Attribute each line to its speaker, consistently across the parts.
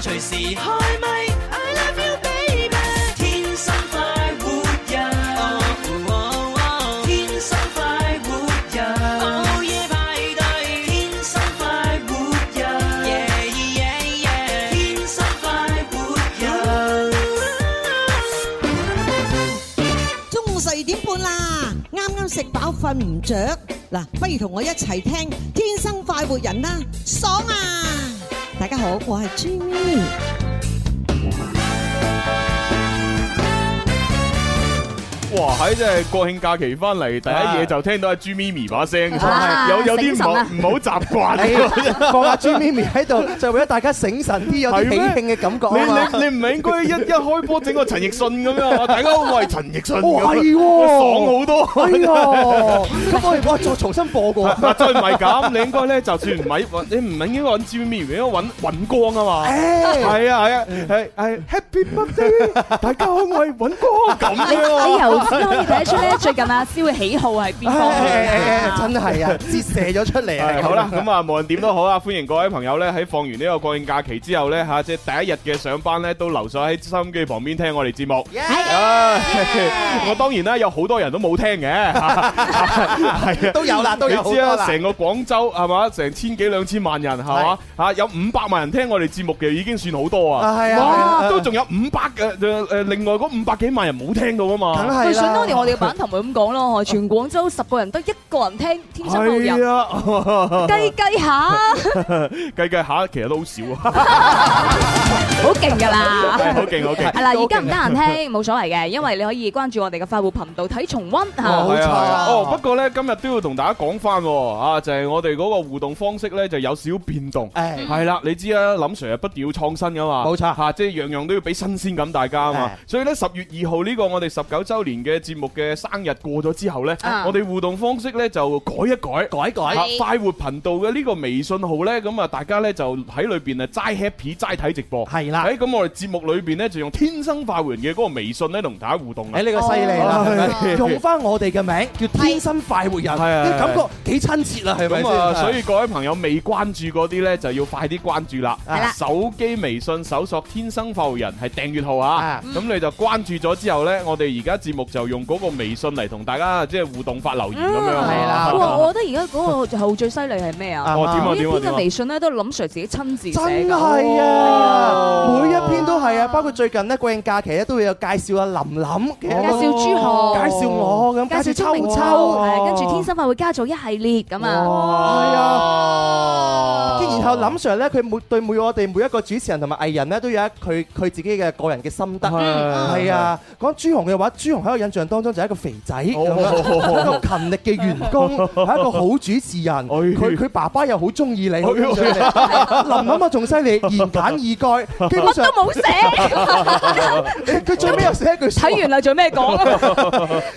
Speaker 1: 隨時開咪，I love you baby，天生快活人哦哦哦天生快活人，午夜派對，天生快活人耶耶耶，天生快活人。
Speaker 2: 中午十二點半啦，啱啱食飽瞓唔着，嗱，不如同我一齊聽《天生快活人》啦，爽啊！大家好，我係 Jimmy。
Speaker 3: 哇！喺即係國慶假期翻嚟，第一嘢就聽到阿朱咪咪把聲，
Speaker 4: 啊
Speaker 3: 有有啲唔好
Speaker 4: 醒
Speaker 3: 唔好習慣。
Speaker 5: 放阿朱咪咪喺度，就為咗大家醒神啲，有啲喜慶嘅感覺啊嘛。
Speaker 3: 你你你唔係應該一一開波整個陳奕迅咁樣啊？大家好，我係陳奕迅咁樣，
Speaker 5: 哇係喎
Speaker 3: 爽好多。
Speaker 5: 哎呀，咁我我再重新播過。
Speaker 3: 嗱，再唔係咁，你應該咧，就算唔係揾，你唔應該揾 Jimmy，應該揾尹光啊嘛。
Speaker 5: 誒，
Speaker 3: 係啊係啊係係 Happy Birthday！大家好，我係尹光咁樣啊。
Speaker 4: 你由可以睇得出咧，最近阿蕭嘅喜好係邊
Speaker 5: 誒
Speaker 4: 方面
Speaker 5: 誒誒真係啊，折射咗出嚟
Speaker 3: 係
Speaker 5: 啊！
Speaker 3: 好啦，咁啊，無論點都好啊，歡迎各位朋友咧喺放完呢個國慶假期之後咧嚇，即係第一日嘅上班咧，都留守喺收音機旁邊聽我哋節目。
Speaker 5: 哎
Speaker 3: 啊我當然啦，有好多人都冇聽嘅，係啊。
Speaker 5: 都有啦，都有好
Speaker 3: 你知
Speaker 5: 多
Speaker 3: 啊，
Speaker 5: 啦。
Speaker 3: 成個廣州係嘛，成千幾兩千萬人係嘛，嚇有五百萬人聽我哋節目嘅已經算好多啊！
Speaker 5: 啊係啊
Speaker 3: 哇
Speaker 5: 係啊
Speaker 3: 都仲有五百嘅誒誒，另外嗰五百幾萬人冇聽到啊
Speaker 5: 梗
Speaker 3: 嘛。
Speaker 4: 佢
Speaker 5: 係
Speaker 4: 想
Speaker 5: 啦。
Speaker 4: 當年我哋嘅版頭咪咁講咯，全廣州十個人得一個人聽天生 路人，
Speaker 3: 啊，
Speaker 4: 計計下，
Speaker 3: 計計下其實都好 少啊，
Speaker 4: 好勁㗎啦！
Speaker 3: 係好勁好勁。
Speaker 4: 係啦，而家唔得閒聽冇所謂嘅，因為你可以關注我哋嘅快活頻道睇重温嚇。
Speaker 5: 冇錯啊
Speaker 3: 哦，不過咧，今日都要同大家講翻喎，啊，就係我哋嗰個互動方式咧，就有少少變動。
Speaker 5: 誒
Speaker 3: 係啦，你知啊，林 Sir 係不斷要創新噶嘛，
Speaker 5: 冇錯
Speaker 3: 嚇，即係樣樣都要俾新鮮感大家啊嘛。所以咧，十月二號呢個我哋十九週年嘅節目嘅生日過咗之後咧，
Speaker 4: 啊
Speaker 3: 我哋互動方式咧就改一改。
Speaker 5: 改改
Speaker 3: 啊快活頻道嘅呢個微信號咧，咁啊大家咧就喺裏邊啊齋 happy 齋睇直播。
Speaker 5: 係啦
Speaker 3: 喺咁我哋節目裏邊咧就用天生快活人嘅嗰個微信咧同大家互動啦
Speaker 5: 誒。呢個犀利啦，係咪
Speaker 3: 哦
Speaker 5: 用翻我哋嘅名叫天生快活人，
Speaker 3: 係係係
Speaker 5: 啲感覺幾親切啦，係咪
Speaker 3: 咁啊，
Speaker 5: 先？
Speaker 3: 所以各位朋友未關注嗰啲呢，就要快啲關注啦。
Speaker 5: 係啦
Speaker 3: 手機微信搜索「天生浮人」係訂閱號啊
Speaker 5: 啊。
Speaker 3: 咁你就關注咗之後呢，我哋而家節目就用嗰個微信嚟同大家即係互動發留言咁樣。啊
Speaker 5: 係啦
Speaker 4: 嗯哇！我覺得而家嗰個後最犀利係咩啊？
Speaker 5: 啊
Speaker 3: 哦，點啊
Speaker 4: 呢一
Speaker 3: 點
Speaker 4: 篇
Speaker 3: 啊點
Speaker 4: 嘅
Speaker 3: 啊！
Speaker 4: 微信咧都係林 Sir 自己親自寫
Speaker 5: 真
Speaker 4: 㗎。
Speaker 3: 哦
Speaker 5: 係啊，每一篇都係啊，包括最近呢，國慶假期咧都會有介紹阿林林嘅，
Speaker 4: 介紹朱浩，
Speaker 5: 介紹我咁，
Speaker 4: 介紹
Speaker 5: 介紹
Speaker 4: 周
Speaker 5: 秋
Speaker 4: 明秋，
Speaker 5: 秋，
Speaker 4: 係跟住天生快會加咗一系列咁啊。
Speaker 5: 係
Speaker 3: 啊
Speaker 5: 跟哦然後林 Sir 咧，佢每對每我哋每一個主持人同埋藝人咧，都有一佢佢自己嘅個人嘅心得。係啊，講朱紅嘅話，朱紅喺我印象當中就係一個肥仔，
Speaker 4: 哦
Speaker 5: 咁樣一個勤力嘅員 工，係一個好主持人。
Speaker 4: 哎
Speaker 5: 佢佢爸爸又好中意你，好中意你林林啊仲犀利，言簡意賅，基本
Speaker 4: 乜都
Speaker 5: 上
Speaker 4: 冇寫，
Speaker 5: 佢最尾又寫一句説話
Speaker 4: 睇完啦，做 咩講啊？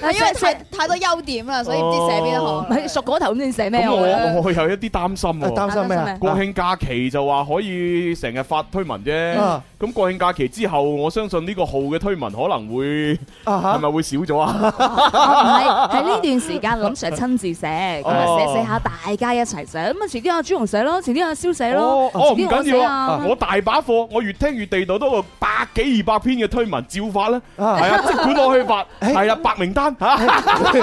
Speaker 6: 係因為太太多優點啦，所以唔知寫邊一
Speaker 4: 唔
Speaker 6: 行。
Speaker 4: 係熟嗰頭咁先寫咩？
Speaker 3: 咁
Speaker 4: 我覺啊得
Speaker 3: 我我有一啲擔心
Speaker 5: 啊
Speaker 3: 喎。
Speaker 5: 擔心咩啊？
Speaker 3: 國慶假期就話可以成日發推文啫
Speaker 5: 啊，
Speaker 3: 咁國慶假期之後，我相信呢個號嘅推文可能會
Speaker 5: 啊
Speaker 3: 係
Speaker 5: 嚇
Speaker 3: 咪會少咗啊？
Speaker 4: 唔係喺呢段時 間，林 Sir 親自寫，咁
Speaker 3: 哦
Speaker 4: 啊寫寫下，大家一齊寫。咁啊，遲啲阿朱紅寫咯，遲啲阿蕭寫咯
Speaker 3: 哦，哦
Speaker 4: 遲
Speaker 3: 唔
Speaker 4: 啲我
Speaker 3: 緊
Speaker 4: 寫
Speaker 3: 要啊！
Speaker 4: 啊。
Speaker 3: 我大把貨，我越聽越地道，都有百幾二百篇嘅推文照發啦。
Speaker 5: 啊
Speaker 3: 係啊，即管我去發，
Speaker 5: 哎
Speaker 3: 係啊，白名單嚇，
Speaker 5: 你知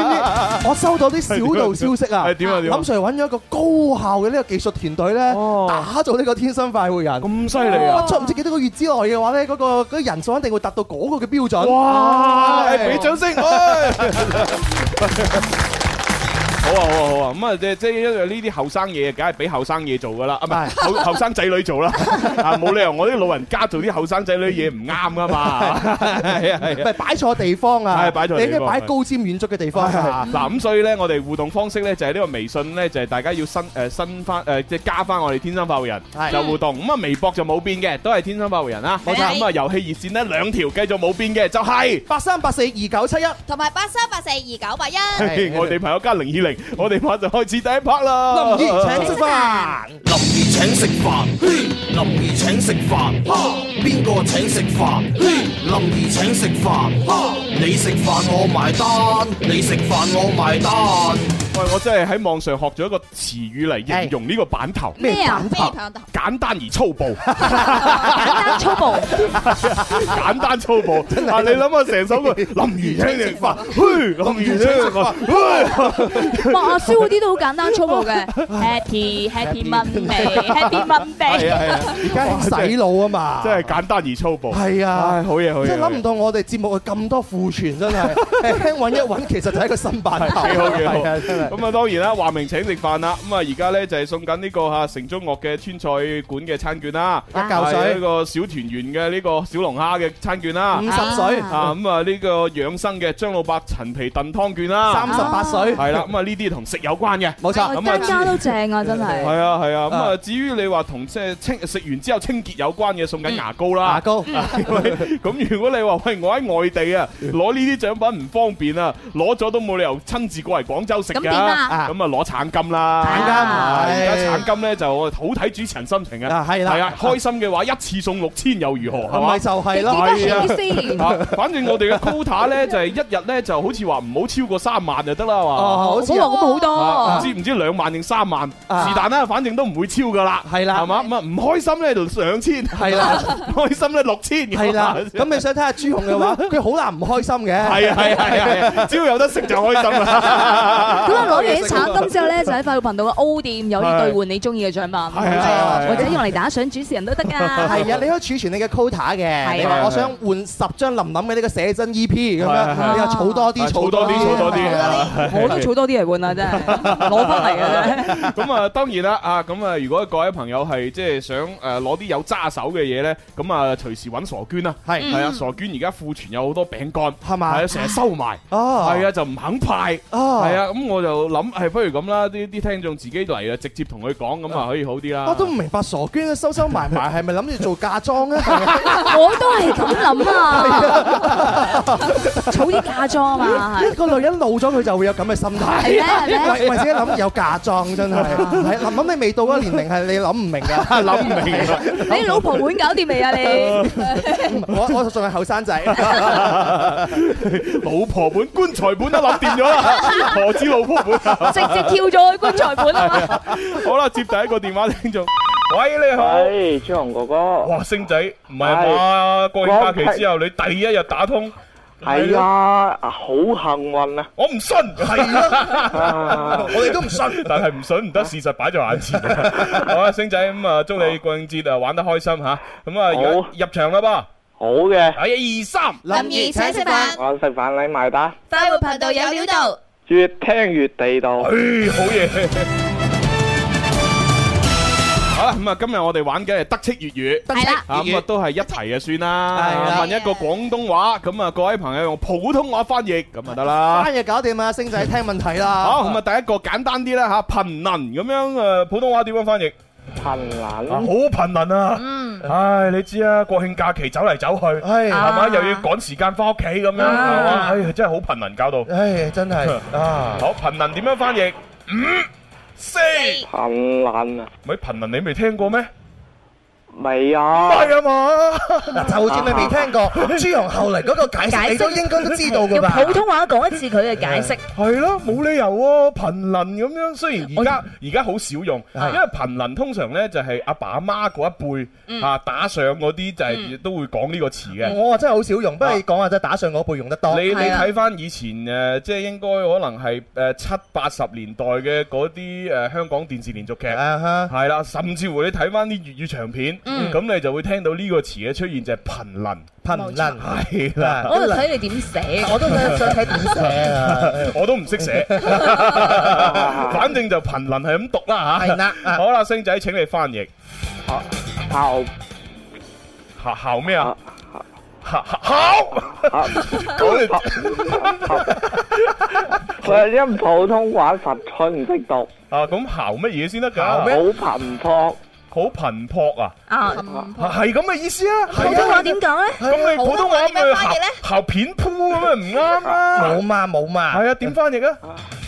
Speaker 5: 唔知？我收到啲小道消息啊！
Speaker 3: 啊 係點啊點
Speaker 5: 林
Speaker 3: 啊
Speaker 5: Sir 揾咗一個高效嘅呢個技術團隊咧
Speaker 3: 哦，
Speaker 5: 打造呢個天生快活人。
Speaker 3: 咁犀利
Speaker 5: 哇！
Speaker 3: 啊！
Speaker 5: 出唔知幾多個月之內嘅話咧，嗰個嗰個人數一定會達到嗰個嘅標準。啊
Speaker 3: 哇！
Speaker 5: 唉
Speaker 3: 哎俾掌聲！哎好啊好啊好啊！咁啊，即即因為呢啲後生嘢，梗係俾後生嘢做噶啦，啊唔係後後生仔女做啦，啊冇理由我啲老人家做啲後生仔女嘢唔啱噶嘛，係啊係啊
Speaker 5: 唔。係擺錯地方啊！
Speaker 3: 係擺錯地方
Speaker 5: 你應該擺高瞻遠矚嘅地方啊！
Speaker 3: 嗱咁所以咧，我哋互動方式咧就係呢個微信咧，就係大家要新誒新翻誒即係加翻我哋天生發育人
Speaker 5: 係
Speaker 3: 就互動。咁啊微博就冇變嘅，都係天生發育人啦。
Speaker 6: 冇錯
Speaker 3: 咁啊遊戲熱線呢，兩條繼續冇變嘅，就係
Speaker 5: 八三八四二九七一，
Speaker 6: 同埋八三八四二九八一，
Speaker 5: 係
Speaker 3: 我哋朋友加零二零， 我哋馬上開始第一 part 啦。
Speaker 5: 林怡啊請食飯。
Speaker 7: 林兒請食飯，林兒請食飯，邊個請食飯？林兒請食飯，你食飯我埋單，你食飯我埋單。
Speaker 3: 喂，我真係喺網上學咗一個詞語嚟形容呢個版 頭，
Speaker 4: 咩啊？
Speaker 6: 咩棒頭？
Speaker 3: 簡單而粗 暴，
Speaker 4: 簡單粗 暴，
Speaker 3: 簡單粗暴。啊，你諗下成首 歌，林如請食飯，嘿， 林如請食飯，
Speaker 4: 哇！阿蕭嗰啲都好簡單粗暴嘅，Happy Happy Monday，Happy
Speaker 3: 嘿，係啊
Speaker 4: Monday。
Speaker 3: 係啊，
Speaker 5: 而家興洗腦啊嘛，
Speaker 3: 真係簡單而粗暴。
Speaker 5: 係啊
Speaker 3: 唉，好嘢好嘢，
Speaker 5: 即係
Speaker 3: 好
Speaker 5: 諗
Speaker 3: 嘢
Speaker 5: 唔到我哋節目咁多庫存，真 係輕揾一揾，其實就係一個新版頭，
Speaker 3: 幾好幾好
Speaker 5: 係啊，真係。
Speaker 3: 咁啊，當然啦，話明請食飯啦。咁啊，而家咧就係送緊呢個嚇城中樂嘅川菜館嘅餐券啦，啊
Speaker 5: 一嚿水
Speaker 3: 呢個小團圓嘅呢個小龍蝦嘅餐券啦
Speaker 5: 五，十水、
Speaker 3: 啊咁啊呢個養生嘅張老伯陳皮燉湯券啦
Speaker 5: 三，十八水，
Speaker 3: 係啦，咁啊呢啲同食有關嘅。
Speaker 5: 冇錯。
Speaker 3: 咁啊
Speaker 4: 單家都正啊，真 係。
Speaker 3: 係啊係啊，咁啊
Speaker 5: 啊
Speaker 3: 至於你話同即係清食完之後清潔有關嘅送緊牙膏
Speaker 5: 牙
Speaker 3: 啦，
Speaker 5: 膏，
Speaker 3: 喂咁如果你話喂我喺外地啊，
Speaker 5: 嗯
Speaker 3: 攞呢啲獎品唔方便啊，攞咗都冇理由親自過嚟廣州食
Speaker 4: 咁
Speaker 3: 㗎。
Speaker 4: 點啊？
Speaker 5: 啊
Speaker 3: 咁啊攞橙金啦，
Speaker 4: 橙金
Speaker 3: 啊
Speaker 5: 係
Speaker 3: 而家橙金咧就好睇主持人心情啊，
Speaker 5: 啊係啦啊
Speaker 3: 係啊，開心嘅話一次送六千又如何，係
Speaker 5: 咪就係
Speaker 4: 點
Speaker 5: 咯。
Speaker 4: 解係呢四年？
Speaker 3: 嘛？啊反正我哋嘅 quota 咧就係一日咧就好似話唔好超過三萬就得啦，係
Speaker 5: 哦，
Speaker 3: 嘛？
Speaker 5: 好
Speaker 4: 我
Speaker 5: 似
Speaker 4: 咁話咁
Speaker 3: 啊
Speaker 4: 好
Speaker 3: 唔
Speaker 4: 多，
Speaker 3: 知唔知兩萬定三萬，是
Speaker 5: 啊
Speaker 3: 但啦，反正都唔會超噶啦，
Speaker 5: 係啦
Speaker 3: 係嘛？咁啊唔開心咧就兩千，
Speaker 5: 係啦，
Speaker 3: 開心咧六千，
Speaker 5: 係 啦。咁你想睇下朱紅嘅 話，佢好難唔開心 嘅。
Speaker 3: 係啊係啊係啊係啊，只要有得食就開心 啦。
Speaker 4: 咁啊攞完啲橙金之後咧，就喺快活頻道嘅 O 店有啲兑換你中意嘅獎品，
Speaker 3: 係啊，
Speaker 4: 或者用嚟打賞主持人都得㗎。
Speaker 5: 係啊，你可以儲存你嘅 quota 嘅。你話我想換十張林林嘅呢個寫真 EP 咁樣，你又啊儲多啲，
Speaker 3: 儲多啲，儲多啲啊！
Speaker 4: 我都儲多啲嚟換啊，真係攞翻嚟嘅啫。
Speaker 3: 咁啊，當然啦，啊，咁啊，如果各位朋友係即係想誒攞啲有揸手嘅嘢咧，咁啊，隨時揾傻娟啦，
Speaker 5: 係
Speaker 3: 係啊，傻娟而家庫存有好多餅乾，
Speaker 5: 係嘛
Speaker 3: 係啊，成日收埋，
Speaker 5: 哦，
Speaker 3: 係啊，就唔肯派，
Speaker 5: 哦
Speaker 3: 係啊，咁我就諗係不如咁啦，啲啲聽眾自己嚟啊，直接同佢講，咁啊可以好啲啦。
Speaker 5: 我都唔明白傻娟收收埋埋係咪諗住做嫁妝啊咧？
Speaker 4: 我都係咁諗啊，儲啲嫁妝啊，係
Speaker 5: 一個女人老咗佢就會有咁嘅心態。
Speaker 4: 係咩係咩
Speaker 5: 為為自己諗有嫁妝 真係，係林林你未到嗰個年齡係你諗唔明㗎。
Speaker 3: 諗唔明啊。
Speaker 4: 你老婆碗搞掂未啊？你
Speaker 5: 我我仲係後生 仔，
Speaker 3: 老婆本、棺材本都諗掂 咗啦，何止老婆本啊？
Speaker 4: 直接跳咗去棺材本啊嘛！
Speaker 3: 好啦，接第一個電話聽眾，喂，你好。
Speaker 8: 喂，朱紅哥哥，
Speaker 3: 哇，星仔，唔係啊嘛？過完假期之後，你第一日打通，
Speaker 8: 係啊，好幸運 啊！
Speaker 3: 我唔信， 係
Speaker 8: 啊
Speaker 5: 我哋都唔信。
Speaker 3: 但係唔信唔得，事實擺在眼前。 好啊，星仔，咁啊，祝你國慶節啊玩得開心吓，咁啊，
Speaker 8: 好
Speaker 3: 入入場啦噃，
Speaker 8: 好嘅，
Speaker 3: 哎，一二三，
Speaker 6: 林怡請食飯，
Speaker 8: 我食飯你埋單，
Speaker 6: 快活頻道有料到。
Speaker 8: 越聽越地道。
Speaker 3: 哎，好嘢。好啦，咁啊，今日我哋玩嘅係德式粵語。
Speaker 4: 係啦，
Speaker 3: 啊，咁啊都係一題就算啦。
Speaker 5: 係
Speaker 3: 問一個廣東話，咁啊各位朋友用普通話翻譯咁啊得啦。
Speaker 5: 單嘢搞掂啊，星仔聽問題啦。
Speaker 3: 好，咁啊，第一個簡單啲啦嚇，貧能咁樣誒，普通話點樣翻譯？
Speaker 8: 貧
Speaker 3: 好
Speaker 8: 難
Speaker 3: 貧能啊！
Speaker 6: 嗯，
Speaker 3: 唉，你知啊，國慶假期走嚟走去，係
Speaker 5: 唉
Speaker 3: 嘛，又要趕時間翻屋企咁樣，係嘛，唉，真係好貧能搞到。
Speaker 5: 唉，真係啊，
Speaker 3: 好，貧能點樣翻譯？五四，
Speaker 8: 貧難啊，
Speaker 3: 咪貧能你未聽過咩？
Speaker 8: 未啊？
Speaker 3: 係啊嘛，
Speaker 5: 嗱，就算你未聽 過朱紅後嚟嗰個解釋，你都應該都知道㗎吧？
Speaker 9: 普通話講一次佢嘅解釋，
Speaker 3: 係咯，冇理由喎，貧能咁樣。雖然而家而家好少用，因
Speaker 5: 啊
Speaker 3: 為貧能通常咧就係阿爸阿媽嗰一
Speaker 5: 嗯
Speaker 3: 輩啊打上嗰啲就係都會講呢個詞嘅。
Speaker 5: 我啊真係好少用，不過你講下啫，打上嗰輩用得多。
Speaker 3: 你你
Speaker 9: 係啊
Speaker 3: 睇翻以前誒、呃即係應該可能係誒七八十年代嘅嗰啲誒香港電視連續劇，
Speaker 5: 啊哈，
Speaker 3: 係啦，甚至乎你睇翻啲粵語長片，咁、
Speaker 5: 嗯
Speaker 3: 你就會聽到呢個詞嘅出現就係貧能，
Speaker 5: 貧能
Speaker 3: 係
Speaker 5: 嗱
Speaker 3: 啦，
Speaker 9: 我就睇你點寫。
Speaker 5: 我都想想睇點寫啊。
Speaker 3: 我都唔識 寫，反正就貧能係咁讀啦嚇。
Speaker 5: 係啦啊
Speaker 3: 好啦，星仔請你翻譯，
Speaker 8: 校
Speaker 3: 校校咩啊
Speaker 8: 啊？
Speaker 3: 校 校
Speaker 8: 啊，
Speaker 3: 咁你
Speaker 8: 佢因普通話實在唔識讀，
Speaker 3: 啊咁校乜嘢先得㗎？
Speaker 8: 好頻撲，
Speaker 3: 好頻撲啊！
Speaker 9: 啊，
Speaker 3: 係咁嘅意思啊，
Speaker 9: 普
Speaker 3: 係啊
Speaker 9: 通。話點講咧？
Speaker 3: 咁你普通話咪
Speaker 6: 普通話點樣翻譯
Speaker 3: 校
Speaker 6: 咧
Speaker 3: 校片鋪咁啊，唔啱啊！
Speaker 5: 冇嘛冇嘛，
Speaker 3: 係啊，點翻譯啊？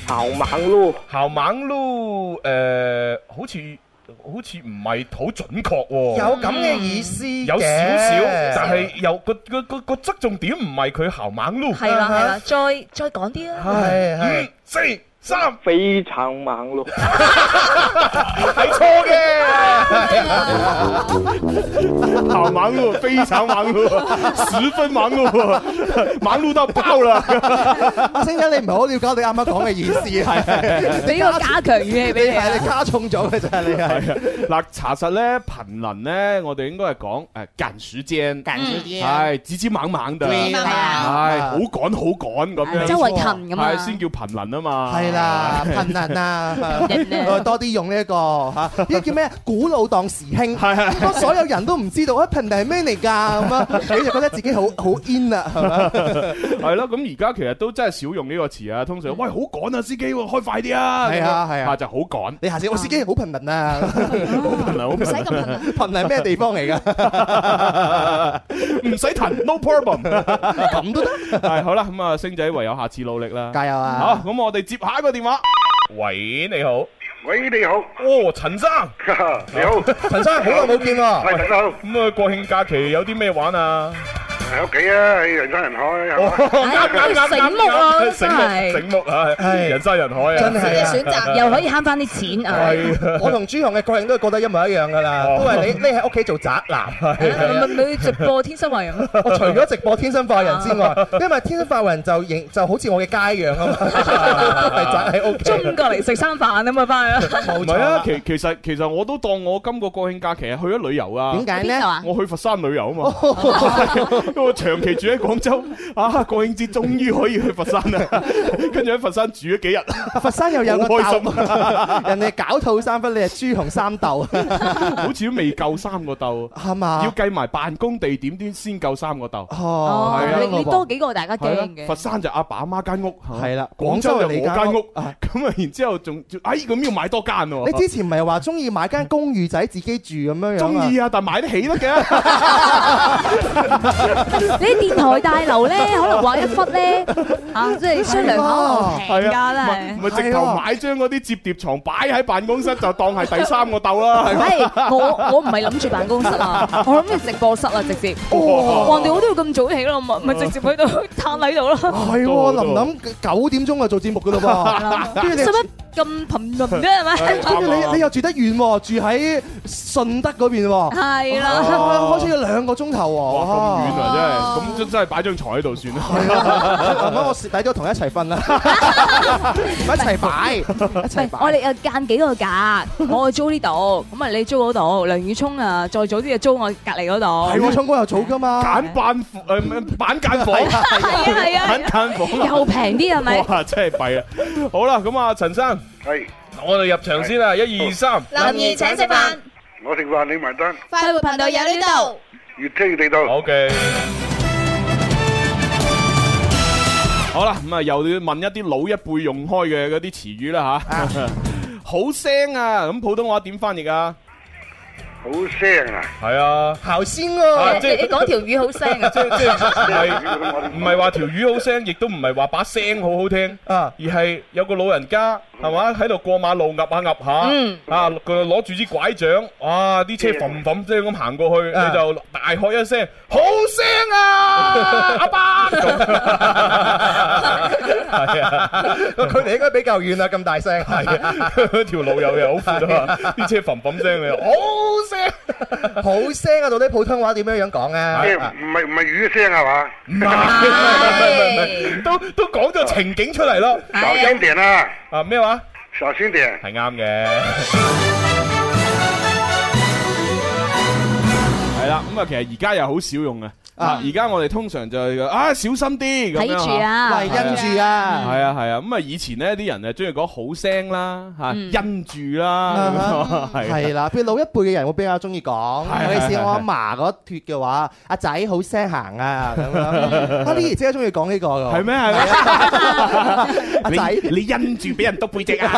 Speaker 8: 校猛嚕，
Speaker 3: 校猛撈誒，好似好似唔係好準確喎。
Speaker 5: 有咁嘅意思嘅
Speaker 3: 有少少，但係又個個個個側重點唔係佢校猛撈。
Speaker 9: 係啦係啦，再再講啲啊！
Speaker 5: 係係
Speaker 3: 五四
Speaker 7: 三，
Speaker 8: 非常忙碌。
Speaker 7: 係錯 嘅。
Speaker 3: 好啊忙碌，非常忙碌，十分忙碌， 忙碌到爆了。
Speaker 5: 星欣，嗯你唔係好了解你啱啱講嘅意思，係
Speaker 4: 俾個加強語氣
Speaker 5: 你
Speaker 4: 俾你啊
Speaker 5: 係你加重咗嘅就係你係。
Speaker 3: 嗱，查實咧貧能咧，我哋應該係講誒趕時間，
Speaker 7: 感謝啲啊，
Speaker 3: 係指指猛猛嘅，
Speaker 7: 對
Speaker 3: 係
Speaker 7: 啦，
Speaker 3: 好趕好趕咁樣，
Speaker 4: 周圍勤咁
Speaker 3: 係
Speaker 4: 啊，
Speaker 3: 先叫貧能啊嘛。
Speaker 5: 係啦，貧能啊，我多啲用呢一個嚇，呢個叫咩？古老當時興，
Speaker 3: 係係
Speaker 5: 咁啊所有人都唔知道啊，貧能係咩嚟㗎咁啊，你就覺得自己好好 in 啊，係嘛？
Speaker 3: 係咯，咁而家其實都真係少用呢個詞啊，通常喂好趕啊，司機喎開快啲啊，
Speaker 5: 係啊係啊
Speaker 3: 就好趕，
Speaker 5: 你下次我司機好貧能啊，
Speaker 3: 貧能好
Speaker 6: 唔使
Speaker 3: 貧
Speaker 6: 咁 頻啊，
Speaker 5: 貧能係咩地方嚟㗎？
Speaker 3: 能， 唔使騰，no problem。
Speaker 5: 咁都得，
Speaker 3: 係好啦，咁啊星仔唯有下次努力啦。
Speaker 5: 加油
Speaker 3: 好，
Speaker 5: 啊！
Speaker 3: 咁我哋接下一個電話。喂，你好。
Speaker 8: 喂，你好，
Speaker 3: 哦，陳生，
Speaker 8: 你好，
Speaker 5: 陳生好耐冇見喎，
Speaker 8: 係陳生，
Speaker 3: 咁啊國慶假期有啲咩玩啊？
Speaker 8: 喺屋企啊，喺人山人海
Speaker 5: 哎
Speaker 8: 係嘛？
Speaker 3: 啱啱啱
Speaker 9: 醒目啊
Speaker 3: 啱
Speaker 9: 真係
Speaker 3: 醒目醒目啊！
Speaker 5: 係
Speaker 3: 人山人海啊
Speaker 5: 真！係啊！
Speaker 6: 選擇
Speaker 9: 又可以慳翻啲錢啊！
Speaker 3: 係啊
Speaker 5: 我同朱紅嘅個人都覺得一模一樣㗎啦，
Speaker 3: 哦
Speaker 5: 都係你匿喺屋企做宅男。啊
Speaker 9: 咪咪直播天生華人咯，
Speaker 5: 我除咗直播天生化人之外，
Speaker 3: 啊
Speaker 5: 因為天生化人就形就好似我嘅街樣 啊嘛，係宅喺屋企。
Speaker 9: 中國嚟食餐飯啊嘛，翻去
Speaker 3: 唔
Speaker 5: 冇
Speaker 3: 係
Speaker 5: 錯
Speaker 3: 啊
Speaker 5: 啦，
Speaker 3: 其其實其實我都當我今個國慶假期係去咗旅遊啊
Speaker 5: 點。解哦
Speaker 4: 邊
Speaker 5: 咧
Speaker 4: 度？啊？
Speaker 3: 我去佛山旅遊啊嘛，因為 我長期住喺廣州，啊國慶節終於可以去佛山啦，跟住喺佛山住咗幾日，
Speaker 5: 佛山又有個
Speaker 3: 好開
Speaker 5: 鬥，人哋搞套三分，你係朱紅三鬥，
Speaker 3: 好似都未夠三個竇，
Speaker 5: 係
Speaker 3: 要
Speaker 5: 嘛？
Speaker 3: 計埋辦公地點先先夠三個竇。
Speaker 5: 哦，
Speaker 4: 哦
Speaker 5: 係，啊啊
Speaker 4: 你你多幾個大家
Speaker 3: 係
Speaker 4: 驚
Speaker 3: 啦，
Speaker 4: 嘅
Speaker 3: 佛。山就阿爸阿媽間屋，啊
Speaker 5: 係啦
Speaker 3: 廣州就我間
Speaker 5: 廣州就
Speaker 3: 屋
Speaker 5: 你，間屋啊
Speaker 3: 咁啊，然之後仲，哎，咁要買多間
Speaker 5: 你
Speaker 3: 喎。
Speaker 5: 之前唔係話中意買間公寓仔自己住咁 樣樣
Speaker 3: 中意啊，但買得起得嘅，
Speaker 4: 你啲電台大 樓咧，可能話一忽咧，啊，即係商量下我平
Speaker 3: 係
Speaker 4: 價
Speaker 3: 啊，
Speaker 4: 啦，
Speaker 3: 咪
Speaker 4: 係
Speaker 3: 咪直頭買張嗰啲摺疊床擺喺辦公室，就當係第三個竇啦。係咪
Speaker 4: 係我我唔係諗住辦公室 啊，我諗住直播室啊，直接。
Speaker 3: 哇
Speaker 4: 哇！人哋我都要咁早起咯，咪咪直接喺度 攤 喺度咯。
Speaker 5: 係
Speaker 3: 多啊好
Speaker 5: 喎，
Speaker 3: 多
Speaker 5: 琳琳九點鐘就做節目㗎咯喎，跟住
Speaker 4: 使
Speaker 5: 你。
Speaker 4: 乜咁頻輪啫？係咪？
Speaker 5: 跟住
Speaker 3: 啱啊
Speaker 5: 你你又住得遠喎，住喺順德嗰邊喎，啊
Speaker 4: 係啦，
Speaker 5: 開車要兩個鐘頭喎，
Speaker 3: 哇，咁遠啊，
Speaker 4: 哇
Speaker 3: 真係，咁真真係擺張床喺度算啦。
Speaker 5: 係啊，咁我蝕底咗同佢一齊瞓 啦，唔係一齊擺，一
Speaker 4: 唔係
Speaker 5: 齊擺。
Speaker 4: 我哋又間幾個價，我租呢度，咁啊你租嗰度，梁宇聰啊再早啲就租我隔離嗰
Speaker 5: 係
Speaker 4: 度。
Speaker 5: 喎，唱歌又早噶嘛，
Speaker 3: 揀辦房誒咩板間房，
Speaker 4: 係啊係
Speaker 3: 板
Speaker 4: 啊，
Speaker 3: 間房，
Speaker 4: 又平啲係咪？
Speaker 3: 哇，真係弊啦。好啦，咁啊，陳生，
Speaker 8: 係，
Speaker 3: 我哋入場先啦，一二三。
Speaker 6: 林怡請食飯，
Speaker 8: 我食飯你埋單，
Speaker 6: 快活頻道有呢度。
Speaker 8: 越聽越地道。
Speaker 3: O K。好啦，咁啊又要問一啲老一輩用開嘅嗰啲詞語啦吓。 好聲啊！咁普通話點翻譯啊？
Speaker 8: 好聲啊！
Speaker 3: 係啊，
Speaker 5: 頭先喎，
Speaker 9: 你你講條魚好聲啊！
Speaker 3: 即係
Speaker 8: 唔
Speaker 3: 唔係話條魚好聲，亦都唔係話把聲好好聽，
Speaker 5: 啊
Speaker 3: 而係有個老人家係嘛喺度過馬路噏下噏下，
Speaker 9: 嗯
Speaker 3: 啊佢攞住支拐杖，哇啲車嘭嘭聲咁行過去，
Speaker 5: 啊
Speaker 3: 你就大喝一聲好聲啊，阿伯咁，係啊。
Speaker 5: 個距離應該比較遠啦，咁大聲。
Speaker 3: 係啊，條路又又好闊啊嘛，啲車嘭嘭聲你又好聲，
Speaker 5: 好聲啊！到底普通話點樣樣講
Speaker 8: 即係
Speaker 5: 啊？
Speaker 8: 唔係唔係魚聲係嘛？
Speaker 3: 唔係 都都講咗情景出嚟咯。
Speaker 8: 小聲點啊！
Speaker 3: 啊咩話？
Speaker 8: 小聲點。
Speaker 3: 係啱嘅。係啦，咁啊，其實而家又好少用嘅。啊，而家我哋通常就係啊小心啲咁
Speaker 4: 睇
Speaker 3: 樣
Speaker 4: 住
Speaker 3: 嚇。
Speaker 4: 啊，
Speaker 5: 喂，因住啊，
Speaker 3: 係啊係啊，咁啊以前呢啲人就中意講好聲啦，嚇
Speaker 4: 嗯
Speaker 3: 因住啦，咁啊係啊
Speaker 5: 係啦，譬如老一輩嘅人會比較中意講，
Speaker 3: 係
Speaker 5: 尤其是我阿嫲嗰脱嘅話，阿仔好聲行啊 咁樣。啊，呢姨姐中意講呢個㗎。
Speaker 3: 係咩係咩？
Speaker 5: 阿仔
Speaker 3: 你你因住俾人督背脊啊！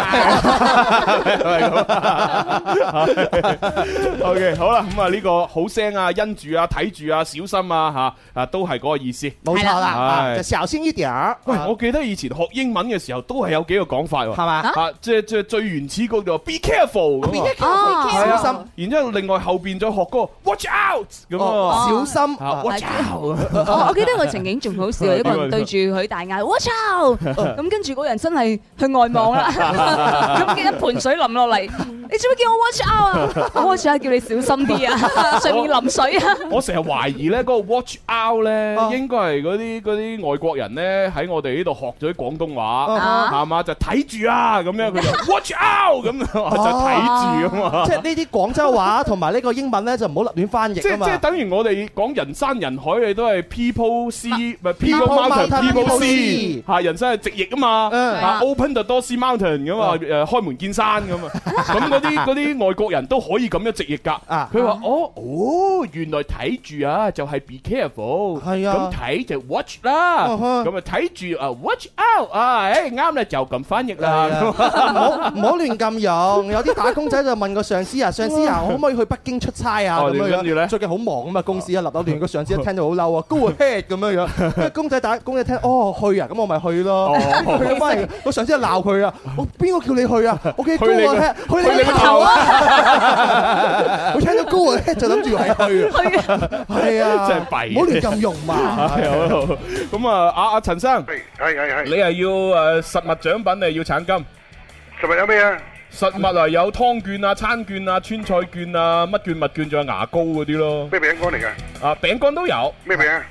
Speaker 3: O K，好啦，咁啊呢個好聲啊，因住啊，睇住啊，小心啊，啦吓，啊都係嗰個意思。
Speaker 5: 冇錯啦，啊
Speaker 3: 係
Speaker 5: 就小心一點儿。
Speaker 3: 喂，
Speaker 5: 啊
Speaker 3: 我記得以前學英文嘅時候都係有幾個講法喎，
Speaker 5: 係嘛
Speaker 3: 啊，即係即係最原始嗰個 be careful 咁啊，
Speaker 4: 哦，
Speaker 3: 係啊
Speaker 5: 小心
Speaker 3: 然之後另外後邊再學嗰個 watch out 咁啊，
Speaker 5: 哦小心。
Speaker 3: 啊 watch out 啊
Speaker 4: 我我記得個情景仲好笑，有一個人對住佢大嗌 watch out，咁跟住嗰人真係去外望啦，咁一盆水淋落嚟，你做咩叫我 watch out 啊？我 watch out 叫你小心啲啊，上面淋水啊！
Speaker 3: 我成日懷疑咧，嗰個 watch out 咧
Speaker 5: 哦，
Speaker 3: 應該係嗰啲嗰啲外國人咧喺我哋呢度學咗啲廣東話，
Speaker 5: 哦
Speaker 4: 啊
Speaker 3: 係嘛？就睇住啊咁樣，佢 就 watch out 咁樣就睇住啊嘛。
Speaker 5: 即係呢啲廣州話同埋呢個英文咧，就唔好立亂翻
Speaker 3: 即
Speaker 5: 譯啊
Speaker 3: 即
Speaker 5: 嘛。
Speaker 3: 等於我哋講人山人海，你都係 people see 咪 people
Speaker 5: people
Speaker 3: mountain
Speaker 5: mountain,
Speaker 3: people
Speaker 5: people
Speaker 3: see
Speaker 5: sea
Speaker 3: 嚇，人生係直譯啊嘛，
Speaker 5: 嗯
Speaker 3: 嚇 open the door see mountain 咁啊，誒開門見山咁 啊，咁嗰啲嗰啲外國人都可以咁樣直譯㗎。
Speaker 5: 啊
Speaker 3: 佢話哦哦，原來睇住啊，就係 be careful，
Speaker 5: 係啊 Uh-huh。
Speaker 3: 咁睇就 watch 啦，
Speaker 5: 嗯哼
Speaker 3: 咁啊睇住啊 watch out 啊，誒啱啦，就咁翻譯啦。
Speaker 5: 唔好唔好亂咁用，有啲打工仔就問個 上司啊，上司啊，我可唔可以去北京出差啊？
Speaker 3: 哦
Speaker 5: 咁樣
Speaker 3: 跟住呢哦
Speaker 5: 樣，最近好忙啊嘛，公司一立到亂，個上司一聽到好嬲啊，go ahead 咁樣 樣，跟住公仔打工仔聽，哦去啊，咁我咪去
Speaker 3: 哦
Speaker 5: 咯，去咗翻嚟，個上司就鬧 佢啊，我邊個叫你去啊？我叫你 go
Speaker 3: 去你個
Speaker 5: ahead，去
Speaker 3: 去
Speaker 5: 你
Speaker 3: 你
Speaker 5: 個
Speaker 3: 個
Speaker 5: 頭
Speaker 3: 頭啊
Speaker 5: 啊！佢聽到 go ahead 就諗住係去啊，係啊，
Speaker 3: 真係弊
Speaker 5: 唔好亂咁用嘛。
Speaker 3: 係好好咁啊，阿阿陳生，
Speaker 8: 係係係
Speaker 3: 你
Speaker 8: 係，
Speaker 3: 係要誒實物獎品，你係要橙金。
Speaker 8: 尋日有咩啊？
Speaker 3: 實物啊，有湯券啊、餐券啊、川菜券啊、乜券物券，仲有牙膏嗰啲 咯。
Speaker 8: 咩餅乾嚟㗎？
Speaker 3: 啊，餅乾都有，
Speaker 8: 咩餅啊？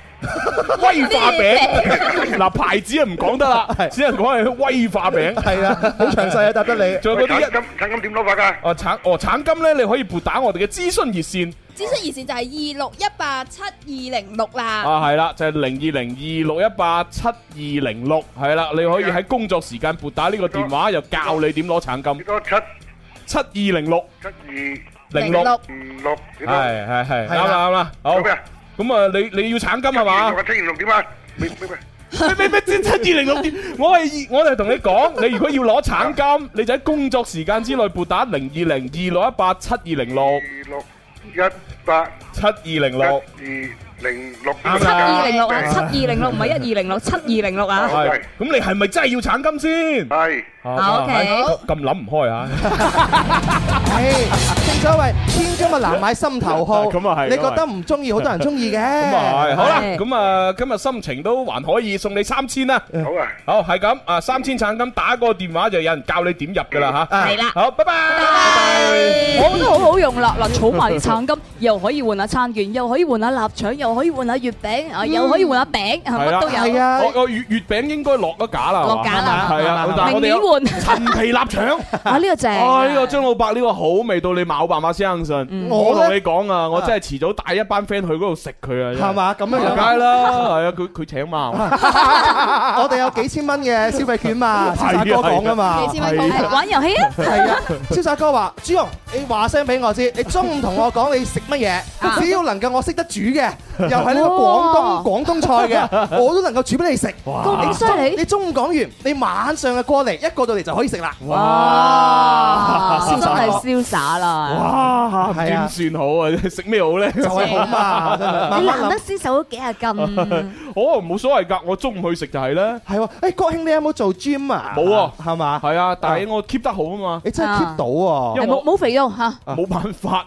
Speaker 3: 威 化餅。 嗱，牌子啊唔講得啦，
Speaker 5: 係
Speaker 3: 只能講係威化餅。
Speaker 5: 係啦，好詳 細啊，答得你。
Speaker 3: 仲有
Speaker 8: 喂
Speaker 3: 嗰啲
Speaker 8: 橙
Speaker 3: 一
Speaker 8: 金橙金點攞法㗎？
Speaker 3: 哦橙哦橙金咧，你可以撥打我哋嘅諮詢熱線
Speaker 6: 諮詢熱線就係二六一八七二零六啦。
Speaker 3: 啊，係啦，就係零二零二六一八七二零六，係啦，你可以喺工作時間撥打呢個電話，又教你點攞橙
Speaker 8: 幾
Speaker 3: 金。
Speaker 8: 多七
Speaker 3: 七二零六
Speaker 8: 七二
Speaker 3: 零六，係
Speaker 8: 五六幾多？
Speaker 3: 係係，啱
Speaker 5: 係啦
Speaker 3: 啦啱啦，好
Speaker 8: 做。咩啊？
Speaker 3: 咁啊，你你要橙金係嘛？
Speaker 8: 七二六點啊？明明白。
Speaker 3: 咩咩咩七二零六點？我係我係同你講，你如果要攞橙金，你就喺工作時間之內撥打零二零二六一八七二零六
Speaker 8: 二六一八
Speaker 3: 七二零
Speaker 8: 一
Speaker 3: 六。
Speaker 8: 二零六
Speaker 3: 啱
Speaker 4: 七
Speaker 3: 啦
Speaker 4: 二零六啊，七二零六唔係一二零六，七二零六啊！
Speaker 3: 係，咁你係咪真係要橙金先？
Speaker 8: 係
Speaker 4: 啊，OK
Speaker 3: 咁諗唔開啊！
Speaker 5: 唉，正所謂千金啊難買心頭好，
Speaker 3: 咁啊係
Speaker 5: 你覺得唔中意，好多人中意嘅。
Speaker 3: 咁啊係，
Speaker 5: 咁
Speaker 3: 好啦，
Speaker 4: 係
Speaker 3: 咁啊今日心情都還可以，送你三千啦。
Speaker 8: 好啊！
Speaker 3: 好，係咁啊，三千橙金打個電話就有人教你點入噶啦吓。
Speaker 4: 係啦
Speaker 3: 好，拜拜。
Speaker 4: 我覺得好好用啦！嗱，儲埋啲橙金，又可以換下餐券，又可以換下臘腸，又可以換下月餅，啊，又可以換下餅，啊
Speaker 3: 係啦
Speaker 4: 乜都
Speaker 5: 係
Speaker 4: 有，
Speaker 5: 啊，
Speaker 3: 我我月月餅應該落咗架啦，係嘛
Speaker 4: 落架啦
Speaker 3: 係啊，但係我哋
Speaker 4: 明年
Speaker 3: 有
Speaker 4: 換
Speaker 3: 陳皮臘腸。
Speaker 4: 啊！呢個正啊，
Speaker 3: 啊！呢個張老伯呢個好味道，你冇辦法相信。我
Speaker 5: 我呢
Speaker 3: 同你講啊，我真係遲早帶一班 friend 去嗰度食佢啊，真係
Speaker 5: 係？嘛咁樣
Speaker 3: 梗
Speaker 5: 樣。
Speaker 3: 係啦，係啊，佢佢請嘛，
Speaker 5: 我哋有幾千蚊嘅消費券嘛，
Speaker 3: 係啊
Speaker 5: 瀟灑哥講噶嘛
Speaker 6: 幾。千蚊
Speaker 3: 係
Speaker 6: 講
Speaker 4: 玩遊戲啊！
Speaker 5: 係啊，瀟灑哥話：朱紅，你話聲俾我知，你中午同我講你食乜嘢，只要能夠我識得煮 嘅，又係呢個廣東
Speaker 4: 哇
Speaker 5: 廣東菜嘅，我都能夠煮俾你食。
Speaker 4: 咁犀利
Speaker 5: 你中午講完，你晚上嘅過嚟一過到嚟就可以食啦。
Speaker 4: 哇！
Speaker 5: 瀟灑
Speaker 4: 真係瀟灑啦！
Speaker 3: 哇，
Speaker 5: 係啊
Speaker 3: 點算好啊？ 食咩好咧？
Speaker 5: 就係好嘛，真係慢慢諗。
Speaker 4: 先瘦咗幾廿斤，
Speaker 3: 哦，冇所謂㗎，我中午去食就係啦。
Speaker 5: 係喎，誒國慶你有冇做 gym 啊？
Speaker 3: 冇喎
Speaker 5: 係嘛？
Speaker 3: 係啊，但係我 keep 得好啊嘛。
Speaker 5: 你真係 keep 到
Speaker 3: 因
Speaker 5: 喎，
Speaker 3: 為
Speaker 4: 冇
Speaker 3: 我
Speaker 4: 冇肥肉嚇，
Speaker 5: 啊
Speaker 3: 冇辦 法，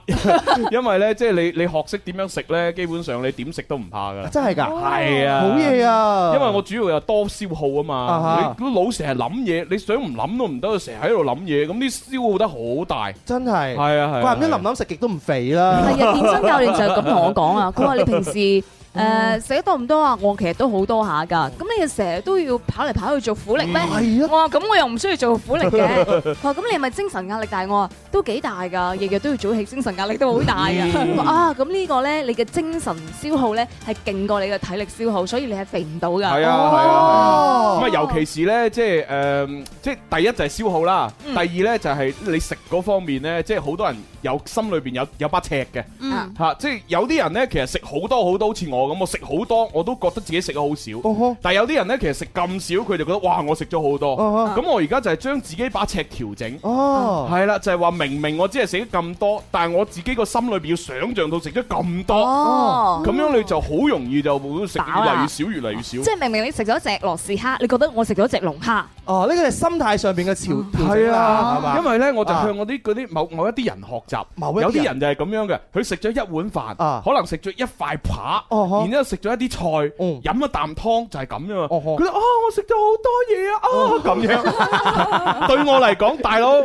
Speaker 3: 因為咧，即係你你學識點樣食咧，基本上你點食都唔怕㗎啦。
Speaker 5: 真係㗎，
Speaker 3: 係啊，
Speaker 5: 好嘢啊！
Speaker 3: 因為我主要又多消耗啊
Speaker 5: 啊
Speaker 3: 嘛
Speaker 5: 哈，
Speaker 3: 你個腦成日諗嘢，你想唔諗都唔得，成日喺度諗嘢，咁啲消耗得好大。
Speaker 5: 真係，
Speaker 3: 係啊係啊
Speaker 5: 怪唔得
Speaker 3: 係啊
Speaker 5: 林林食極都唔肥啦。
Speaker 4: 係啊！健身教練就咁同我講啊，佢話你平時誒食得多唔多啊？我其實都好多下㗎，咁你成日都要跑嚟跑去做苦力咩？
Speaker 5: 係啊，
Speaker 4: 我話咁我又唔需要做苦力嘅，佢話咁你係咪精神壓力大？我話都幾大㗎，日日都要早起，精神壓力都好大㗎。佢話啊，咁呢個咧，你嘅精神消耗咧係勁過你嘅體力消耗，所以你係肥唔到㗎。
Speaker 3: 係啊係啊。咁
Speaker 5: 哦，
Speaker 3: 啊，尤其是咧，即係誒，即係第一就係消耗啦，
Speaker 4: 嗯
Speaker 3: 第二咧就係你食嗰方面咧，即係好多人有心裏邊有有把尺嘅
Speaker 6: 嗯
Speaker 3: 嚇，即係有啲人咧其實食好多好多，好似我我，咁我食好多，我都覺得自己食咗好少。
Speaker 5: 哦呵
Speaker 3: 但係有啲人呢，其實食咁少，佢就覺得哇，我食咗好多。
Speaker 5: 哦
Speaker 3: 咁我而家就係將自己把尺調整。
Speaker 5: 哦，
Speaker 3: 係啦，就係話明明我只係食咗咁多，但係我自己個心裏邊要想像到食咗咁多，
Speaker 4: 哦，
Speaker 3: 咁樣你就好容易就會食越
Speaker 4: 飽啦
Speaker 3: 嚟越少，越嚟越少
Speaker 4: 即。係明明你食咗只羅氏蝦，你覺得我食咗只龍蝦，
Speaker 5: 哦，呢個係心態上邊嘅調調
Speaker 3: 係
Speaker 5: 整啦，係
Speaker 3: 啊，
Speaker 5: 嘛？
Speaker 3: 因為咧我就
Speaker 5: 啊
Speaker 3: 向我啲嗰啲某某一啲人學習，
Speaker 5: 某一啲
Speaker 3: 有啲
Speaker 5: 人
Speaker 3: 人就係咁樣嘅，佢食咗一碗
Speaker 5: 啊
Speaker 3: 飯，可能食咗一塊扒，
Speaker 5: 哦呵
Speaker 3: 然之後食咗一啲菜，
Speaker 5: 嗯
Speaker 3: 飲一啖湯就係咁啫嘛。
Speaker 5: 哦呵哦
Speaker 3: 佢話：啊，我食咗好多 嘢啊，啊咁樣。 對我嚟講，大佬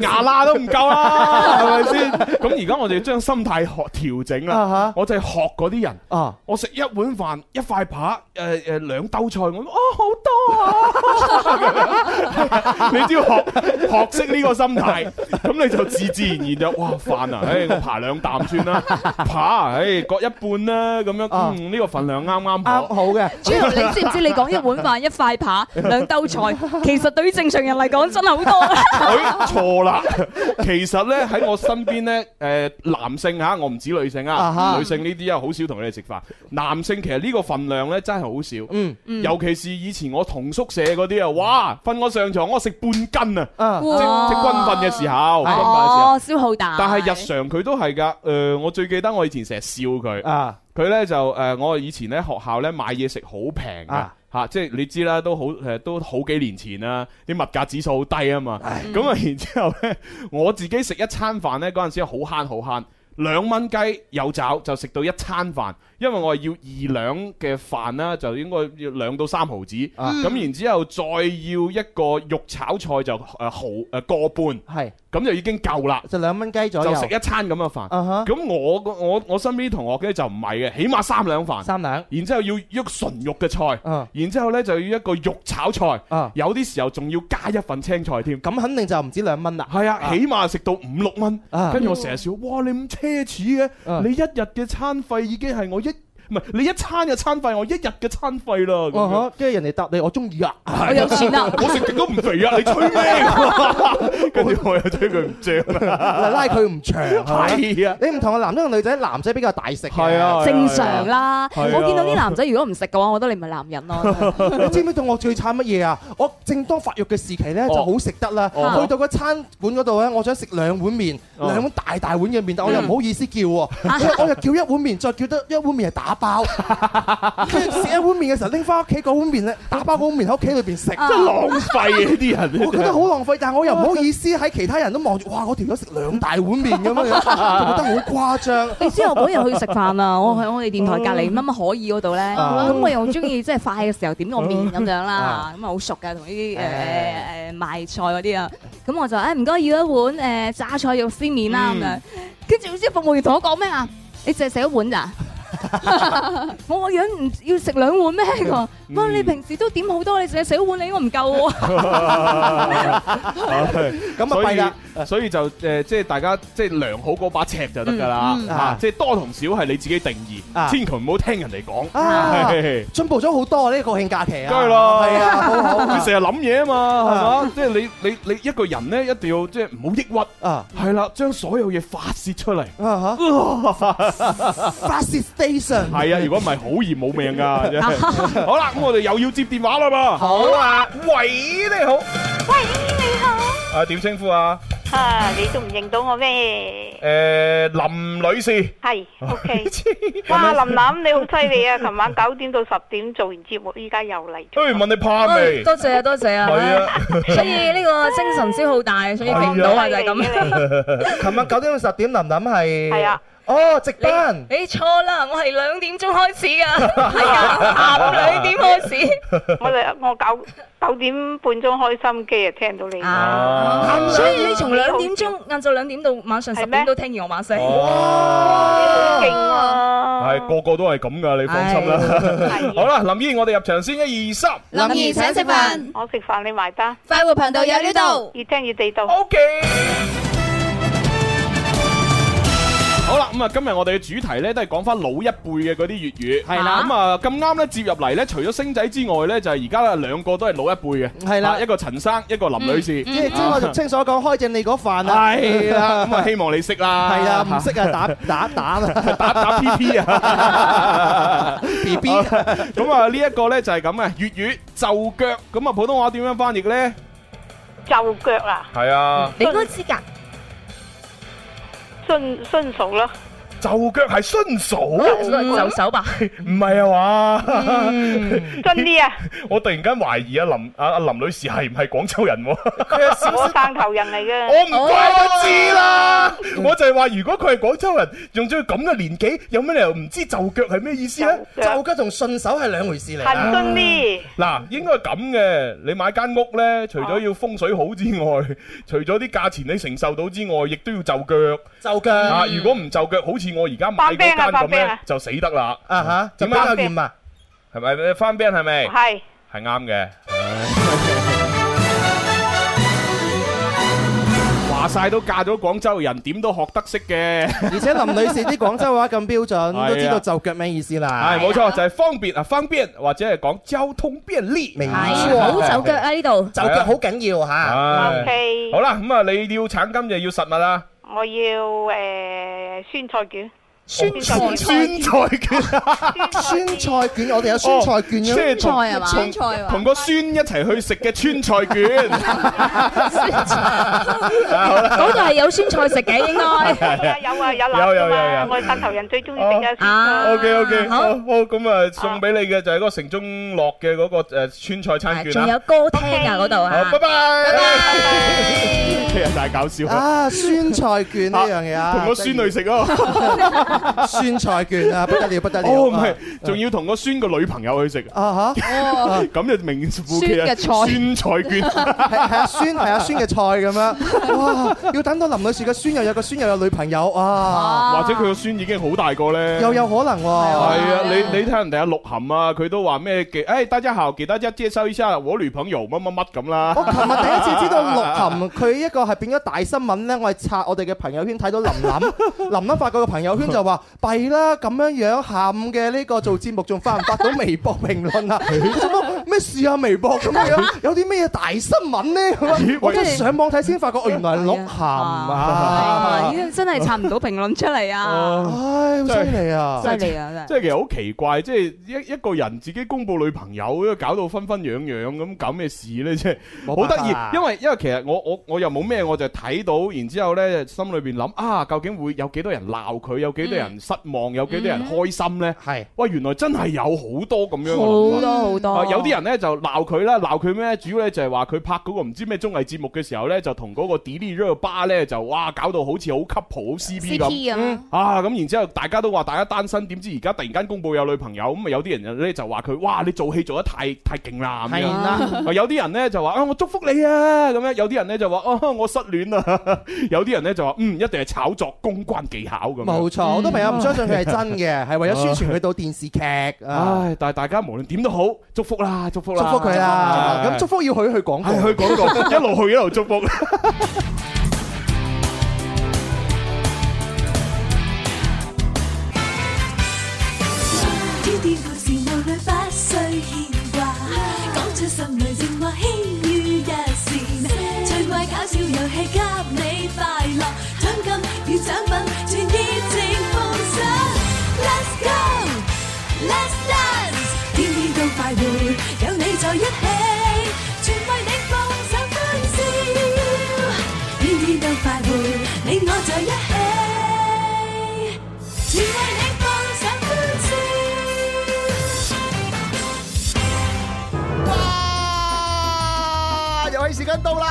Speaker 3: 牙罅都唔夠 啦，係咪先？咁而家我哋要將心態學調整
Speaker 5: 啊
Speaker 3: 啦，
Speaker 5: 哈
Speaker 3: 我就係學嗰啲人。
Speaker 5: 啊，
Speaker 3: 我食一碗飯一塊扒，誒誒兩兜菜，我 哦好多啊！ 你只要學學識呢個心態，咁你就自自然然就哇飯 啊，唉我扒兩啖算啦，扒啊唉割一半啦，咁樣
Speaker 5: 啊
Speaker 3: 嗯呢個份量啱啱
Speaker 5: 啱
Speaker 3: 好。
Speaker 5: 好嘅。
Speaker 4: 朱豪，你知唔知你講一碗飯、一塊扒、兩兜 菜，其實對於正常人嚟講真係好多啦。
Speaker 3: 佢哎錯啦，其實呢，喺我身邊呢，誒男性嚇，我唔止女性
Speaker 5: 啊哈
Speaker 3: 啊，女性呢啲啊好少同佢哋食飯，男性其實呢個份量呢，真係好少。
Speaker 5: 嗯，
Speaker 3: 尤其是以前我同宿舍嗰啲啊，哇！瞓我上床，我食半斤啊，
Speaker 5: 啊，
Speaker 3: 即即軍訓嘅時候，軍訓嘅時候。
Speaker 4: 哦，消耗大。
Speaker 3: 啊但係日常佢都係㗎，誒、我最記得我以前成日笑佢，
Speaker 5: 啊，
Speaker 3: 佢呢就誒、我以前呢學校呢買嘢食好平㗎
Speaker 5: 啊
Speaker 3: 嚇，即係你知啦，都好誒、都好幾年前啦，啲物價指數好低啊嘛，咁啊，然之後呢，我自己食一餐飯呢，嗰陣時好慳好慳，兩蚊雞有找就食到一餐飯，因為我係要二兩嘅飯啦，就應該要兩到三毫子，咁、
Speaker 5: 啊
Speaker 3: 然之後再要一個肉炒菜就誒呃毫誒個半，
Speaker 5: 係
Speaker 3: 咁就已經夠啦，
Speaker 5: 就兩蚊雞左
Speaker 3: 就
Speaker 5: 右
Speaker 3: 食。一餐咁嘅飯。
Speaker 5: 啊哈，
Speaker 3: 咁我個我我身邊啲同學咧就唔係嘅，起碼三兩飯，
Speaker 5: 三兩。
Speaker 3: 然之後要一個純肉嘅菜，
Speaker 5: 啊
Speaker 3: 然之後咧就要一個肉炒菜，
Speaker 5: 啊，
Speaker 3: 有啲時候仲要加一份青菜添。
Speaker 5: 咁肯定就唔止兩蚊啦。
Speaker 3: 係啊，起碼食到五六蚊，
Speaker 5: 啊
Speaker 3: 跟住我成日笑，哇！你咁奢侈
Speaker 5: 啊
Speaker 3: 嘅，你一日嘅餐費已經係我一唔係你一餐嘅餐費，我一日嘅餐費啦。 咁樣
Speaker 5: 哦呵，跟住人哋答你，我中意啊。
Speaker 4: 我有錢啦。
Speaker 3: 我食極都唔肥啊！你吹咩？跟住我又吹佢唔啊脹啦。
Speaker 5: 拉佢唔長，係咪
Speaker 3: 係啊，
Speaker 5: 你唔同嘅男仔同女仔，男仔比較大食嘅
Speaker 3: 係啊，
Speaker 4: 正常啦，
Speaker 3: 係啊
Speaker 4: 我見到啲男仔如果唔食嘅話，我覺得你唔係男人咯。真係
Speaker 5: 你知唔知道我最慘乜嘢啊？我正當發育嘅時期咧，就好食得啦。
Speaker 3: 哦
Speaker 5: 去到個餐館嗰度咧，啊我想食兩碗面，
Speaker 3: 哦嗯
Speaker 5: 兩碗大大碗嘅面，但我又唔好意思叫喎，我又叫一碗面，再叫得一碗面係打 包。跟住食一碗面嘅時候，拎翻屋企嗰碗面咧，打包嗰碗面喺屋企裏邊 食。
Speaker 3: 真係浪費啊！呢啲人，
Speaker 5: 我覺得好浪費，但係我又唔好意思喺其他人都望住，哇！我條友食兩大碗面咁 樣，就覺得好誇張。
Speaker 4: 你知我嗰日去食飯啊，我喺我哋電台隔離乜乜可以嗰度咧，
Speaker 5: 啊
Speaker 4: 咁我又中意即係快嘅時候點個面咁樣啦
Speaker 5: 啊，
Speaker 4: 咁啊好熟嘅同呢啲誒
Speaker 5: 誒
Speaker 4: 誒賣菜嗰啲啊，咁我就誒唔該要一碗誒榨菜肉絲面啦咁樣，跟住唔知服務員同我講咩啊？你淨係食一碗咋？我個樣唔要食兩碗咩？佢話：哇！你平時都點好多，你淨係食一碗，你應該唔夠喎。
Speaker 5: 咁啊弊啦，
Speaker 3: 所以所以就誒，即係大家即係量好嗰把尺就得㗎啦
Speaker 4: 嗯，嗯
Speaker 3: 嚇
Speaker 5: 啊！
Speaker 3: 即係多同少係你自己定
Speaker 5: 啊
Speaker 3: 義，千祈唔好聽人哋講。
Speaker 5: 啊
Speaker 3: 係
Speaker 5: 進步咗好多啊！呢個國慶假期啊，
Speaker 3: 梗係啦
Speaker 5: 係啊，好好
Speaker 3: 你
Speaker 5: 啊
Speaker 3: 成日諗嘢啊嘛，係
Speaker 5: 啊
Speaker 3: 嘛？即係你你你一個人咧，一定要即係唔好抑鬱，
Speaker 5: 啊
Speaker 3: 係啦，將所有嘢發泄出嚟。
Speaker 5: 啊嚇！發泄 station
Speaker 3: 係啊，如果唔係好易冇命 㗎。真係好啦，咁我哋又要接電話啦噃。好啊，喂，你好。喂，你好。啊，點稱呼啊？
Speaker 10: 啊！你都唔認到我咩？
Speaker 3: 誒，林女士。
Speaker 10: 係，OK。哇，林林你好犀利啊！琴晚九點到十點做完節目，依家又嚟咗。
Speaker 3: 哎誒，問你怕未？
Speaker 9: 多謝啊，多謝啊。
Speaker 3: 係啊。
Speaker 9: 所以呢個精神消耗大，所以見唔到啊，就係
Speaker 4: dạ,
Speaker 10: 犀利
Speaker 9: 咁。
Speaker 10: 嘅你
Speaker 5: 琴晚九點到十點，琳琳係
Speaker 10: 係啊，
Speaker 5: 哦值班，
Speaker 9: 你錯啦，我係兩點鐘開 始噶，係啊，下午兩點開始。
Speaker 10: 我哋我九九點半鐘開心機啊，聽到你。
Speaker 4: À.
Speaker 9: 啊，所以你從兩點鐘晏晝兩點到晚上十
Speaker 10: 係咩
Speaker 9: 點都聽完我把聲。
Speaker 10: 勁啊！
Speaker 3: 係個個都係咁噶，你放心 啦。
Speaker 10: 係
Speaker 3: 好啦，林姨，我哋入場先，一二三
Speaker 6: 林怡請食飯，
Speaker 10: 我食飯你埋單，
Speaker 6: 快活頻道有呢度。
Speaker 10: 越聽越地道。
Speaker 3: ，OK。好啦，咁啊，今日我哋嘅主題咧都係講翻老一輩嘅嗰啲粵語。係
Speaker 5: 啦
Speaker 3: 咁啊咁啱咧接入嚟咧，除咗星仔之外咧，就係而家兩個都係老一輩嘅。
Speaker 5: 係啦
Speaker 3: 啊一個陳生，一個林女士。
Speaker 5: 即係即係我同清所講開正你嗰飯啦。
Speaker 3: 係啦，咁啊希望你識啦。
Speaker 5: 係啊，唔識啊，打打 打啊，
Speaker 3: 打打 P P 啊，B B。咁啊呢一個咧就係咁嘅粵語就腳，咁啊普通話點樣翻譯咧？
Speaker 10: 就腳
Speaker 11: à?
Speaker 10: 啊，
Speaker 3: 係啊，
Speaker 10: 你應該知㗎。順順手咯，
Speaker 12: 就腳係伸手，
Speaker 10: 就手
Speaker 12: 吧，唔係啊嘛，
Speaker 10: 真啲啊！
Speaker 12: 我突然間懷疑阿林阿阿林女士係唔係廣州人喎？
Speaker 10: 我汕頭人嚟嘅，
Speaker 12: 我唔怪得知
Speaker 10: 哦
Speaker 12: 啦，我就係話如果佢係廣州人，用咗佢咁嘅年紀，有咩理由唔知就腳係咩意思咧？
Speaker 5: 就家同順手係兩回事嚟
Speaker 10: 行
Speaker 5: 啦。
Speaker 10: 順啲。
Speaker 12: 嗱，應該係咁嘅。你買間屋呢，除咗要風水好之 外，除咗啲價錢你承受到之外，亦都要就腳。
Speaker 5: 就腳
Speaker 12: 啊！如果唔就腳，好似我而家買嗰間咁
Speaker 10: 嗯翻兵啊翻兵
Speaker 12: 呢
Speaker 10: 啊，
Speaker 12: 就死得啦。
Speaker 5: 啊嚇，就
Speaker 12: 點啊
Speaker 5: 交驗啊！
Speaker 12: 係咪翻邊啊係咪？
Speaker 10: 係
Speaker 12: 係啱 嘅。
Speaker 3: 話晒都嫁咗廣州人，點都學得識 嘅。
Speaker 5: 而且林女士啲廣州話咁標準，都知
Speaker 12: 係啊
Speaker 5: 道就腳咩意思啦。
Speaker 12: 係冇錯，就係方便啊，方便或者係講交通便利。
Speaker 5: 明
Speaker 12: 係
Speaker 5: 白。
Speaker 4: 啊呢度
Speaker 5: 就腳好緊要嚇。
Speaker 12: 唉
Speaker 10: OK
Speaker 12: 好啦，咁啊，你要橙金就要實物啦。
Speaker 10: 我要誒酸菜卷，
Speaker 4: 酸
Speaker 10: 菜
Speaker 12: 酸菜卷。
Speaker 5: 酸菜卷，我哋有酸菜卷
Speaker 3: 哦即係
Speaker 5: 嘅。
Speaker 3: 同
Speaker 4: 係嘛
Speaker 3: 同
Speaker 4: 酸菜
Speaker 3: 同個孫一齊去食嘅 川 菜卷，
Speaker 4: 嗰度係有酸菜食嘅應該。
Speaker 10: 有啊有辣
Speaker 12: 有有有有
Speaker 10: 㗎嘛，我哋汕頭人最中意食嘅
Speaker 4: 啊
Speaker 10: 酸
Speaker 12: O K O K，
Speaker 4: 好
Speaker 12: 好，好咁啊，送俾你嘅就係嗰個城中樂嘅嗰個誒川菜餐券
Speaker 4: 仲
Speaker 12: 啦。
Speaker 4: 有歌廳啊嗰度
Speaker 12: 好，
Speaker 4: 啊
Speaker 12: 拜。 拜。
Speaker 3: 真係太搞笑啦！
Speaker 5: 啊，酸菜卷呢樣嘢啊，
Speaker 3: 同個孫去食咯，
Speaker 5: 酸菜卷啊，不得了不得 了。
Speaker 3: 哦唔係，仲要同個孫個女朋友去食，
Speaker 5: 啊嚇，
Speaker 3: 咁就名副其實
Speaker 4: 孫
Speaker 3: 酸 菜卷。
Speaker 5: 係係阿酸係阿啊酸嘅菜咁樣。哇，要等到林女士嘅孫又有個孫又有女朋友啊，
Speaker 3: 或者佢個孫已經好大個咧，
Speaker 5: 又有可能
Speaker 3: 係
Speaker 5: 喎。
Speaker 3: 啊！你你睇人哋阿鹿晗啊，佢都話咩嘅？誒，大家好，記得一接收一下我女朋友乜乜乜咁啦。
Speaker 5: 我琴日第一次知道鹿晗佢一個係變咗大新聞咧，我係刷我哋嘅朋友圈睇到林林，林林發個朋友圈就話：弊啦，咁樣樣下午嘅呢個做節目仲發唔發到微博評論啊？我心諗咩事啊？微博咁樣有啲咩大新聞呢？咁樣我真係上網睇先發覺，哦原來係鹿晗啊！
Speaker 4: 係啊真係刷唔到評論出嚟啊！
Speaker 5: 唉，好犀利啊！
Speaker 4: 犀利啊！真
Speaker 3: 即
Speaker 4: 係
Speaker 3: 係其實好奇怪，即係一一個人自己公佈女朋友，搞到紛紛攘攘咁，搞咩事呢？即係好
Speaker 5: 冇
Speaker 3: 得
Speaker 5: 辦法啊
Speaker 3: 意，因為因為其實我我我又冇咩，我就睇到，然之後呢，心裏邊諗啊，究竟會有幾多人鬧佢，有幾多人失
Speaker 5: 嗯
Speaker 3: 望，有幾多人開心呢？
Speaker 5: 係
Speaker 3: 喂，原來真係有好多咁樣嘅
Speaker 5: 哦
Speaker 3: 諗法
Speaker 4: 好多好
Speaker 3: 啊
Speaker 4: 多。
Speaker 3: 有啲人咧就鬧佢啦，鬧佢咩？主要咧就係話佢拍嗰個唔知咩綜藝節目嘅時候咧，就同嗰個 d i l i r 巴咧就哇搞到好似好 couple 好 CP 咁。
Speaker 4: CP 咁。
Speaker 3: 啊，咁然之後大家都話大家單身，點知而家突然間公佈有女朋友，咁啊有啲人咧就話佢，哇你做戲做得太太勁啦咁
Speaker 5: 係
Speaker 3: 樣。
Speaker 5: 啦。
Speaker 3: 啊有啲人咧就話啊我祝福你啊咁樣，有啲人咧就話啊我失戀啦， 有啲人咧就話嗯一定係炒作公關技巧咁樣。
Speaker 5: 冇錯，好多朋友唔相信佢係真嘅，係為咗宣傳佢到電視劇啊！
Speaker 3: 唉，但係大家無論點都好，祝福啦，祝福
Speaker 5: 祝
Speaker 3: 啦，
Speaker 5: 福佢啦，
Speaker 3: 係
Speaker 5: 咁祝福要佢去廣告
Speaker 3: 係。去廣告，一路去一路祝 福。
Speaker 13: 天天故事無女不需牽掛，講出心裏情話輕於一線，趣怪搞笑遊戲給你快樂，獎金與獎品全熱情奉上。Let's go，Let's dance，天天都快活，有你在一起，全為你放上歡笑，天天都快活，你我在一起。全為你放上歡笑。
Speaker 7: 哇！遊戲時間到啦，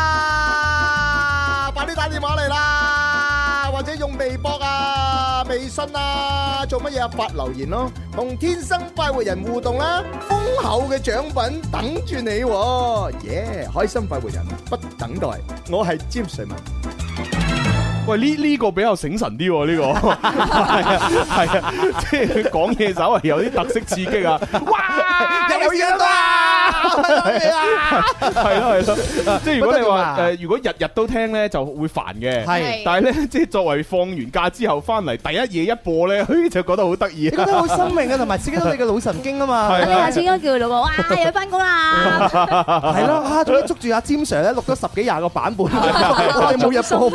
Speaker 7: 快啲打電話嚟啦，或者用微博
Speaker 5: à,
Speaker 7: 啊、微信啊，做乜嘢啊？發留言咯，同天生快活人互動啦，豐厚嘅獎品等住你喎，耶！開心快活人不等待，我係詹瑞文。
Speaker 3: 喂，呢呢個比較醒神啲喎，呢個 係啊係啊，即係佢講嘢稍為有啲特色刺激啊！哇，
Speaker 5: Dạ,
Speaker 7: 有時間到啦！
Speaker 3: 係咯係 咯，即係如果你話
Speaker 5: 不得了啊
Speaker 3: 誒，如果日日都聽咧，就會煩嘅。
Speaker 5: 係
Speaker 3: 但係咧，即係作為放完假之後翻嚟第一夜一播 咧，佢就覺得好得意。
Speaker 5: 你 覺得好生命啊，同埋刺激到你嘅腦神經啊嘛。
Speaker 3: 係啊你下次
Speaker 4: 應該叫佢老婆，哇， 又要翻工啦！
Speaker 3: Ờ.
Speaker 5: 係咯，啊，仲要捉住阿詹 Sir 咧，錄咗十幾廿個版本，我哋每日播
Speaker 3: 我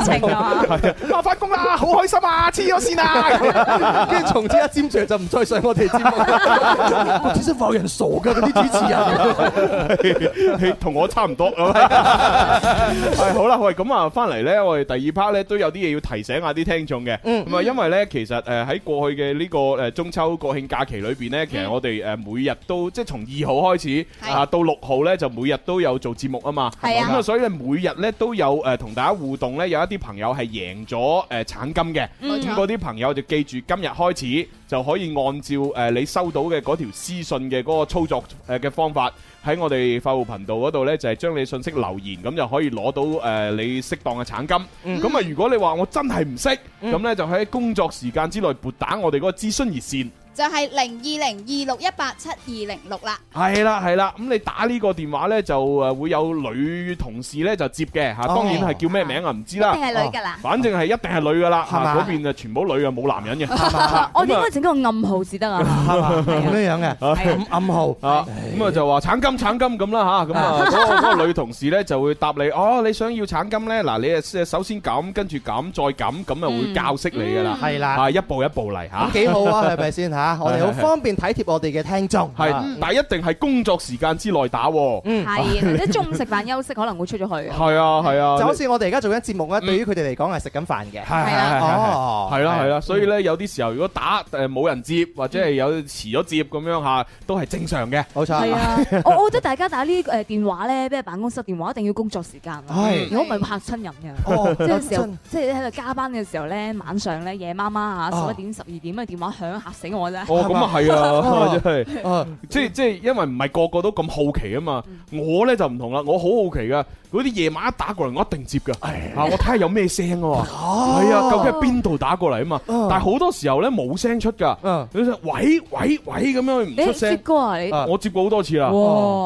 Speaker 3: 翻啊工啦，好開心啊，黐咗線
Speaker 5: 啊！跟住從此阿詹 Sir 就唔再上我哋節 目，只識否人傻㗎嗰啲主持人。
Speaker 3: 你同我差唔 多咁。係好啦，喂，咁啊，翻嚟咧，我哋第二 part 咧都有啲嘢要提醒下啲聽眾嘅。
Speaker 5: 嗯
Speaker 3: 咁啊，因為咧，其實誒喺過去嘅呢個誒中秋國慶假期裏邊咧，其
Speaker 5: 嗯
Speaker 3: 實我哋誒每日都即係從二號開始啊，到六號咧就每日都有做節目啊嘛。
Speaker 12: 係啊
Speaker 3: 咁啊，所以咧每日咧都有誒同大家互動咧，有一啲朋友係贏咗誒橙金嘅。
Speaker 12: 冇錯
Speaker 3: 咁嗰啲朋友就記住今日開始就可以按照誒你收到嘅嗰條私信嘅嗰個操作誒嘅方法。喺我哋快活頻道嗰度呢，就係將你信息留言，咁就可以攞到誒、呃你適當嘅橙金。咁啊，如果你話我真係唔識，咁呢就喺工作時間之內撥打我哋嗰個諮詢熱線。
Speaker 6: 就係零二零二六一八七二零六啦。
Speaker 3: 係啦嗯係啦，咁你打呢個電話呢，就誒會有女同事呢就接嘅嚇，當然係叫咩名啊唔知啦，
Speaker 4: 一定係女㗎啦
Speaker 3: 哦反正係一定係女㗎啦，
Speaker 5: 係嘛
Speaker 3: 嚇嗰邊就全部女啊冇男人嘅。
Speaker 4: 我點解整個暗號至得啊？
Speaker 5: 係嘛咁樣樣嘅，暗暗號
Speaker 3: 啊，咁啊就話橙金橙金咁啦吓，咁啊嗰個嗰個女同事咧就會答你，哦你想要橙金咧，嗱你啊首先咁，跟住咁，再咁，咁啊會教識你噶啦，
Speaker 5: 嗯係啦
Speaker 3: 啊一步一步嚟吓，
Speaker 5: 咁幾好啊，係咪先嚇？我哋好方便體貼我哋嘅聽眾。啊
Speaker 3: 係，但係一定係工作時間之內打喎，Ờ.
Speaker 4: 係啦，即係中午食飯休息可能會出咗去。
Speaker 3: 係啊係啊，
Speaker 5: 就好似我哋而家做緊節目咧，啊對於佢哋嚟嗯講係食緊飯嘅。
Speaker 3: 係係係
Speaker 5: 哦，
Speaker 3: 係啦係啦，所以咧有啲時候如果打誒冇人接或者係有遲咗接咁樣嚇，都係正常嘅，
Speaker 5: 冇
Speaker 4: 係啊，我我覺得大家打呢誒電話咧，咩辦公室電話一定要工作時間啊，
Speaker 3: 係
Speaker 4: 如果唔係會嚇親人
Speaker 3: 哦
Speaker 4: 嘅。即係有時候
Speaker 3: 真，
Speaker 4: 即係喺度加班嘅時候咧，晚上咧夜媽
Speaker 3: Ờ。
Speaker 4: 媽嚇十一點十二點嘅電話響，嚇死我啫。
Speaker 3: 哦，咁啊係啊，真
Speaker 5: 係，
Speaker 3: 即係即係，因為唔係個個都咁好奇啊嘛。
Speaker 5: 嗯
Speaker 3: 我咧就唔同啦，我好好奇噶，嗰啲夜晚一打過嚟，我一定接噶。啊，我睇下有咩聲啊 嘛。
Speaker 5: 哦
Speaker 3: 係啊，究竟係邊度打過嚟啊嘛？但係好多時候咧冇聲出
Speaker 5: 嗯
Speaker 3: 㗎。你就喂喂喂咁樣唔出聲。Ờ。
Speaker 4: 你接過啊你
Speaker 3: 我接過好多次啦。
Speaker 4: 哇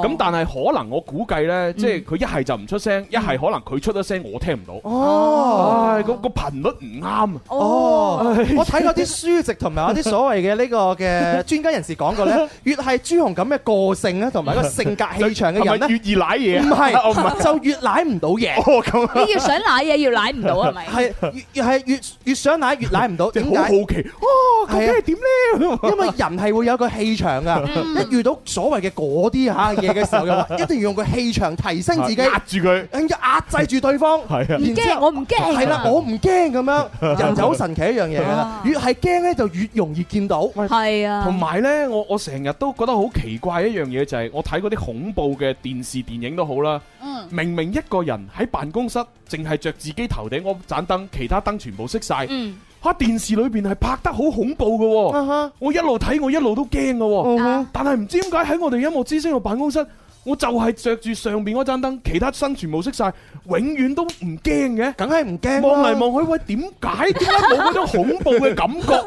Speaker 3: 咁但係可能我估計咧，
Speaker 5: 嗯
Speaker 3: 即係佢一係就唔出聲，一係可能佢出咗聲我聽唔到。
Speaker 5: 哦
Speaker 3: 唉，個個頻率唔啱。啊
Speaker 5: 哦，我睇過啲書籍同埋有啲所謂嘅呢個嘅專家人士講過 咧，越係朱紅咁嘅個性啊咧，同埋個性格氣場嘅人咧，
Speaker 3: 越易舐嘢啊 哦
Speaker 5: 唔
Speaker 3: 唔係
Speaker 5: 係，就越舐唔到嘢。
Speaker 3: 哦，咁
Speaker 4: 你要想舐嘢要舐唔到係咪？
Speaker 5: 係越越係越越想舐越舐唔到，點解？
Speaker 3: 好好奇，哦，
Speaker 5: 究竟係
Speaker 3: 點咧？
Speaker 5: 因為人係會啊有個氣場噶，一遇到所謂嘅嗰啲嚇嘢嘅時候，又話一定要用個氣場提升自己，
Speaker 3: 壓住佢，
Speaker 5: 壓制住對方。
Speaker 3: 係啊
Speaker 5: 然之後
Speaker 4: 唔驚我唔驚
Speaker 5: 係啦，我唔驚咁樣。人就好神奇一樣嘢㗎啦，越係驚咧就越容易見到。
Speaker 4: 係啊
Speaker 3: 同埋呢，我我成日都覺得好奇怪一樣嘢，就係我睇嗰啲恐怖嘅電視電影都好啦，
Speaker 4: 嗯
Speaker 3: 明明一個人喺辦公室淨係着自己頭頂嗰盞燈，其他燈全部熄晒。
Speaker 4: 嗯
Speaker 3: 嚇！電視裏邊係拍得好恐怖嘅
Speaker 5: 啊
Speaker 3: 喎
Speaker 5: 哈，
Speaker 3: 我一路睇我一路都驚嘅喎
Speaker 5: 嗯，
Speaker 3: 但係唔知點解喺我哋音樂之星嘅辦公室，我就係着住上邊嗰盞燈，其他燈全部熄晒，永遠都唔驚嘅，
Speaker 5: 梗係唔驚啦
Speaker 3: 望嚟望去，喂，點解點解冇嗰種恐怖嘅感覺？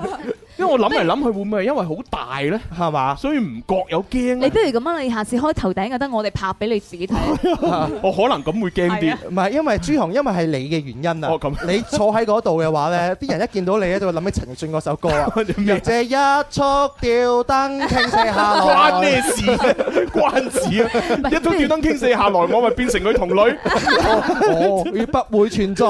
Speaker 3: 因為我諗嚟諗去，會唔會係因為好大呢？
Speaker 5: 係嘛？
Speaker 3: 所以唔覺有驚
Speaker 4: 你
Speaker 3: 咧
Speaker 4: 不。如咁啊！你下次開頭頂嘅燈，我哋拍俾你自 己睇。
Speaker 3: 我可能咁會驚啲。
Speaker 5: 唔係，因為朱紅，因為係你嘅原因啊！
Speaker 3: 哦咁
Speaker 5: 你坐喺嗰度嘅話 咧，啲人一見到你咧，就會諗起陳奕迅嗰首歌啊！若這一束吊燈傾瀉下來，
Speaker 3: 關咩事啊？關事啊！一種吊燈傾瀉下來，我咪變成佢童女。
Speaker 5: 哦，與不會 存在。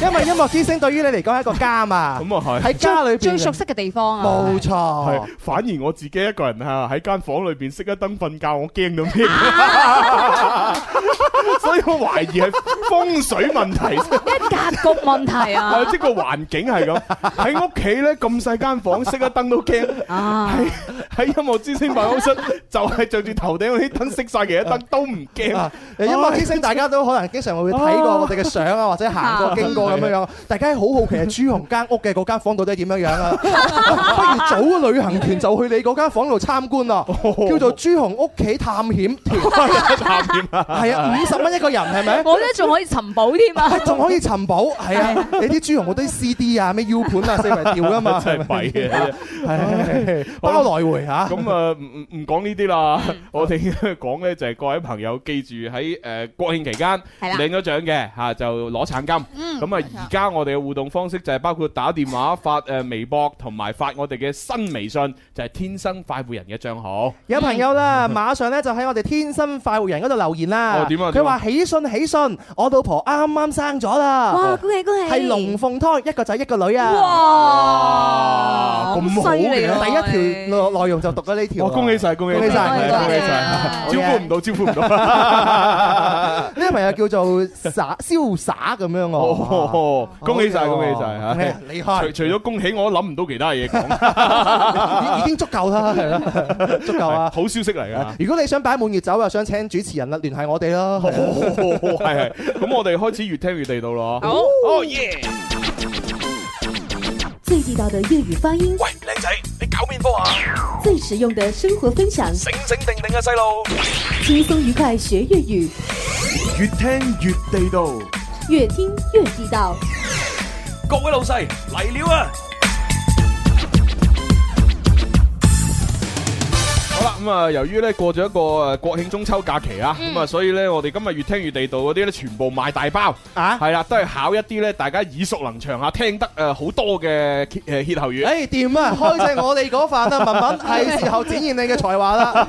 Speaker 5: 因為音樂之星對於你嚟講係一個家嘛。
Speaker 3: 咁啊係
Speaker 5: 喺家裏邊
Speaker 4: 最熟悉嘅地方啊！
Speaker 5: 冇錯。
Speaker 3: 係，反而我自己一個人吓喺間房裏邊熄一燈瞓覺，我驚到咩？ 所以我懷疑係風水問題。
Speaker 4: 格局問題 啊！
Speaker 3: 係即係個環境 係咁，喺屋企咧咁細間房，熄一燈都驚。
Speaker 1: 啊
Speaker 3: 喺喺音樂之星辦公室就係着住頭頂嗰啲燈熄晒，其他燈都唔驚
Speaker 5: 啊。音
Speaker 3: 哦
Speaker 5: 樂之星，大家都可能經常會睇過我哋嘅相 啊，或者行過經過咁樣樣，大家好好奇啊朱紅間屋嘅嗰間房到底係點樣樣 啊？不如組個旅行團就去你嗰間房度參觀啦，
Speaker 3: 哦
Speaker 5: 叫做朱紅屋企探險 團，
Speaker 3: 探險啊！
Speaker 5: 係啊，五十蚊一個人 係咪？
Speaker 4: 我咧仲可以尋寶 添啊！
Speaker 5: 仲可以尋寶，係啊！你啲朱紅嗰啲 CD 啊、咩 U 盤啊，四圍掉噶嘛，
Speaker 3: 真係弊嘅，
Speaker 5: 係包來回
Speaker 3: 咁
Speaker 5: 嚇。
Speaker 3: 啊，唔唔唔唔講呢啲啦，
Speaker 1: 嗯
Speaker 3: 我哋 講呢就係各位朋友記住喺誒國慶期間
Speaker 1: 係啦
Speaker 3: 領咗獎嘅嚇就攞橙金。
Speaker 1: 嗯
Speaker 3: 咁啊，而家我哋嘅互動方式就係包括打電話、發誒微博同埋發我哋嘅新微信，就係天生快活人嘅帳號。
Speaker 5: 有朋 友啦，馬上咧就喺我哋天生快活人嗰度留言啦。
Speaker 3: 哦點啊
Speaker 5: 佢話
Speaker 3: 點啊
Speaker 5: 喜訊喜訊，我老婆啱啱生咗啦。
Speaker 4: 哇恭喜恭喜
Speaker 5: 係龍鳳胎，一個仔一個女啊！
Speaker 4: 哇
Speaker 5: 咁
Speaker 4: 好犀利啊
Speaker 5: 第一條哦內內容就讀咗呢條啊。
Speaker 3: 哇恭喜晒恭喜
Speaker 5: 恭喜晒
Speaker 3: 恭喜晒恭喜晒
Speaker 5: 恭喜
Speaker 3: 招呼唔到招呼唔到。
Speaker 5: 呢個朋友叫做灑瀟灑咁樣哦。
Speaker 3: 哦，恭喜晒，
Speaker 5: 哎呦
Speaker 3: 恭喜晒嚇！
Speaker 5: 咩啊厲害
Speaker 3: 除除咗恭喜，我都諗唔到其他嘢講，
Speaker 5: 已已經足夠啦，係啦，足夠啊！
Speaker 3: 好消息嚟㗎。
Speaker 5: 如果你想擺滿月酒又想請主持人啦，聯繫我哋 啦。
Speaker 3: 係哦 係，咁我哋開始越聽越地道咯。
Speaker 5: 好
Speaker 3: 哦耶！
Speaker 14: 最地道的粤语发音，
Speaker 15: 喂，靓仔，你搞面科啊？
Speaker 14: 最实用的生活分享，
Speaker 15: 醒醒定定啊，细路！
Speaker 14: 轻松愉快学粤语，
Speaker 15: 越听越地道。
Speaker 14: 越听越地道。
Speaker 15: 各位老细嚟了啊！
Speaker 3: 好啦，咁啊，由於咧過咗一個誒國慶中秋假期啊，咁啊，所以咧我哋今日越聽越地道嗰啲咧，全部賣大包
Speaker 5: 啊，
Speaker 3: 係啦，都係考一啲咧大家耳熟能詳啊，聽得誒好多嘅歇誒歇後語。
Speaker 5: 誒掂啊！開正我哋嗰飯啦，文文係時候展現你嘅才 華啦。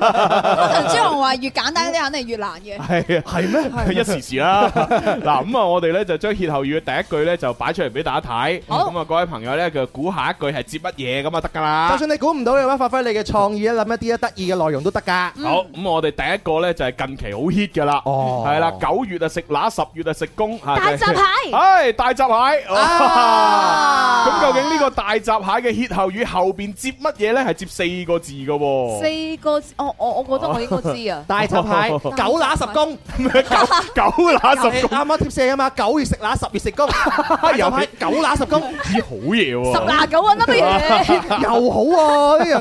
Speaker 6: 朱紅話越簡單啲，肯定越難嘅。
Speaker 3: 係啊，係咩？一時時啦。嗱，咁啊， 我哋咧就將歇後語嘅第一句咧就擺出嚟俾大家睇。
Speaker 5: 好
Speaker 3: 咁啊，各位朋友咧就估下一句係接乜嘢咁啊得㗎啦。
Speaker 5: 就算你估唔到嘅話，發揮你嘅創意啊，諗一啲啊得意嘅內容都得㗎。
Speaker 3: 好，咁我哋第一個咧就係近期好 hit 嘅啦，係啦，九月啊食乸，十月啊食 公，大
Speaker 5: 大閘蟹啊
Speaker 3: 唉，大閘蟹，哇 咁究竟呢個大閘蟹嘅歇後語後邊接乜嘢咧？係接四個字嘅喎。
Speaker 6: 四個字，我我我覺得我應 該知啊。
Speaker 5: 大閘蟹九乸十 公，
Speaker 3: 九九乸 十公，
Speaker 5: 啱啱貼射啊嘛！九月食乸，十月 食公，大閘蟹九乸十公，
Speaker 3: 咦，好嘢喎！
Speaker 5: 十乸
Speaker 6: 嗱，九啊，不如
Speaker 5: 又好喎呢樣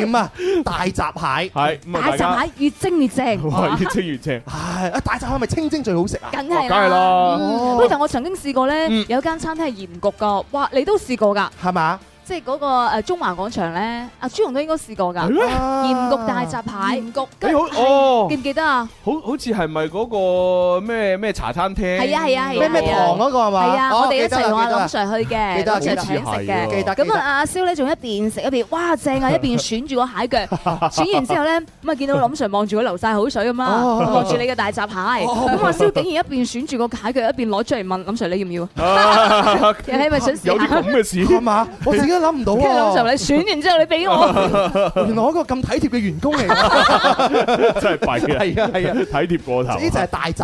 Speaker 5: 點啊？大閘蟹
Speaker 3: 係 咁啊
Speaker 4: 大 閘蟹越蒸越正，
Speaker 3: 哇，越清越正，
Speaker 5: 係啊！大閘蟹咪清蒸最好食
Speaker 3: 哦
Speaker 5: 啊！
Speaker 4: 梗係
Speaker 5: 梗係啦
Speaker 4: 嗯
Speaker 5: 哦
Speaker 4: 喂，但我曾經試過咧
Speaker 5: 嗯，
Speaker 4: 有間餐廳係鹽焗噶，哇！你都試過㗎，
Speaker 5: 係嘛？
Speaker 4: 即係嗰個誒中華廣場咧，阿朱紅都應該試過㗎，
Speaker 3: 係咩
Speaker 4: 嗯
Speaker 5: 啊
Speaker 4: 鹽焗大閘蟹，
Speaker 6: 鹽焗，
Speaker 3: 你好哦
Speaker 4: 記唔記得啊？
Speaker 3: 好好似係咪嗰個咩咩茶餐廳？
Speaker 4: 係啊係啊係啊，
Speaker 5: 咩咩糖嗰個係嘛
Speaker 4: 係啊，
Speaker 5: 哦
Speaker 4: 我哋一
Speaker 5: 記得啦
Speaker 4: 齊同阿
Speaker 5: 記得啦
Speaker 4: 林 Sir 去嘅，
Speaker 5: 記得
Speaker 4: 林 Sir
Speaker 5: 記
Speaker 4: 請
Speaker 5: 得
Speaker 4: 食
Speaker 5: 係喎記
Speaker 4: 嘅。
Speaker 5: 得
Speaker 4: 咁
Speaker 5: 記
Speaker 4: 啊，
Speaker 5: 得
Speaker 4: 阿蕭咧仲一邊食一邊，哇正啊！一邊選住個蟹 腳，選完之後咧，咁啊見到林 Sir 望住佢流晒口水咁啦，
Speaker 5: 哦
Speaker 4: 望住你嘅大閘蟹。咁阿蕭竟然一邊選住個蟹腳，一邊攞出嚟問林 Sir 你 要唔要啊？
Speaker 3: 啊
Speaker 4: 你係咪想試 下
Speaker 3: 有啲咁嘅事
Speaker 5: 係嘛？我自己都諗唔到
Speaker 4: 跟住林 Sir
Speaker 5: 啊！
Speaker 4: 你選完之後你 俾我，
Speaker 5: 原來我一個咁體貼嘅員工嚟 㗎，
Speaker 3: 真係弊啊！
Speaker 5: 係啊係啊
Speaker 3: 體貼過頭。
Speaker 5: 呢就係大閘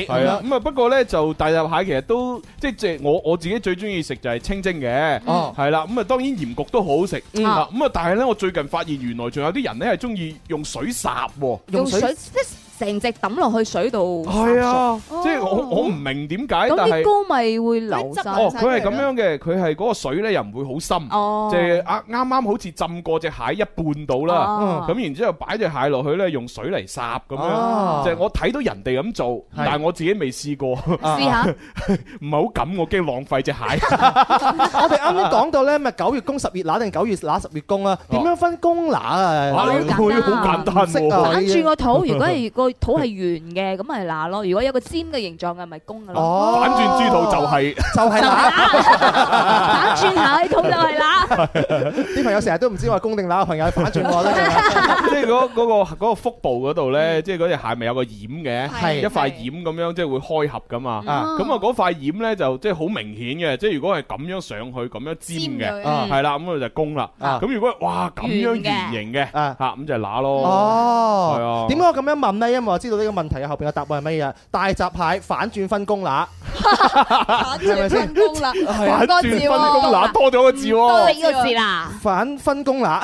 Speaker 5: 蟹。
Speaker 3: 係啊，咁啊不過咧就大閘蟹其實都即係即係我我自己最中意食就係清蒸嘅，
Speaker 5: 哦
Speaker 3: 係啦，咁啊當然鹽焗都好好食，
Speaker 5: 嗯
Speaker 3: 啊咁啊但係咧我最近發現原來仲有啲人咧係中意用水烚喎，
Speaker 4: 用水即係成隻抌落去水度。
Speaker 3: 係啊，
Speaker 4: 哦
Speaker 3: 即係我我唔明點解，
Speaker 4: 咁
Speaker 3: 但
Speaker 4: 啲
Speaker 3: 係。
Speaker 4: 膏咪會流晒。
Speaker 3: 哦，佢係咁樣嘅，佢係嗰個水咧又唔會好深，
Speaker 4: 哦
Speaker 3: 即係啊啱啱好似浸過只蟹一半到啦
Speaker 4: 哦，
Speaker 3: 咁然之後擺只蟹落去咧，用水嚟霎咁
Speaker 5: 哦
Speaker 3: 樣，就係我睇到人哋咁做，但係我自己未試過，
Speaker 4: 試下
Speaker 3: 唔係好敢，我驚浪費只 蟹。
Speaker 5: 我哋啱啱講到咧，咪九月公十月乸定九月乸十月公啊？點樣分公乸啊？
Speaker 3: 哇你好簡單
Speaker 5: 唔識啊
Speaker 4: 反轉個肚，如果係個肚係圓嘅，咁咪乸咯；如果有個尖嘅形狀嘅，咪公嘅咯。
Speaker 5: 哦，
Speaker 3: 反轉豬肚就係
Speaker 5: 就係乸。
Speaker 4: 反轉下啲肚就係乸，
Speaker 5: 啲朋友成日都唔知我係公定乸嘅朋友，反轉我啦。哦
Speaker 3: 即係嗰嗰個嗰個腹部嗰度咧，即係嗰隻蟹咪有個掩嘅，
Speaker 5: 嗯係
Speaker 3: 一塊掩咁樣，即係會開合噶嘛。咁
Speaker 5: 啊
Speaker 3: 啊嗰塊掩咧就即係好明顯嘅，即係如果係咁樣上去咁樣尖
Speaker 5: 尖咗
Speaker 3: 嘅，
Speaker 5: 嘅啊
Speaker 3: 係啦，咁佢就攻啦。
Speaker 5: 啊
Speaker 3: 咁如果係哇咁樣
Speaker 5: 圓嘅
Speaker 3: 圓形嘅，嚇
Speaker 5: 啊
Speaker 3: 咁就係乸咯。
Speaker 5: 哦，
Speaker 3: 係
Speaker 5: 點
Speaker 3: 啊。
Speaker 5: 解我咁樣問呢？因為我知道呢個問題嘅後邊嘅答案係乜嘢？大閘蟹反轉分公乸，係咪先？
Speaker 6: 公啦，
Speaker 3: 反
Speaker 6: 兩個
Speaker 3: 啊轉
Speaker 6: 字
Speaker 3: 分
Speaker 6: 喎，
Speaker 3: 工乸多咗個字
Speaker 4: 多
Speaker 3: 喎，
Speaker 4: 你呢個字啦。
Speaker 5: 反分公乸，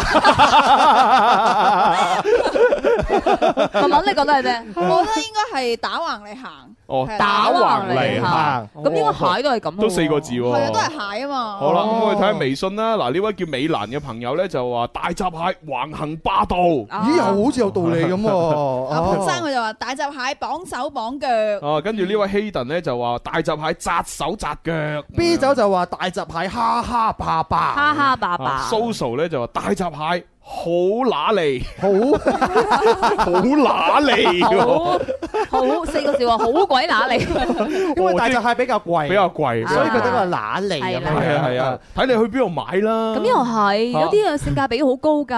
Speaker 4: 文文你覺得係咩？
Speaker 14: 嗯
Speaker 6: 我覺得應該係打橫嚟行。
Speaker 3: 哦
Speaker 6: 係，
Speaker 3: 打橫嚟行
Speaker 5: 行，
Speaker 4: 咁應該蟹都係咁喎
Speaker 3: 都四個字
Speaker 14: 哦
Speaker 3: 喎。
Speaker 6: 係啊，都係蟹啊嘛。
Speaker 3: 好啦，咁我哋睇下微信啦。嗱，呢位叫美蘭嘅朋友咧就話大閘蟹橫行霸道。
Speaker 5: 咦，又好似有道理咁喎。
Speaker 6: 阿
Speaker 5: 哦
Speaker 6: 潘
Speaker 2: 啊
Speaker 6: 生佢就話大閘蟹綁手綁腳，
Speaker 3: 哦，跟住呢位希頓咧就話大閘蟹扎手扎腳
Speaker 5: B 酒就話大閘蟹哈哈霸霸，
Speaker 4: 哈哈爸
Speaker 3: 啊
Speaker 4: 爸，
Speaker 3: ，Soso 咧就話大閘蟹好乸脷， 好好乸脷喎。
Speaker 4: 好四個字話好鬼乸你，
Speaker 5: 因為大閘蟹比較貴，
Speaker 3: 比較貴，啊
Speaker 5: 所以佢得個乸脷
Speaker 4: 係
Speaker 5: 咁
Speaker 4: 啦
Speaker 5: 樣。
Speaker 3: 係啊係啊，睇你去邊度買啦。
Speaker 4: 咁又係，有啲嘅性價比好高㗎。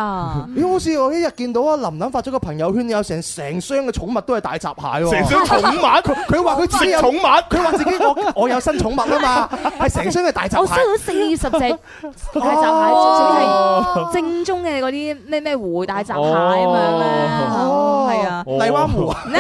Speaker 5: 咦，好似我一日見到啊，琳琳發咗個朋友圈，有成成箱嘅寵物都係大閘蟹喎。
Speaker 3: 成箱寵物
Speaker 5: 佢佢話佢自己有
Speaker 3: 食寵物
Speaker 5: 佢話自己我我有新寵物啊嘛，係成箱嘅大閘
Speaker 4: 我收
Speaker 5: 蟹。
Speaker 4: 到四十隻大閘蟹，
Speaker 5: 哦
Speaker 4: 仲係正宗嘅嗰啲咩咩湖大閘蟹咁樣咧，
Speaker 5: 哦
Speaker 4: 係啊，
Speaker 5: 荔灣湖啊，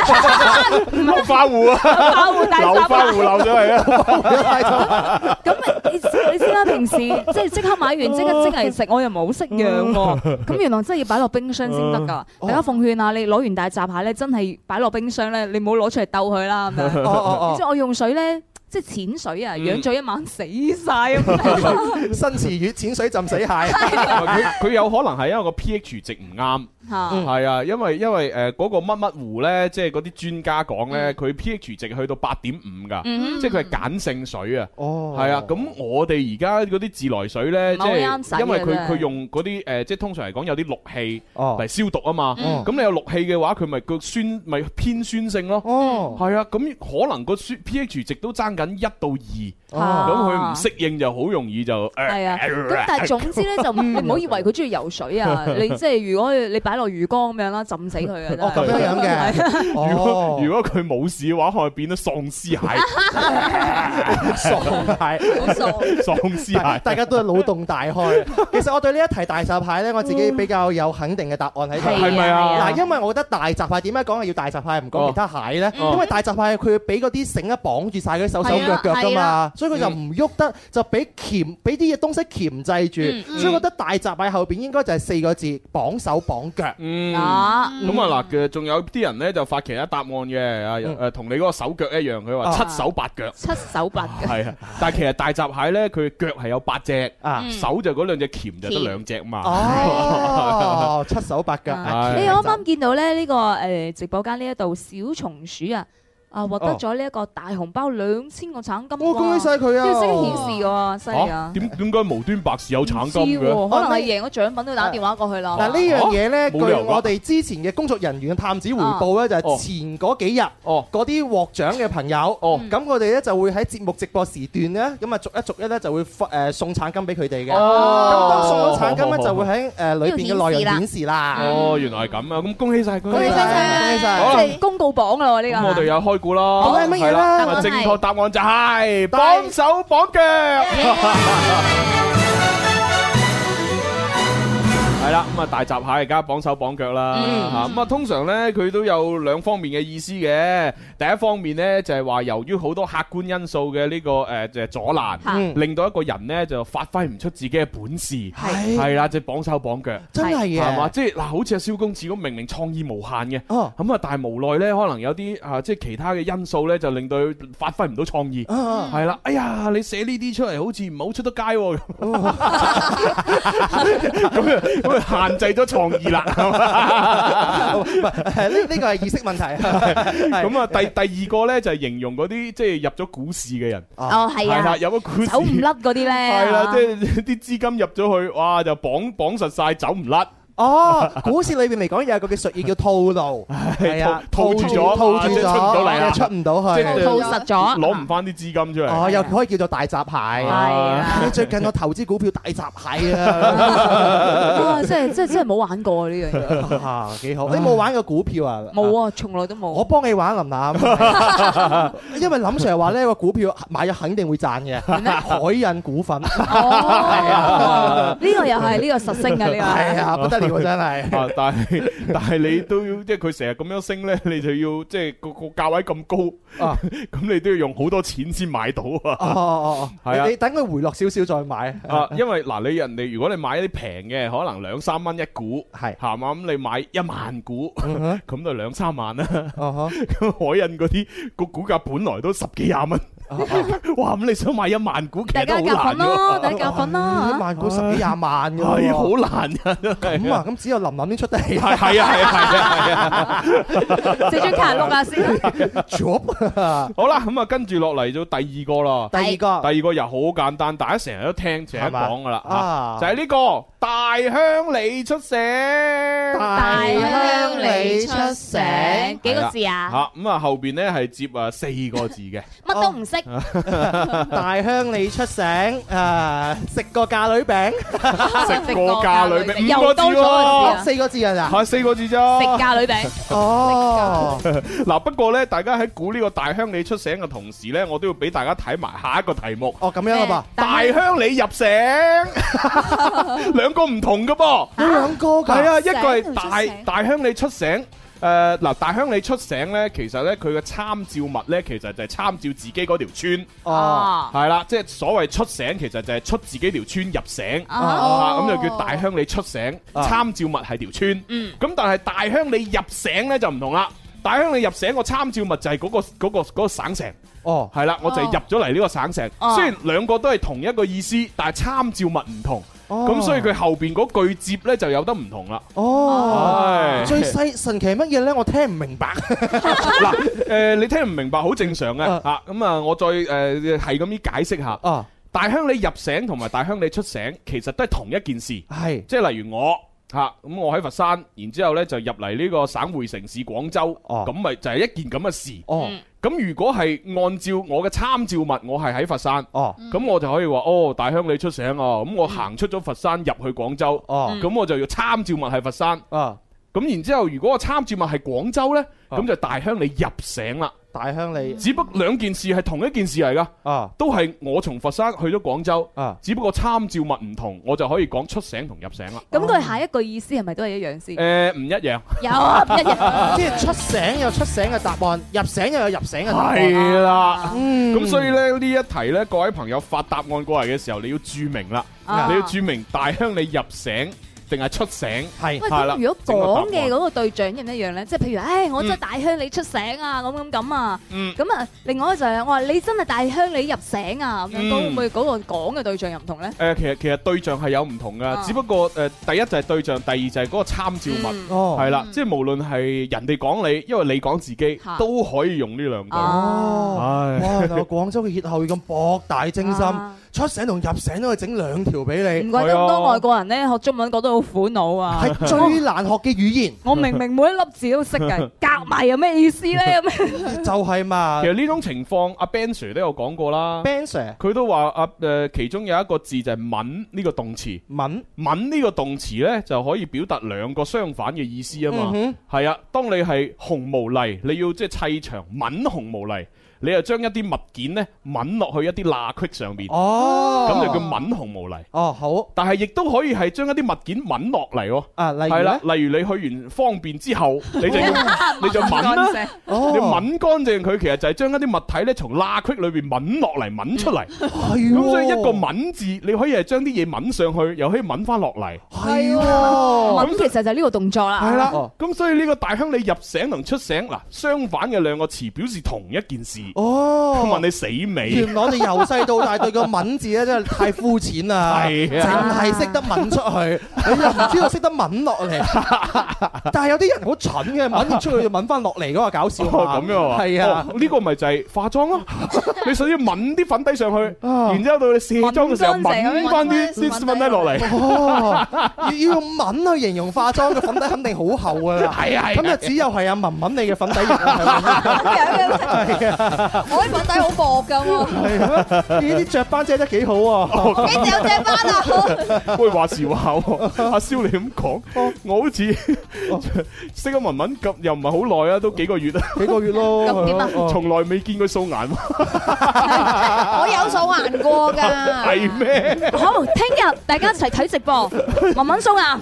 Speaker 3: 流花湖啊，
Speaker 4: 流花湖大閘蟹
Speaker 3: 流花湖流咗嚟啊！
Speaker 4: 你你知啦，平時即 係即刻買完
Speaker 5: 哦
Speaker 4: 即刻即嚟食，我又唔係好識養
Speaker 5: 嗯
Speaker 4: 喎。咁原來真係要擺落冰箱先得㗎。
Speaker 5: 哦
Speaker 4: 大家奉勸啊，你攞完大閘蟹咧，真係擺落冰箱咧，你唔好攞出嚟鬥佢啦咁樣。
Speaker 5: 哦哦 哦
Speaker 4: 然之後我用水咧，即係淺水啊，
Speaker 5: 嗯
Speaker 4: 養咗一晚死晒 咁。
Speaker 5: 新池魚淺水浸 死 蟹，
Speaker 3: 佢佢有可能係因為個 pH 值唔啱。
Speaker 4: 嚇
Speaker 5: 嗯
Speaker 4: 嗯
Speaker 3: 係啊，因為因為誒嗰個乜乜湖咧，即係嗰啲專家講咧，佢 pH 值去到八點五㗎，
Speaker 4: 嗯
Speaker 3: 即係佢係鹼性水啊。
Speaker 5: 哦
Speaker 3: 係啊，咁我哋而家嗰啲自來水咧，
Speaker 4: 唔
Speaker 3: 即
Speaker 4: 係好啱使
Speaker 3: 係
Speaker 4: 嘅
Speaker 3: 因為佢
Speaker 4: 真係
Speaker 3: 佢用嗰啲誒，即係通常嚟講有啲氯氣
Speaker 5: 哦
Speaker 3: 嚟消毒啊嘛。
Speaker 4: 嗯
Speaker 3: 咁你有氯氣嘅話，佢咪個酸咪偏酸性咯。
Speaker 5: 哦，
Speaker 3: 係啊，咁可能個酸 pH 值都爭緊一到
Speaker 4: 哦
Speaker 3: 二，咁佢唔適應就好容易就呃
Speaker 4: 係啊，咁但係總之咧就唔
Speaker 5: 嗯
Speaker 4: 你唔好以為佢中意游水 啊！
Speaker 3: 嗯
Speaker 4: 你即係如果你擺落魚缸咁樣啦，浸死佢啊！真係
Speaker 5: 哦咁樣樣 嘅，哦
Speaker 3: 如果如果佢冇事嘅話，可能變咗喪屍 蟹，
Speaker 5: 喪蟹。
Speaker 4: 好傻。
Speaker 3: 喪屍
Speaker 5: 大
Speaker 3: 蟹。
Speaker 5: 大家都係腦洞大開。其實我對呢一題大閘蟹呢，我自己比較有肯定嘅答案喺 度。
Speaker 3: 係咪啊係啊
Speaker 5: 嗱，因為我覺得大閘蟹點解講係要大閘蟹，唔講
Speaker 3: 哦
Speaker 5: 其他蟹呢？
Speaker 3: 哦
Speaker 5: 因為大閘蟹佢俾嗰啲繩一綁住晒佢手手腳腳㗎
Speaker 4: 係
Speaker 3: 啊
Speaker 5: 嘛
Speaker 4: 啦，
Speaker 5: 所以佢就唔喐得，就俾鉗俾啲嘢東西鉗制
Speaker 4: 嗯
Speaker 5: 住。
Speaker 4: 嗯
Speaker 5: 所以我覺得大閘蟹後邊應該就係四個字：綁手綁腳。
Speaker 3: 嗯，
Speaker 4: 啊
Speaker 3: 咁啊嗱，嘅仲有啲人咧就發其他答案嘅，啊誒同你嗰個手腳一樣，佢話
Speaker 5: 啊
Speaker 3: 七手八腳。
Speaker 4: 七手八腳。
Speaker 3: 係啊，但係其實大閘蟹咧，佢腳係有八隻，
Speaker 5: 啊
Speaker 4: 嗯
Speaker 3: 手就嗰兩隻鉗就得兩隻嘛。
Speaker 5: 哦， 七手八腳。
Speaker 3: 啊
Speaker 4: 你我啱啱見到咧呢個誒直播間呢一度小松鼠啊。啊！獲得咗呢一個大紅包兩千個橙金
Speaker 5: 我
Speaker 4: 喎，
Speaker 5: 恭喜晒佢啊
Speaker 4: 呢個識顯示喎，犀利
Speaker 3: 嚇
Speaker 4: 啊！
Speaker 3: 點點解無端白事有橙
Speaker 4: 唔知
Speaker 3: 金嘅？
Speaker 4: 喎，可能係贏咗獎品都打電話過去啦。
Speaker 5: 嗱呢樣嘢呢，
Speaker 3: 哦冇
Speaker 5: 據
Speaker 3: 理由㗎
Speaker 5: 我哋之前嘅工作人員嘅探子回報呢，就係前嗰幾日
Speaker 3: 哦
Speaker 5: 嗰啲獲獎嘅朋友，咁我哋呢就會喺節目直播時段呢，咁啊逐一逐一呢就會發誒送橙金俾佢哋嘅。
Speaker 3: 哦
Speaker 5: 咁當送咗橙金呢，就會喺誒裏邊嘅內容顯示啦。
Speaker 3: 哦，原來係咁啊！咁恭喜晒佢。
Speaker 5: 恭喜晒，恭喜晒！
Speaker 3: 好啦
Speaker 4: 係公告榜啦喎，呢個
Speaker 3: 咁我哋有開估啦，
Speaker 5: 好啦乜嘢
Speaker 3: 係啦
Speaker 5: 啦
Speaker 3: 咁
Speaker 5: 答
Speaker 3: 啊
Speaker 5: 案
Speaker 3: 正確答案就係綁手綁腳。係啦，咁啊大閘蟹而家綁手綁腳啦，嚇咁啊通常咧佢都有兩方面嘅意思嘅。第一方面咧就係話由於好多客觀因素嘅呢個誒誒阻攔，
Speaker 5: 嗯
Speaker 3: 令到一個人咧就發揮唔出自己嘅本事，
Speaker 5: 係
Speaker 3: 係啦，就綁手綁腳。
Speaker 5: 真係
Speaker 3: 係嘛？
Speaker 5: 嘅，
Speaker 3: 即係嗱，好似阿蕭公子咁，明明創意無限嘅，
Speaker 5: 哦
Speaker 3: 咁啊，但係無奈咧，可能有啲啊，即係其他嘅因素咧，就令到佢發揮唔到創意。
Speaker 4: 嗯
Speaker 5: 啊
Speaker 3: 係啦，哎呀，你寫呢啲出嚟好似唔係好出得街 喎，咁啊咁啊限制咗創意啦。 係嘛
Speaker 5: 唔係呢呢個係意識問題。
Speaker 3: 咁啊，第第二個咧就係形容嗰啲即係入咗股市嘅人，
Speaker 4: 哦係
Speaker 3: 係啦，
Speaker 4: 啊，
Speaker 3: 有咗股市
Speaker 4: 走唔甩啊嗰啲咧，
Speaker 3: 係啦，即係啲資金入咗去，哇，就綁綁實晒，走唔甩。
Speaker 5: 哦，股市裏邊嚟講有一個嘅術語叫套路，係啊，
Speaker 3: 套住咗
Speaker 5: 套
Speaker 3: 啊
Speaker 5: 住
Speaker 3: 即係
Speaker 5: 咗，
Speaker 3: 出唔到嚟啦
Speaker 5: 係出唔到
Speaker 3: 即
Speaker 5: 去，
Speaker 3: 係
Speaker 4: 套實咗，
Speaker 3: 攞唔翻啲資金出嚟。
Speaker 5: 哦，又可以叫做大閘蟹。
Speaker 4: 啊
Speaker 5: 最近我投資股票大閘蟹 啊，
Speaker 4: 哇！真係真係真係冇玩過呢樣嘢，
Speaker 5: 啊幾好！你冇玩過股票啊？
Speaker 4: 冇啊，從來都
Speaker 5: 我
Speaker 4: 冇。
Speaker 5: 幫你玩林 林，因為林 Sir 話呢個股票啊買咗肯定會賺嘅，海印股份
Speaker 4: 哦，呢個又係呢個實星啊，
Speaker 5: 係
Speaker 4: 呢
Speaker 5: 啊，不得了啊真 係。
Speaker 3: 啊！但係但係你都要即係佢成日咁樣升咧， 你就要即係個個價位咁高，
Speaker 5: 啊
Speaker 3: 咁你都要用好多錢先買到
Speaker 5: 哦
Speaker 3: 啊！
Speaker 5: 哦哦，
Speaker 3: 係啊
Speaker 5: 你你等佢回落少少再買。
Speaker 3: 啊，因為嗱，你人哋如果你買啲平嘅，可能兩三蚊一股，
Speaker 5: 係
Speaker 3: 係嘛咁你買一萬股，
Speaker 5: 哼
Speaker 3: 咁就兩三萬啦。
Speaker 5: 哦呵
Speaker 3: 咁海印嗰啲個股價本來都十幾廿蚊，
Speaker 5: 哦
Speaker 3: 哇！咁你想買一萬股，其實都好難㗎喎
Speaker 5: 一萬股十幾廿萬嘅喎，
Speaker 3: 係好難啊！咁
Speaker 5: 咁啊，咁只有林林先出得起。
Speaker 3: 係 係啊係啊係啊係啊！
Speaker 4: 借張卡碌下先。
Speaker 3: 好啦，咁啊，跟住落嚟就第二個啦。
Speaker 5: 第二
Speaker 3: 個，第二個又好簡單，大家成日都聽，成日都講噶啦，
Speaker 5: 啊係嘛
Speaker 3: 啊
Speaker 5: 啊
Speaker 3: 就係呢個大鄉里出城。
Speaker 5: 啊
Speaker 3: 大
Speaker 4: 鄉里出城幾個字啊
Speaker 3: 吓咁啊，後邊咧係接啊四個字 嘅。
Speaker 4: 乜都唔識。
Speaker 5: 大鄉里出城，誒食個嫁女餅，
Speaker 3: 食過嫁女餅啊五個字啊喎，
Speaker 5: 四個字啊
Speaker 3: 係四個字咋？
Speaker 5: 食
Speaker 4: 嫁女 餅。
Speaker 5: 哦，
Speaker 3: 嗱，不過咧，大家喺估呢個大鄉里出城嘅同時咧，我都要俾大家睇埋下一個題目。
Speaker 5: 哦，咁樣啊
Speaker 3: 噃，大鄉里入 城，兩個唔同嘅噃。
Speaker 5: 有兩個㗎，
Speaker 3: 係啊，一個係大大鄉里出城。誒嗱、大鄉里出城咧，其實咧佢嘅參照物咧，其實就係參照自己嗰條村，
Speaker 5: 哦
Speaker 3: 係啦，即係所謂出城，其實就係出自己條村入城，
Speaker 5: 哦
Speaker 3: 啊咁就叫大鄉里出城，
Speaker 5: 啊
Speaker 3: 參照物係條村，
Speaker 5: 嗯
Speaker 3: 咁但係大鄉里入城咧就唔同啦，大鄉里入城個參照物就係嗰、個嗰、個嗰個省城。
Speaker 5: 哦，
Speaker 3: 係啦，我就係入咗嚟呢個省城，
Speaker 5: 哦
Speaker 3: 雖然兩個都係同一個意思，但係參照物唔同，
Speaker 5: 哦
Speaker 3: 咁所以佢後邊嗰句接呢就有得唔同啦。
Speaker 5: 哦
Speaker 3: 係，
Speaker 5: 最細神奇係乜嘢咧？我聽唔明白。
Speaker 3: 誒，你聽唔明白好正常嘅嚇，咁啊，我再誒係咁樣解釋下。大鄉里入城同埋大鄉里出城其實都係同一件事，
Speaker 5: 係
Speaker 3: 即係例如我。嚇咁我喺佛山，然之後呢就入嚟呢個省會城市廣州，咁咪就係一件咁嘅事。咁如果係按照我嘅參照物，我係喺佛山，咁我就可以話哦，大鄉里出城哦，咁我行出咗佛山入去廣州，
Speaker 5: 嗯
Speaker 3: 咁我就要參照物係佛山，咁然之後如果我參照物係廣州呢，咁就大鄉里入城啦。
Speaker 5: 大鄉里，
Speaker 3: 只不過兩件事係同一件事嚟噶，
Speaker 5: 啊，
Speaker 3: 都係我從佛山去咗廣州，
Speaker 5: 啊，
Speaker 3: 只不過參照物唔同，我就可以講出城同入城啦。
Speaker 4: 咁佢下一句意思係咪都係一樣先？
Speaker 3: 誒唔一樣，
Speaker 4: 有啊 唔一樣
Speaker 5: 即係出醒有出醒嘅答案，入醒又有入醒嘅答案。
Speaker 3: 係啦，
Speaker 5: 嗯
Speaker 3: 咁所以咧呢一題咧，各位朋友發答案過嚟嘅時候，你要注明啦，
Speaker 4: 啊
Speaker 3: 你要注明大鄉里入城定係出城，係
Speaker 4: 喂，
Speaker 3: 係啦
Speaker 4: 咁。如
Speaker 3: 整個答
Speaker 4: 果
Speaker 3: 案
Speaker 4: 講嘅嗰個對象一唔一樣咧？即係譬如，唉，我真係大鄉里出城啊，咁咁咁啊。
Speaker 3: 嗯
Speaker 4: 咁啊，另外就係我話你真係大鄉里入城啊，咁
Speaker 3: 嗯
Speaker 4: 樣會唔會嗰個講嘅對象又唔同咧？
Speaker 3: 誒，其實其實對象係有唔同噶，只不過誒，第一就係對象，第二就係嗰個參照
Speaker 4: 嗯
Speaker 3: 物，
Speaker 5: 哦
Speaker 3: 係啦，即係無論係人哋講你，因為你講自己
Speaker 5: 嚇，
Speaker 3: 都可以用呢兩句。
Speaker 5: 哦，
Speaker 3: 唉
Speaker 5: 哇！原來廣州嘅歇後語咁博大精深，出醒同入醒都可以整兩條俾你。
Speaker 4: 唔怪得咁多外國人咧學中文覺得好苦惱啊！
Speaker 5: 係最難學嘅語言。
Speaker 4: 我明明每一粒字都識嘅，夾埋有咩意思咧？咁樣
Speaker 5: 就係嘛。
Speaker 3: 其實呢種情況，阿 Ben Sir 都有講過啦。
Speaker 5: Ben Sir
Speaker 3: 佢都話阿誒，其中有一個字就係敏呢個動詞。
Speaker 5: 敏
Speaker 3: 敏呢個動詞呢，就可以表達兩個相反嘅意思啊嘛
Speaker 5: 嗯。
Speaker 3: 係啊，當你係紅毛泥，你要即係砌牆敏紅毛泥，你就將一啲物件呢敏落去一啲罅隙上面。
Speaker 5: 哦
Speaker 3: 咁就叫敏紅毛泥。
Speaker 5: 哦，好。
Speaker 3: 但係亦都可以係將一啲物件抿落嚟喎。
Speaker 5: 啊，例如
Speaker 3: 係啦
Speaker 5: 咧，
Speaker 3: 例如你去完方便之 後，你就要你就抿啦
Speaker 5: 乾淨，哦
Speaker 3: 你抿乾淨佢，其實就係將一啲物體咧從罅隙裏邊抿落嚟，抿
Speaker 5: 哎
Speaker 3: 出嚟。
Speaker 5: 係
Speaker 3: 咁所以一個抿字，你可以係將啲嘢抿上去，又可以抿翻落嚟。
Speaker 5: 係
Speaker 4: 喎
Speaker 3: 咁
Speaker 4: 咁其實就係呢個動作啦。
Speaker 3: 係啦，哦咁所以呢個大鄉里入醒同出醒嗱，相反嘅兩個詞表示同一件事。
Speaker 5: 哦
Speaker 3: 我問你死未？
Speaker 5: 原來我哋由細到大對個敏字咧真係太膚淺啦，
Speaker 3: 係
Speaker 5: 淨
Speaker 3: 啊
Speaker 5: 係識得敏出 去，你又唔知道識得敏落嚟。但係有啲人好蠢嘅，敏完出去就敏翻落嚟嗰個搞笑
Speaker 3: 哦
Speaker 5: 啊
Speaker 3: 咁樣啊，
Speaker 5: 係啊
Speaker 3: 哦，呢個咪就係化妝 咯。你首先抿啲粉底上去，然之後到你卸妝嘅時候
Speaker 5: 抿啊乾淨
Speaker 3: 抿翻啲啲粉底落嚟。
Speaker 5: 哦，要要用敏去形容化妝嘅粉底肯定好厚㗎啦，
Speaker 3: 係啊係啊
Speaker 5: 咁就只有係阿文文你嘅粉底液啦係咪
Speaker 6: 我啲粉底好薄噶喎，
Speaker 5: 係啊呢啲雀斑遮得幾好喎，
Speaker 6: 幾時有隻斑啊？
Speaker 3: 喂，話時話喎，阿蕭你咁講，我好似識咗文文咁，又唔係好耐啊，都幾個月啦，
Speaker 5: 幾個月咯
Speaker 6: 咁點啊
Speaker 5: 哦
Speaker 3: 從來未見佢素顏喎，
Speaker 6: 我有數顏過㗎，
Speaker 3: 係 咩？
Speaker 4: 好，聽日大家一齊睇直播，文文蘇啊！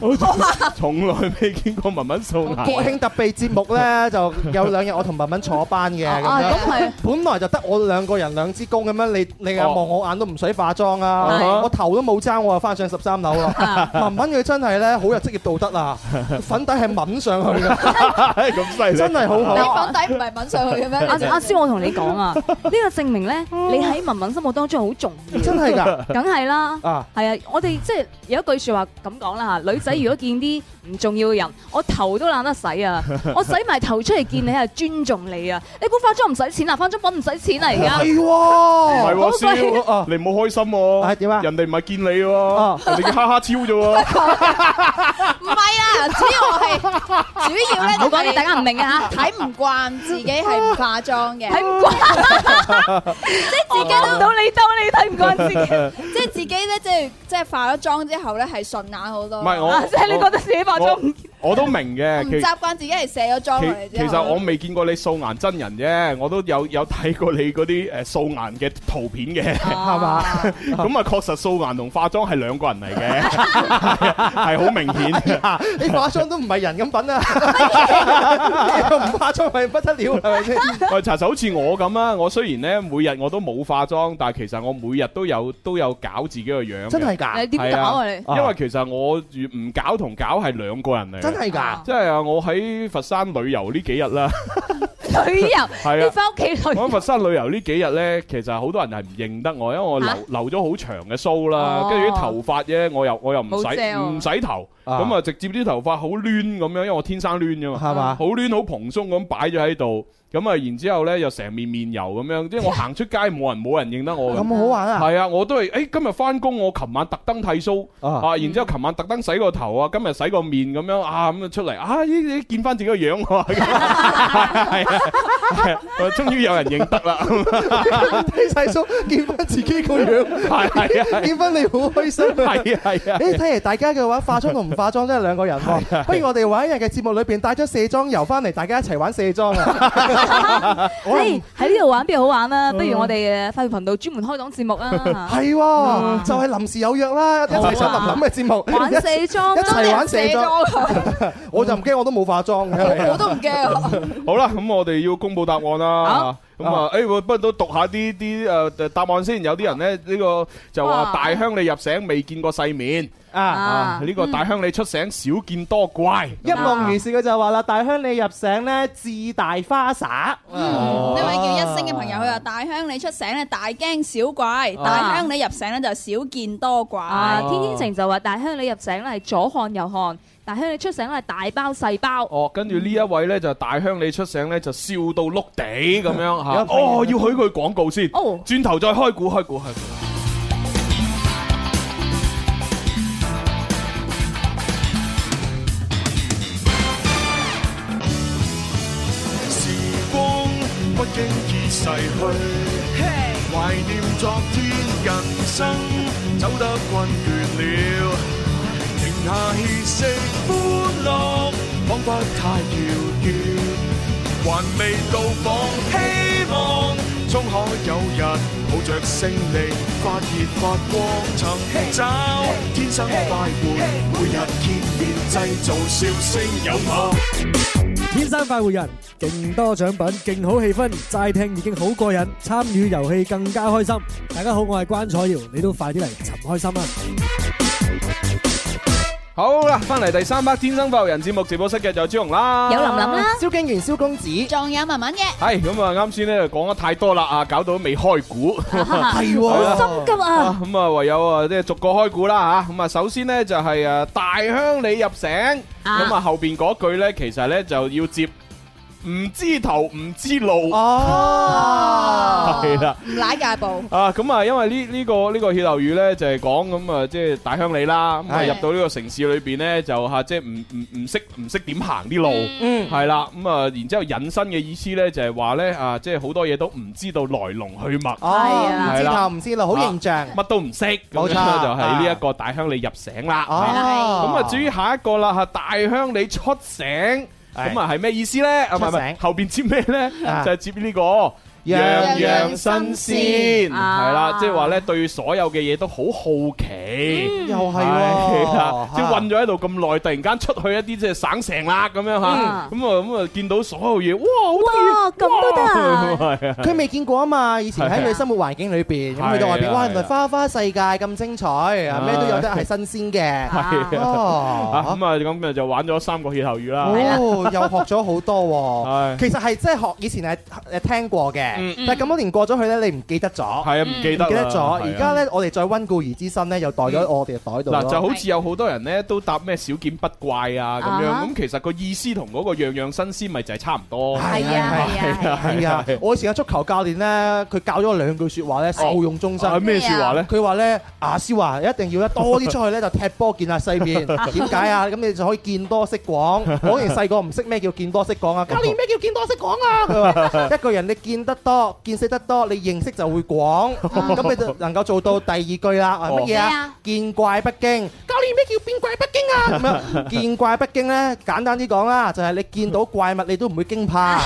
Speaker 3: 從來未見過
Speaker 6: 啊
Speaker 3: 文文素顏。
Speaker 5: 國慶特備節目咧就有兩日我同文文坐班嘅，
Speaker 4: 啊咁係
Speaker 5: 本來就得我兩個人兩支公咁樣，你你眼
Speaker 7: 哦
Speaker 5: 望我眼都唔使化妝
Speaker 7: 啊哈
Speaker 5: 啊，我頭都冇爭，我就翻上十三樓啦。文文佢真係咧好有職 業道德啊，粉底係抿上去㗎，
Speaker 3: 咁犀利，
Speaker 5: 真係好好。
Speaker 4: 你粉底唔係抿上去嘅咩？ 阿-阿蕭，我同你講啊，呢個證明呢， 你喺文文心目當中好重要。
Speaker 5: 真係㗎？
Speaker 4: 梗係啦。
Speaker 5: 啊。
Speaker 4: 係啊，我哋即係有一句說話咁講啦吓，女仔如果見啲唔重要嘅人，我頭都懶得洗啊， 我洗埋頭出嚟見你係尊重你啊，你估化妝唔使錢啊，化妝品唔使錢啊，而家。
Speaker 3: 唔係
Speaker 4: 好
Speaker 3: 喎，
Speaker 6: 啊
Speaker 4: 貴。
Speaker 3: 燒你唔好開心喎。係點啊？人哋唔係見你喎，人哋叫哈哈超啫喎。
Speaker 6: 唔係啊，主要我係-主要呢，
Speaker 4: 唔好講啲大家唔明嘅嚇。
Speaker 6: 睇唔慣自己係唔化妝嘅。
Speaker 4: 我唔到你兜，你睇唔慣自己。
Speaker 6: 即係自己呢，即係-即係化咗妝之後呢，係順眼好多。
Speaker 3: 唔係我，
Speaker 6: 啊，即係你覺得自己化妝唔-
Speaker 3: 我我都明嘅。其其
Speaker 6: 唔習慣自己係卸咗妝落嚟之後。
Speaker 3: 其實我未見過你素顏真人啫，我都有有睇過你嗰啲誒素顏嘅圖片 嘅，係
Speaker 5: 嘛？
Speaker 3: 咁啊，確實素顏同化妝係兩個人 嚟嘅，係啊係好明顯。
Speaker 5: 你化妝都唔係 人咁品啊，唔化妝咪不得了，係咪先？
Speaker 3: 喂，查實好似我咁啊！我雖然咧每日我都冇化妝，但係其實我每日都有都有搞自己個樣嘅。
Speaker 5: 真係㗎你點
Speaker 3: 係
Speaker 5: 搞啊你
Speaker 3: 因為其實我唔搞同搞係兩個人嚟嘅。
Speaker 5: 真係㗎
Speaker 3: 即係啊！我喺佛山旅遊呢幾日啦。
Speaker 4: 旅遊，
Speaker 3: 係啊。
Speaker 4: 你返屋企旅 遊。
Speaker 3: 我喺佛山旅遊呢幾日呢，其實好多人係唔認得我，因為我留
Speaker 4: 嚇
Speaker 3: 留咗好長嘅鬚啦
Speaker 4: 哦，啊
Speaker 3: 跟住啲頭髮咧，我又我又唔
Speaker 4: 冇遮
Speaker 3: 洗
Speaker 4: 喎
Speaker 3: 唔洗頭，咁啊直接啲頭髮好攣咁樣，因為我天生攣啊啫嘛，
Speaker 5: 係嘛
Speaker 3: 好攣好蓬鬆咁擺咗喺度。咁啊，然之後呢，又成面面油咁樣，即係我行出街冇人冇人認得我㗎。
Speaker 5: 咁好玩啊
Speaker 3: 係啊，我都係，誒今日翻工，我琴晚特登剃鬚 啊，
Speaker 5: 嗯
Speaker 3: 然之後琴晚特登洗個頭啊，今日洗個面咁樣啊，咁啊出嚟啊，咦咦見翻自己個樣 喎，係啊，係啊終於有人認得啦。
Speaker 5: 睇細叔見翻自己個樣，
Speaker 3: 係係啊
Speaker 5: 見翻你好開心啊！
Speaker 3: 係啊係啊
Speaker 5: 誒睇嚟大家嘅話，化妝同唔化妝都係兩個人喎。不如我哋玩一日嘅節目裏邊帶咗卸妝油翻嚟，大家一齊玩卸妝 啊！
Speaker 4: 唉，喺呢度玩邊度好玩啊？不如我哋，誒，快活頻道專門開檔節目啊。
Speaker 5: 係喎，就係臨時有約啦，一齊上林林嘅節目，
Speaker 4: 玩 卸妝啊
Speaker 5: 一齊玩卸 妝。我就唔驚，我都冇化妝嘅，
Speaker 6: 我都唔驚啊。
Speaker 3: 好啦，咁我哋要公布答案啦。咁啊，誒，不如都讀下啲啲誒答案先。有啲人咧，呢個就話
Speaker 5: 哇
Speaker 3: 大鄉里入城未見過世面
Speaker 5: 啊
Speaker 3: 啊，呢個
Speaker 5: 嗯
Speaker 3: 大鄉里出城少見多 怪。
Speaker 5: 一望如是，佢就話啦：大鄉里入城咧，自大花灑。
Speaker 6: 呢位叫一星嘅朋友，佢話大鄉里出城呢，大驚小怪，大鄉里入城呢，就少見多怪。
Speaker 4: 啊，天天成就話大鄉里入城咧係左看右看，大鄉里出城咧係大包細包。
Speaker 3: 哦，跟住呢一位咧就大鄉里出城咧就笑到碌地咁樣嚇。
Speaker 4: 有朋友
Speaker 3: 哦，要許佢廣告先，
Speaker 4: 哦
Speaker 3: 轉頭再開估開估開估。
Speaker 15: 時光不經意逝去，懷念昨天，人生走得困倦了，停下歇息，歡樂彷彿太遙遠，還未到訪希望，終可有日抱着勝利發熱發光，尋找天生快活，每日見面製造笑聲有我。
Speaker 16: 天生快活人，勁多獎品，勁好氣氛，齋聽已經好過癮，參與遊戲更加開心。大家好，我係關楚瑤，你都快啲嚟尋開心啊！
Speaker 3: 好啦，翻嚟第三 part《天生快活人》節目直播室嘅就係朱紅啦，
Speaker 5: 蕭敬元、蕭公子，
Speaker 6: 仲有文文 嘅。
Speaker 3: 係咁啊！啱先咧講得太多啦啊，搞到未開股，
Speaker 5: 係喎
Speaker 3: 係啦
Speaker 5: 好心急啊
Speaker 3: 咁啊，唯有啊，即係逐個開股啦吓。咁啊，首先呢，就係啊大鄉里入城，
Speaker 5: 啊
Speaker 3: 咁啊後邊嗰句呢，其實呢就要接唔知頭唔知路。
Speaker 6: 哦
Speaker 3: 係啦。
Speaker 6: 唔舐界步。
Speaker 3: 啊，咁啊，因為呢呢個呢個歇後語咧，就係講咁啊，即係大鄉里啦，咁啊
Speaker 6: 係
Speaker 3: 入到呢個城市裏邊咧，就啊嚇即係唔唔唔識唔識點行啲路，
Speaker 5: 嗯，
Speaker 3: 係啦，咁啊，然之後引申嘅意思咧，就係話咧啊，即係好多嘢都唔知道來龍去脈，
Speaker 5: 哦，唔
Speaker 3: 係
Speaker 5: 知
Speaker 3: 啦
Speaker 5: 頭唔知路，好形象
Speaker 3: 啊。乜都唔識，
Speaker 5: 冇
Speaker 3: 咁
Speaker 5: 錯
Speaker 3: 樣就係呢一個大鄉里入城啦。
Speaker 5: 哦
Speaker 3: 咁啊，至於下一個啦嚇，大鄉里出城，咁啊係咩意思咧？啊，唔係唔
Speaker 5: 哎出
Speaker 3: 係
Speaker 5: 城
Speaker 3: 後邊接咩咧？
Speaker 5: 啊
Speaker 3: 就係接呢個樣樣新鮮，係
Speaker 5: 啊
Speaker 3: 啦，即係話咧對所有嘅嘢都好好奇，
Speaker 5: 又係嗯喎啊
Speaker 3: 係啦
Speaker 5: 嚇
Speaker 3: 即係困咗喺度咁耐，突然間出去一啲即係省城啦咁樣嚇，咁啊
Speaker 5: 嗯
Speaker 3: 咁啊見到所有嘢，哇！
Speaker 5: 哇，
Speaker 3: 咁都得啊係啊
Speaker 5: 佢未見過啊嘛，以前喺佢生活環境裏邊，咁去到
Speaker 3: 係
Speaker 5: 外
Speaker 3: 啊
Speaker 5: 邊，哇，
Speaker 3: 係
Speaker 5: 原來
Speaker 3: 啊
Speaker 5: 花花世界咁精彩，啊咩都有得係新鮮嘅。
Speaker 3: 係
Speaker 5: 哦
Speaker 3: 啊，咁啊咁啊就玩咗三個歇後語啦。
Speaker 5: 哦，又學咗好多
Speaker 3: 係
Speaker 5: 喎。其實係真係學以前係誒聽過嘅
Speaker 3: 嗯，
Speaker 5: 但係咁多年過咗去咧，你唔記得咗。
Speaker 3: 係啊唔記得啦
Speaker 5: 記得咗。
Speaker 3: 係啊嗯
Speaker 5: 而家咧，我哋再温故而知新咧，又袋咗我哋嘅袋度咯。
Speaker 3: 嗱，就好似有好多人咧都答咩少見不怪啊咁
Speaker 5: 啊哈
Speaker 3: 樣，咁其實個意思同嗰個樣樣新鮮咪就係差唔多。
Speaker 5: 係啊
Speaker 3: 係啊
Speaker 5: 係啊！我以前嘅足球教練咧，佢教咗我兩句説話咧，受用終
Speaker 3: 啊
Speaker 5: 身。
Speaker 3: 咩説話咧
Speaker 5: 佢話咧，阿思華一定要咧多啲出去咧就踢波見下世 面。點解啊？咁你就可以見多識廣。我以前細個唔識咩叫見多 識廣啊！教練咩叫見多識廣啊？佢話一個人你見得多，見識得多，你認識就 會廣，咁你就能夠做到第二句啦。啊乜嘢
Speaker 15: 咩
Speaker 5: 啊
Speaker 3: 哦
Speaker 15: 啊？
Speaker 5: 見怪不驚。教練咩叫變怪不驚啊？咁樣見怪不驚咧，簡單啲講啦，就係你見到怪物你都唔會 驚怕。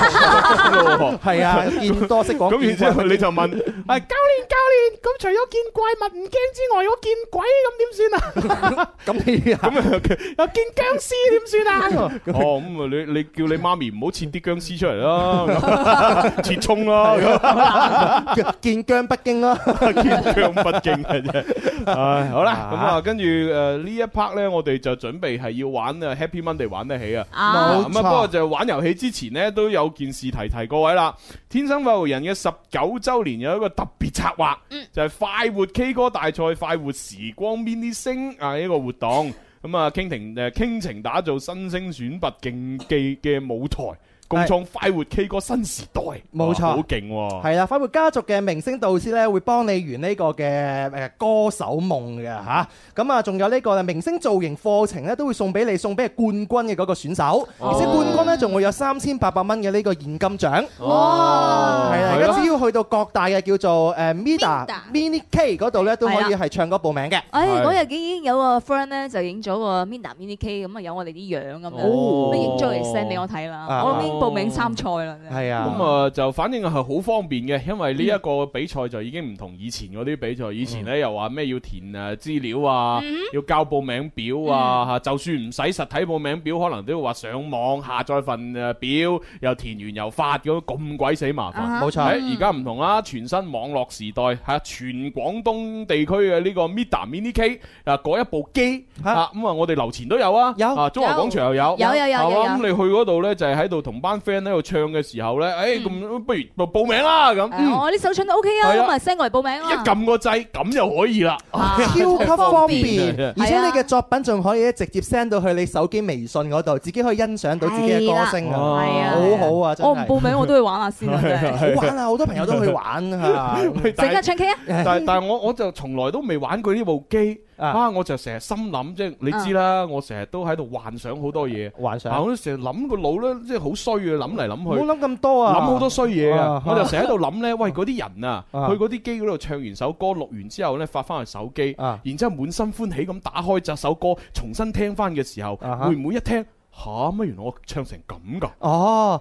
Speaker 5: 係啊，見多識講。
Speaker 3: 咁然之後你就問，係教練教練，咁除咗見怪物唔驚之外，我見鬼咁點算啊？
Speaker 5: 咁你
Speaker 3: 咁啊，
Speaker 15: 又見僵屍點算啊？
Speaker 3: 哦咁啊，你你叫你媽咪唔好切啲僵屍出嚟 啦，咁切葱啦，啊
Speaker 5: 見僵不驚啦，
Speaker 3: 見僵不驚嘅啫。唉，好啦，咁啊，跟住誒呢一 part 咧，我哋就準備係要玩啊 Happy Monday 玩得起啊。
Speaker 15: 啊冇
Speaker 3: 咁啊，
Speaker 15: 錯
Speaker 3: 不過就玩遊戲之前呢，都有件事提提各位啦。天生快活人嘅十九週年有一個特別策劃，就係快活 K 歌大賽、快活時光 mini 星啊呢個活動。咁啊，傾情誒傾情打造新星選拔競技嘅舞台，共創快活 K 歌新時代。
Speaker 5: 冇錯
Speaker 3: 哇好勁喎！
Speaker 5: 係啦，啊快活家族嘅明星導師咧，會幫你完呢個嘅誒歌手夢嘅吓。咁啊，仲有呢個明星造型課程咧，都會送俾你，送俾冠軍嘅嗰個選手，而且冠軍咧仲會有三千八百蚊嘅呢個現金獎。
Speaker 15: 哦
Speaker 5: 係
Speaker 15: 係
Speaker 5: 啦，而
Speaker 15: 咯
Speaker 5: 家只要去到各大嘅叫做呃誒 Mida Mini K 嗰度咧，都可以
Speaker 4: 係啦
Speaker 5: 係唱歌報名嘅。
Speaker 4: 唉，嗰日已經有個 friend 咧就影咗個 Mina Mini K 咁啊，有我哋啲樣咁樣，
Speaker 3: 哦
Speaker 4: 咁影咗嚟 send 俾我睇啦。
Speaker 3: 啊
Speaker 4: 我已經報名參賽啦。
Speaker 5: 係啊
Speaker 3: 咁啊就反正係好方便嘅，因為呢一個比賽就已經唔同以前嗰啲比賽，以前呢又話咩要填誒資料啊，要交報名表啊，嚇就算唔使實體報名表，可能都要話上網下載份誒表，又填完又發咁，咁鬼死麻
Speaker 5: 啊
Speaker 3: 煩。
Speaker 5: 哈冇錯
Speaker 4: 嗯
Speaker 3: 誒而家唔同啦，全新網絡時代嚇，全廣東地區嘅呢個 Mida Mini K 啊，嗰一部機啊，咁啊我哋樓前都有啊，有啊中華廣場又有，
Speaker 4: 有有有有
Speaker 3: 係嘛
Speaker 4: 有
Speaker 3: 咁你去嗰度咧，就係喺度同班 friend 喺度唱嘅時候咧，誒咁不如報名啦咁。
Speaker 4: 誒我啲手唱都 OK 嗯啊，
Speaker 3: 係啊
Speaker 4: 咁啊 send 過嚟報名
Speaker 3: 一
Speaker 4: 啦。
Speaker 3: 撳個掣咁就可以啦。
Speaker 5: 超級方便
Speaker 3: 係啊，
Speaker 5: 而且你嘅作品仲可以直接 send 到去你手機微信嗰度，自己可以欣賞到自己嘅歌聲啊，
Speaker 3: 係啦
Speaker 5: 好好啊，真係。
Speaker 4: 我唔報名我都去玩下 先啦，真係。
Speaker 5: 好玩啊！好多朋友都去玩 啊。
Speaker 3: 喂但係
Speaker 4: 整下唱 K 啊！
Speaker 3: 但係但係我我就從來都未玩過呢部機啊！我就成日心諗，即係你知
Speaker 4: 啊
Speaker 3: 啦，我成日都喺度幻想好多嘢，啊
Speaker 5: 幻想
Speaker 3: 我都成日諗個腦咧，即係好衰嘅，諗嚟諗
Speaker 5: 唔
Speaker 3: 去，
Speaker 5: 好諗咁多啊！
Speaker 3: 諗好多衰嘢啊
Speaker 5: 啊！
Speaker 3: 我就成日喺度諗咧，喂嗰啲人啊，去
Speaker 5: 啊
Speaker 3: 嗰啲機嗰度唱完首歌，錄完之後咧發翻去手機，然之後滿心歡喜咁打開隻首歌，重新聽翻嘅時候，
Speaker 5: 哈
Speaker 3: 會唔會一聽吓乜？原來我唱成咁㗎？
Speaker 5: 哦，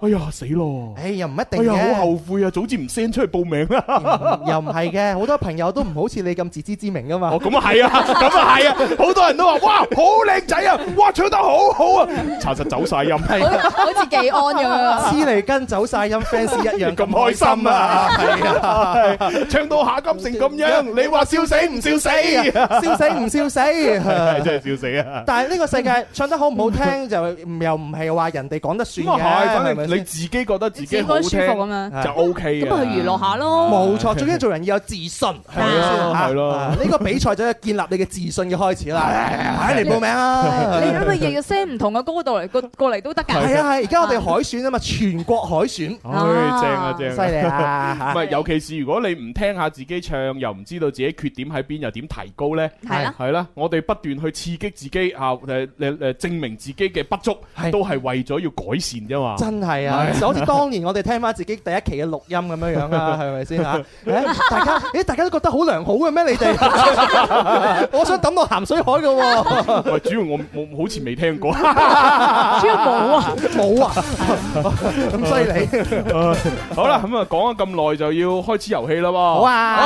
Speaker 3: 哎呀死咯！
Speaker 5: 哎又唔一
Speaker 3: 哎
Speaker 5: 定
Speaker 3: 呀，
Speaker 5: 嘅，
Speaker 3: 好後悔啊！早知唔 send 出去報名啊啦。
Speaker 5: 又唔係嘅，好多朋友都唔好似你咁自知之明噶嘛。
Speaker 3: 哦，咁啊係啊，咁啊係啊，好多人都話哇，好靚仔啊，哇，唱得好好啊，查實走晒音，
Speaker 5: 係啊
Speaker 6: 好似技安 咁樣。
Speaker 5: 黐脷根走晒音 fans 一樣
Speaker 3: 咁開心啊，
Speaker 5: 係啊，
Speaker 3: 係唱到下金城咁 樣，你話笑死唔笑死？係 真係
Speaker 5: 笑死唔笑死？
Speaker 3: 笑死啊！
Speaker 5: 但係呢個世界唱得好唔好聽就又唔係話人哋講得算
Speaker 3: 咁啊
Speaker 5: 嘅，
Speaker 3: 係，
Speaker 5: 係
Speaker 3: 反
Speaker 5: 咪
Speaker 3: 正
Speaker 5: 先
Speaker 3: 你自己覺得自己
Speaker 5: 你
Speaker 3: 好
Speaker 5: 自己
Speaker 3: 聽
Speaker 5: 覺得舒服咁樣
Speaker 3: 就 O K 嘅，
Speaker 5: 咁咪去娛樂
Speaker 4: 下咯
Speaker 5: 冇錯，最緊要做人要有自信，係
Speaker 3: 咯啊係咯
Speaker 5: 啊呢個比賽就係建立你嘅自信嘅開始啦。快嚟報名啊！
Speaker 4: 你諗佢日日 send 唔同嘅歌度嚟過過嚟都得㗎。
Speaker 5: 係啊係，而家我哋海選啊嘛，全國海選，
Speaker 3: 唉，正啊正啊，
Speaker 5: 犀利 啊！
Speaker 3: 唔係，尤其是如果你唔聽下自己唱，又唔知道自己缺點喺邊，又點提高呢？
Speaker 5: 係
Speaker 3: 啊
Speaker 5: 啦
Speaker 3: 係啦，我哋不斷去刺激自己啊，誒誒誒，證明自己嘅不足
Speaker 6: 觸，都係為咗要改善啫嘛。
Speaker 5: 真係啊！就好似當年我哋聽翻自己第一期嘅錄音咁樣樣 啦，係咪先嚇？誒，大家誒，大家都覺得好良好嘅咩？你哋， 我想抌落鹹水海嘅喎。
Speaker 6: 喂，主要我我好似未聽過，
Speaker 5: 主
Speaker 4: 要冇啊，
Speaker 5: 冇啊，咁犀利。
Speaker 6: 好啦，咁啊講咗咁耐就要開始遊戲啦喎。
Speaker 5: 好啊
Speaker 6: 哎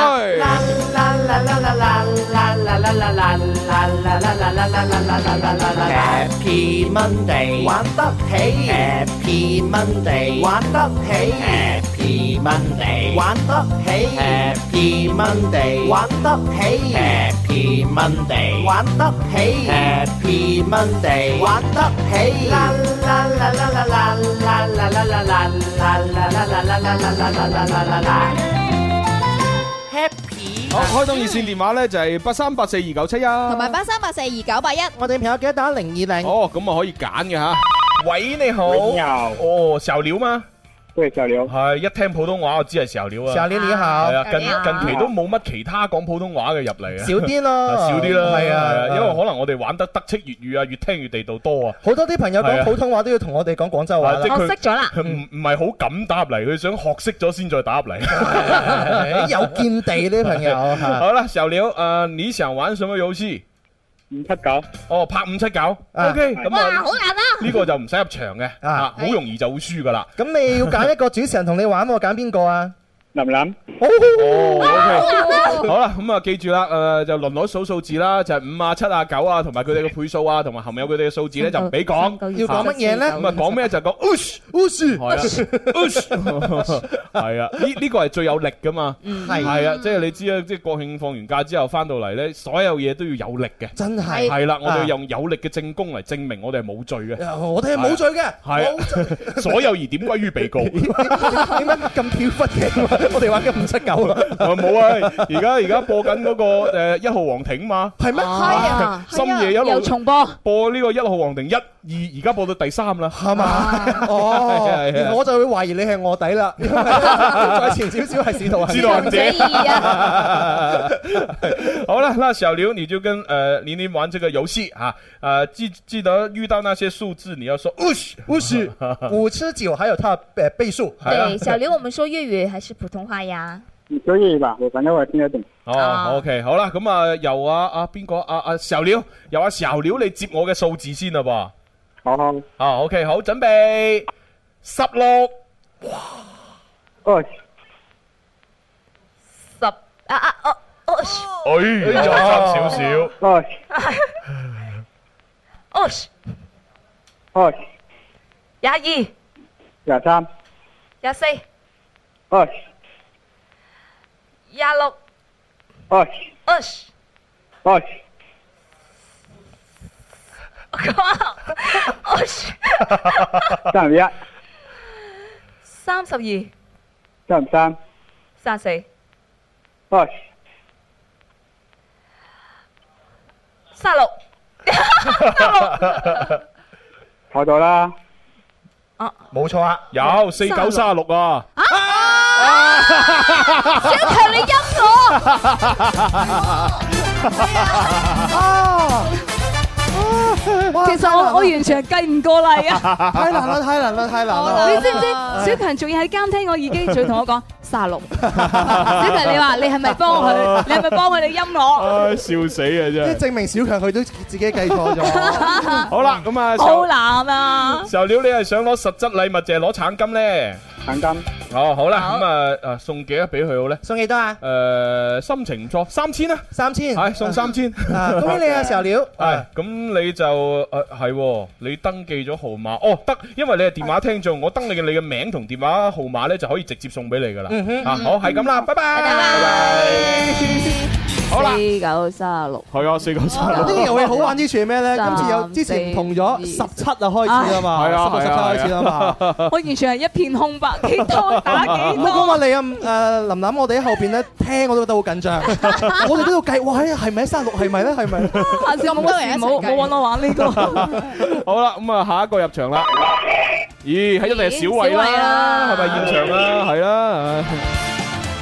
Speaker 6: 好，開通熱線電話咧就係八三八四二九七一，
Speaker 17: 同埋八三八四二九八一，
Speaker 5: 我哋朋友記得打零二零。
Speaker 6: 哦，咁啊可以揀嘅吓。喂，你好。
Speaker 3: 你
Speaker 6: 好。哦，小料嗎？對，小料。係一聽普通話我知係小
Speaker 3: à.
Speaker 6: 料啊。
Speaker 5: 小料你好
Speaker 3: 係啊，近
Speaker 5: 小
Speaker 3: 近
Speaker 5: 料
Speaker 3: 期都冇乜其他講普通話嘅入 嚟啊。
Speaker 5: 少啲咯
Speaker 3: 少啲啦。
Speaker 5: 係啊
Speaker 3: 因為可能我哋玩得德式粵語啊，越聽越地道多啊。啊
Speaker 5: 好多啲朋友講普通話都要同我哋講廣州話啦。
Speaker 3: 佢 佢唔唔係好敢打入嚟，佢想學識咗先再打 入嚟。
Speaker 5: 有見地呢啲朋友 嚇。
Speaker 3: 好啦，小廖，誒，你想玩什麼遊戲？五七九。哦，拍五七九。O K，咁啊，好難啊！呢個就唔使入場嘅，啊，好容易就會輸噶啦。
Speaker 5: 咁你要揀一個主持人同你玩喎，揀邊個啊？
Speaker 3: 林林。
Speaker 5: 哦
Speaker 3: ，OK，好啦，咁啊，記住啦，誒，就輪流數數字啦，就係五啊、七啊、九啊，同埋佢哋嘅倍數啊，同埋含有佢哋嘅數字咧，就唔俾講。
Speaker 5: 要講乜嘢咧
Speaker 3: 咁啊，講咩 就講 ush ush 係啊，呢呢個係最有力噶嘛。
Speaker 5: 係
Speaker 3: 係啊，即係你知啊，即係國慶放完假之後翻到嚟咧，所有嘢都要有力嘅。
Speaker 5: 真係
Speaker 3: 係啦，我哋
Speaker 5: 啊
Speaker 3: 要用有力嘅證供嚟證明我哋係冇罪嘅。
Speaker 5: 我哋係冇罪嘅，
Speaker 3: 係啊，所有疑點歸於被 告。
Speaker 5: 點解咁飄忽嘅？ 我哋玩緊五七九啦。
Speaker 3: 啊冇啊！而家而家播緊嗰個誒一號皇庭嘛，
Speaker 5: 係咩？
Speaker 3: 係啊，深夜一路
Speaker 4: 又重播，
Speaker 3: 播呢個一號皇庭一二，而家播到第三啦，
Speaker 5: 係嘛？
Speaker 3: 啊
Speaker 5: 哦，然後我就會懷疑你係卧底 啦。再前少少係使徒行者，
Speaker 3: 知道行者。 好了，那小刘你就跟呃琳琳玩这个游戏啊，呃记记得遇到那些数字你要说 ush
Speaker 5: ush 五七九還有呃它的倍數。
Speaker 3: 啊
Speaker 13: 对，小刘，我们说粤语还是普通话呀？
Speaker 3: 你可以吧，我反正我听得懂。哦，OK，好啦，咁啊由啊啊邊個啊啊小廖，由啊小廖你接我嘅數字先啦噃。好好。啊，OK，好，準備十六。哇！
Speaker 13: 十啊啊哦哦
Speaker 3: 哎呀，差少少。
Speaker 13: 哦，
Speaker 11: 哦，
Speaker 13: 廿二、
Speaker 11: 廿三，
Speaker 13: 廿四、
Speaker 11: 哦，
Speaker 13: 廿六、
Speaker 11: 哦，
Speaker 13: 哦，
Speaker 11: 哦，
Speaker 13: 哦，
Speaker 11: 三十一，
Speaker 13: 三十二、三
Speaker 11: 三十三，
Speaker 13: 十四、
Speaker 11: 哦，
Speaker 13: 三十六。
Speaker 11: 錯咗啦。
Speaker 5: 冇錯啊，
Speaker 3: 有四九三十六啊。
Speaker 13: 小強你陰
Speaker 3: 我。
Speaker 5: 哦，
Speaker 4: 其實我我完全係計唔過嚟啊！
Speaker 5: 太難啦，太難啦，太難啦！
Speaker 4: 你知唔知小強仲要喺監聽我耳機，仲要同我講卅六。小強你話你係咪幫佢？你係咪幫佢哋陰我？
Speaker 3: 唉，笑死啊
Speaker 5: 即係
Speaker 3: 真係。
Speaker 5: 證明小強佢都自己計錯咗。
Speaker 3: 好啦，咁啊，
Speaker 4: 好難啊！
Speaker 3: 小料，你係想攞實質禮物定係攞橙金咧？橙金。哦，好啦，咁啊，啊送幾多俾佢好咧？
Speaker 5: 送幾多啊？
Speaker 3: 誒，心情唔錯，三 千啊！
Speaker 5: 三千，
Speaker 3: 係送三千。
Speaker 5: 啊恭喜你啊，小廖！
Speaker 3: 係，咁你就誒係喎，你登記咗號碼，哦得，因為你係電話聽眾，我登你嘅你嘅名同電話號碼咧，就可以直接送俾你噶啦
Speaker 4: 嗯哼。
Speaker 3: 啊，好，係咁啦，拜拜。拜拜。好啦，
Speaker 4: 四九三六。
Speaker 3: 係啊，四 九三
Speaker 5: 呢個遊戲好玩之處係咩咧？今次有之前唔同咗十七啊開始啊嘛，
Speaker 3: 係啊
Speaker 5: 十六十七開始啊嘛。
Speaker 4: 我完全係一片空白，幾多打
Speaker 5: 唔
Speaker 4: 幾
Speaker 5: 好講
Speaker 4: 多？
Speaker 5: 話你啊，誒林林，我哋喺後邊咧聽我都覺得好 緊張，我哋都要計，哇，係咪三六係咪咧？係咪？
Speaker 4: 下次冇事，冇冇揾我玩呢個。
Speaker 3: 好啦，咁啊，下一個入場啦。咦，係一定係小慧
Speaker 4: 小慧
Speaker 3: 啦，
Speaker 4: 啦
Speaker 3: 係咪現場啦？係啦。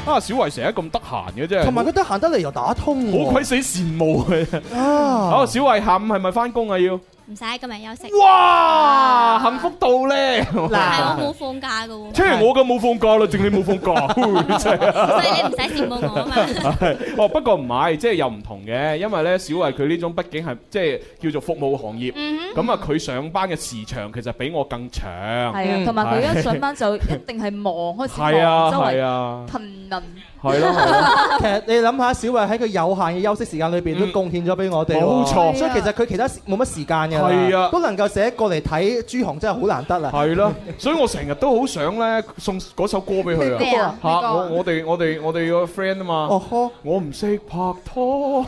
Speaker 3: 啊，小慧成日咁得閒嘅啫，
Speaker 5: 同埋佢得閒得嚟又打通喎，
Speaker 3: 好鬼死羨慕佢。
Speaker 5: 啊！
Speaker 3: 好，小慧下午係咪翻工啊？要
Speaker 18: 唔使今日休息。
Speaker 3: 哇！幸福到咧！
Speaker 18: 係啊我
Speaker 2: 嗯
Speaker 18: 冇放假噶喎。
Speaker 3: 即係我嘅冇放假啦，淨你冇放 假，真係。
Speaker 18: 所以你唔使羨慕我啊嘛。
Speaker 3: 係哦，不過唔係，即係又唔同嘅，因為咧小慧佢呢種畢竟係即係叫做服務行業，
Speaker 4: 嗯
Speaker 3: 咁啊佢上班嘅時長其實比我更長，
Speaker 4: 係啊，同埋佢一上班就一定係啊忙，開始
Speaker 3: 係啊
Speaker 4: 忙，周
Speaker 3: 係
Speaker 4: 圍
Speaker 3: 啊，
Speaker 4: 騰騰。
Speaker 3: 係咯 係咯。
Speaker 5: 其實你諗下，小慧喺佢有限嘅休息時間裏邊都貢獻咗俾我哋
Speaker 3: 嗯
Speaker 5: 喎，
Speaker 3: 冇錯啊
Speaker 5: 所以其實佢其他時冇乜時間㗎啦，
Speaker 3: 係啊
Speaker 5: 都能夠寫過嚟睇朱紅真係好難得啦。
Speaker 3: 係啊咯，所以我成日都好想咧送嗰首歌俾佢
Speaker 5: 咩
Speaker 3: 啊
Speaker 5: 啊！
Speaker 3: 嚇
Speaker 5: 咩歌啊
Speaker 3: 我我哋我哋我哋個 friend 啊嘛，
Speaker 5: 哦
Speaker 3: 我唔識拍 拖，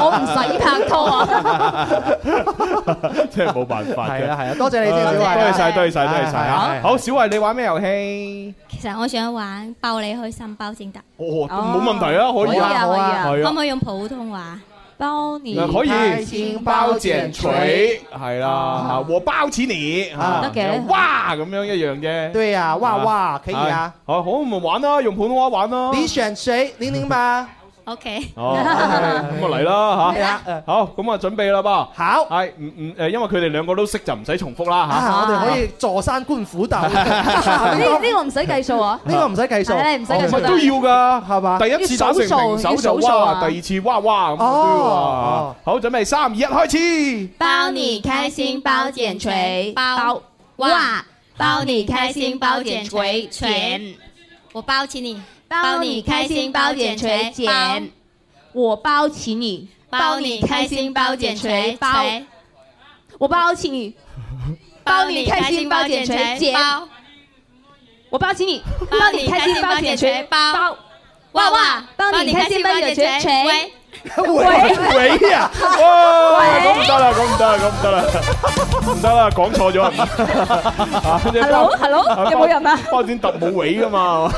Speaker 4: 我唔使拍拖啊！
Speaker 3: 真係冇辦法嘅。
Speaker 5: 係啊係啊多謝你先小慧
Speaker 3: 多謝晒，多謝晒，多謝
Speaker 5: 係係係
Speaker 3: 晒。
Speaker 5: 係
Speaker 3: 好，小慧你玩咩遊戲？
Speaker 18: 其實我想玩包你開心包正達。
Speaker 3: 哦，冇問題啊，可以啊，係
Speaker 18: 可唔
Speaker 3: 啊。
Speaker 18: 可以用普通話？包你
Speaker 3: 可以包剪錘，係啦，嚇我包錢你，嚇
Speaker 18: 得嘅
Speaker 3: 哇咁樣一樣啫。
Speaker 5: 對啊哇哇可以啊。
Speaker 3: 係好，我們玩啦，用普通話玩啦。
Speaker 5: 你選誰？玲 玲吧。
Speaker 18: OK。
Speaker 3: 哦，咁啊嚟啦
Speaker 5: 係啊
Speaker 3: 嚇，好，咁啊啊準備啦噃，
Speaker 5: 好，
Speaker 3: 係唔唔誒，因為佢哋兩個都識就唔使重複啦嚇，
Speaker 5: 啊！我哋可以坐山觀 虎鬥，
Speaker 4: 呢
Speaker 5: 呢
Speaker 4: 呢個唔使計數啊！
Speaker 5: 呢個唔使計數，
Speaker 4: 係你唔使計數
Speaker 5: 哦
Speaker 4: 都
Speaker 3: 要㗎，
Speaker 5: 係嘛？
Speaker 3: 第一次打成平手就哇，第二次哇哇咁都要啊
Speaker 5: 哦
Speaker 3: 好，準備三二一，開始。
Speaker 18: 包你開心包剪錘，包哇！包你開心包剪錘，錢。我包起你，包你開心包剪錘，剪。
Speaker 4: 我包起你，
Speaker 18: 包你開心包剪錘，
Speaker 4: 包，
Speaker 18: 包。
Speaker 4: 我包起你，
Speaker 18: 包你開心包剪錘，
Speaker 4: 剪
Speaker 18: 包。
Speaker 4: 我包起你，
Speaker 18: 包你開心包剪錘，包。哇哇！包你開心包剪錘，錘。
Speaker 3: 喂喂啊！哇，咁唔得啦，咁唔得啦，咁唔得啦，唔得啦，講錯咗。
Speaker 5: Hello？Hello？有冇人
Speaker 4: 啊？
Speaker 3: 包剪揼冇尾噶嘛？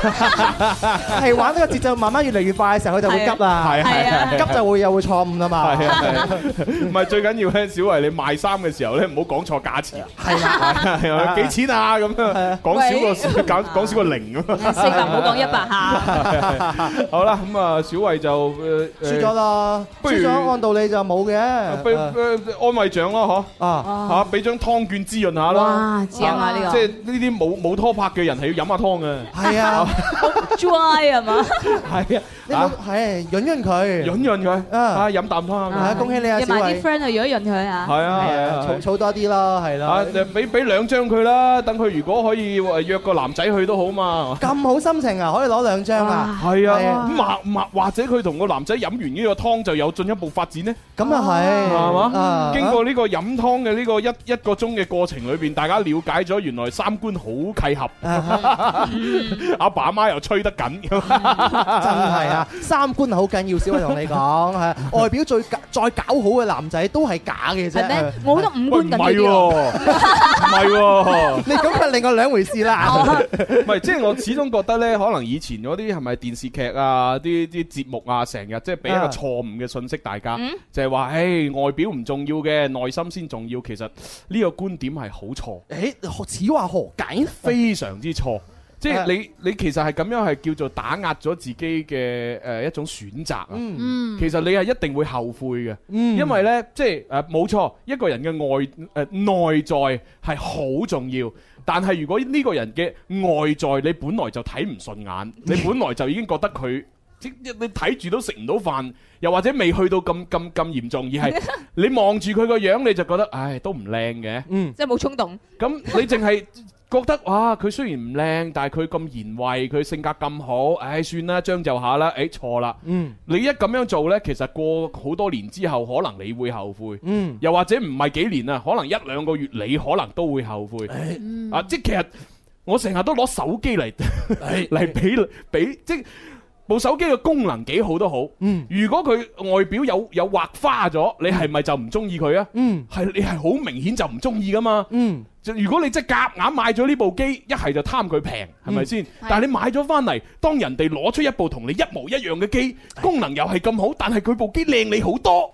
Speaker 5: 係玩呢個節奏慢慢越嚟越快嘅時候，佢就會急啦，
Speaker 3: 係啊係啊係啊
Speaker 5: 急就會又會錯誤啦 嘛。
Speaker 3: 係啊係啊，唔係最緊要咧，小維你賣衫嘅時候咧，唔好講錯價錢。係啊，係啊，幾錢啊？咁樣講少個講講少個零咁。
Speaker 4: 四百唔好講一百下。
Speaker 3: 好啦，咁啊，小維就誒
Speaker 5: 輸咗。啦，啊
Speaker 3: 不如
Speaker 5: 輸咗按道理就冇嘅。
Speaker 3: 啊俾呃安慰獎啦，嗬
Speaker 5: 啊
Speaker 3: 嚇，俾張湯券滋潤下啦。
Speaker 5: 哇正啊呢個
Speaker 3: 即係呢啲冇冇拖拍嘅人係要飲下湯嘅。
Speaker 5: 係啊，
Speaker 4: dry 係嘛？
Speaker 3: 係啊，
Speaker 5: 你冇係潤潤佢，
Speaker 3: 潤潤佢啊，飲啖湯
Speaker 5: 係啊，恭喜你啊，
Speaker 4: 約
Speaker 5: 小
Speaker 4: 埋
Speaker 5: 慧
Speaker 4: 啲。friend 去潤一潤佢啊！
Speaker 3: 係啊係啊，
Speaker 5: 儲儲多啲啦，係
Speaker 3: 啊
Speaker 5: 啦。！
Speaker 3: 俾俾兩張佢啦，等佢如果可以呃約個男仔去都好嘛。
Speaker 5: 咁好心情啊，可以攞兩張啊。
Speaker 3: 係
Speaker 5: 係
Speaker 3: 啊
Speaker 5: 啊，
Speaker 3: 咁或或或者佢同個男仔飲完呢個湯就有進一步發展呢？
Speaker 5: 咁啊係
Speaker 3: 係嘛
Speaker 5: 啊？
Speaker 3: 經過呢個飲湯嘅呢個一一個鐘嘅過程裏邊，大家了解咗原來三觀好契合，阿爸阿媽又吹得緊，真
Speaker 5: 真係啊！三觀好緊要，小慧同你講， 係外表最假再搞好嘅男仔都係假嘅啫。
Speaker 4: 係咩？我覺得五官緊要啲
Speaker 3: 唔
Speaker 4: 喎。
Speaker 3: 係喎。
Speaker 5: 你 咁係另外兩回事啦。
Speaker 3: 唔係，即係我始終覺得咧，可能以前嗰啲係咪電視劇啊、啲啲節目啊，成日即係俾一個
Speaker 5: 啊
Speaker 3: 錯誤嘅信息大家
Speaker 5: 嗯，
Speaker 3: 就係話，誒外表唔重要嘅，內心先重要。其實呢個觀點係好錯，
Speaker 5: 誒，此話何解？
Speaker 3: 非常之錯。即
Speaker 5: 啊
Speaker 3: 係你你其實係咁樣係叫做打壓咗自己嘅誒一種選擇啊。
Speaker 5: 嗯
Speaker 3: 其實你係一定會後悔嘅，
Speaker 5: 嗯
Speaker 3: 因為呢，即係誒冇錯，一個人嘅外誒、呃、內在係好重要。但係如果呢個人嘅外在你本來就睇唔順眼，你本來就已經覺得佢。即你睇住都食唔到飯，又或者未去到咁咁咁嚴重，而係你望住佢個樣你就覺得，唉，都唔靚嘅。
Speaker 5: 嗯，
Speaker 4: 即係冇衝動。
Speaker 3: 咁你淨係覺得哇，佢雖然唔靚，但係佢咁賢惠，佢性格咁好，唉，算啦，將就下啦。誒，錯啦。
Speaker 5: 嗯
Speaker 3: 你一咁樣做呢，其實過好多年之後，可能你會後悔，
Speaker 5: 嗯
Speaker 3: 又或者唔係幾年啊，可能一兩個月，你可能都會後悔。啊，即係其實我成日都攞手機嚟 嚟俾俾，即係部手機嘅功能幾好都好。
Speaker 5: 嗯
Speaker 3: 如果佢外表有有畫花咗，你係咪就唔中意佢啊？
Speaker 5: 嗯，
Speaker 3: 係你係好明顯就唔中意噶嘛。
Speaker 5: 嗯。
Speaker 3: 就如果你真係夾硬買咗呢部機，一係就貪佢平，係咪先
Speaker 5: 嗯？
Speaker 3: 但係你買咗翻嚟，當人哋攞出一部同你一模一樣嘅機，功能又係咁好，但係佢部機靚你好多，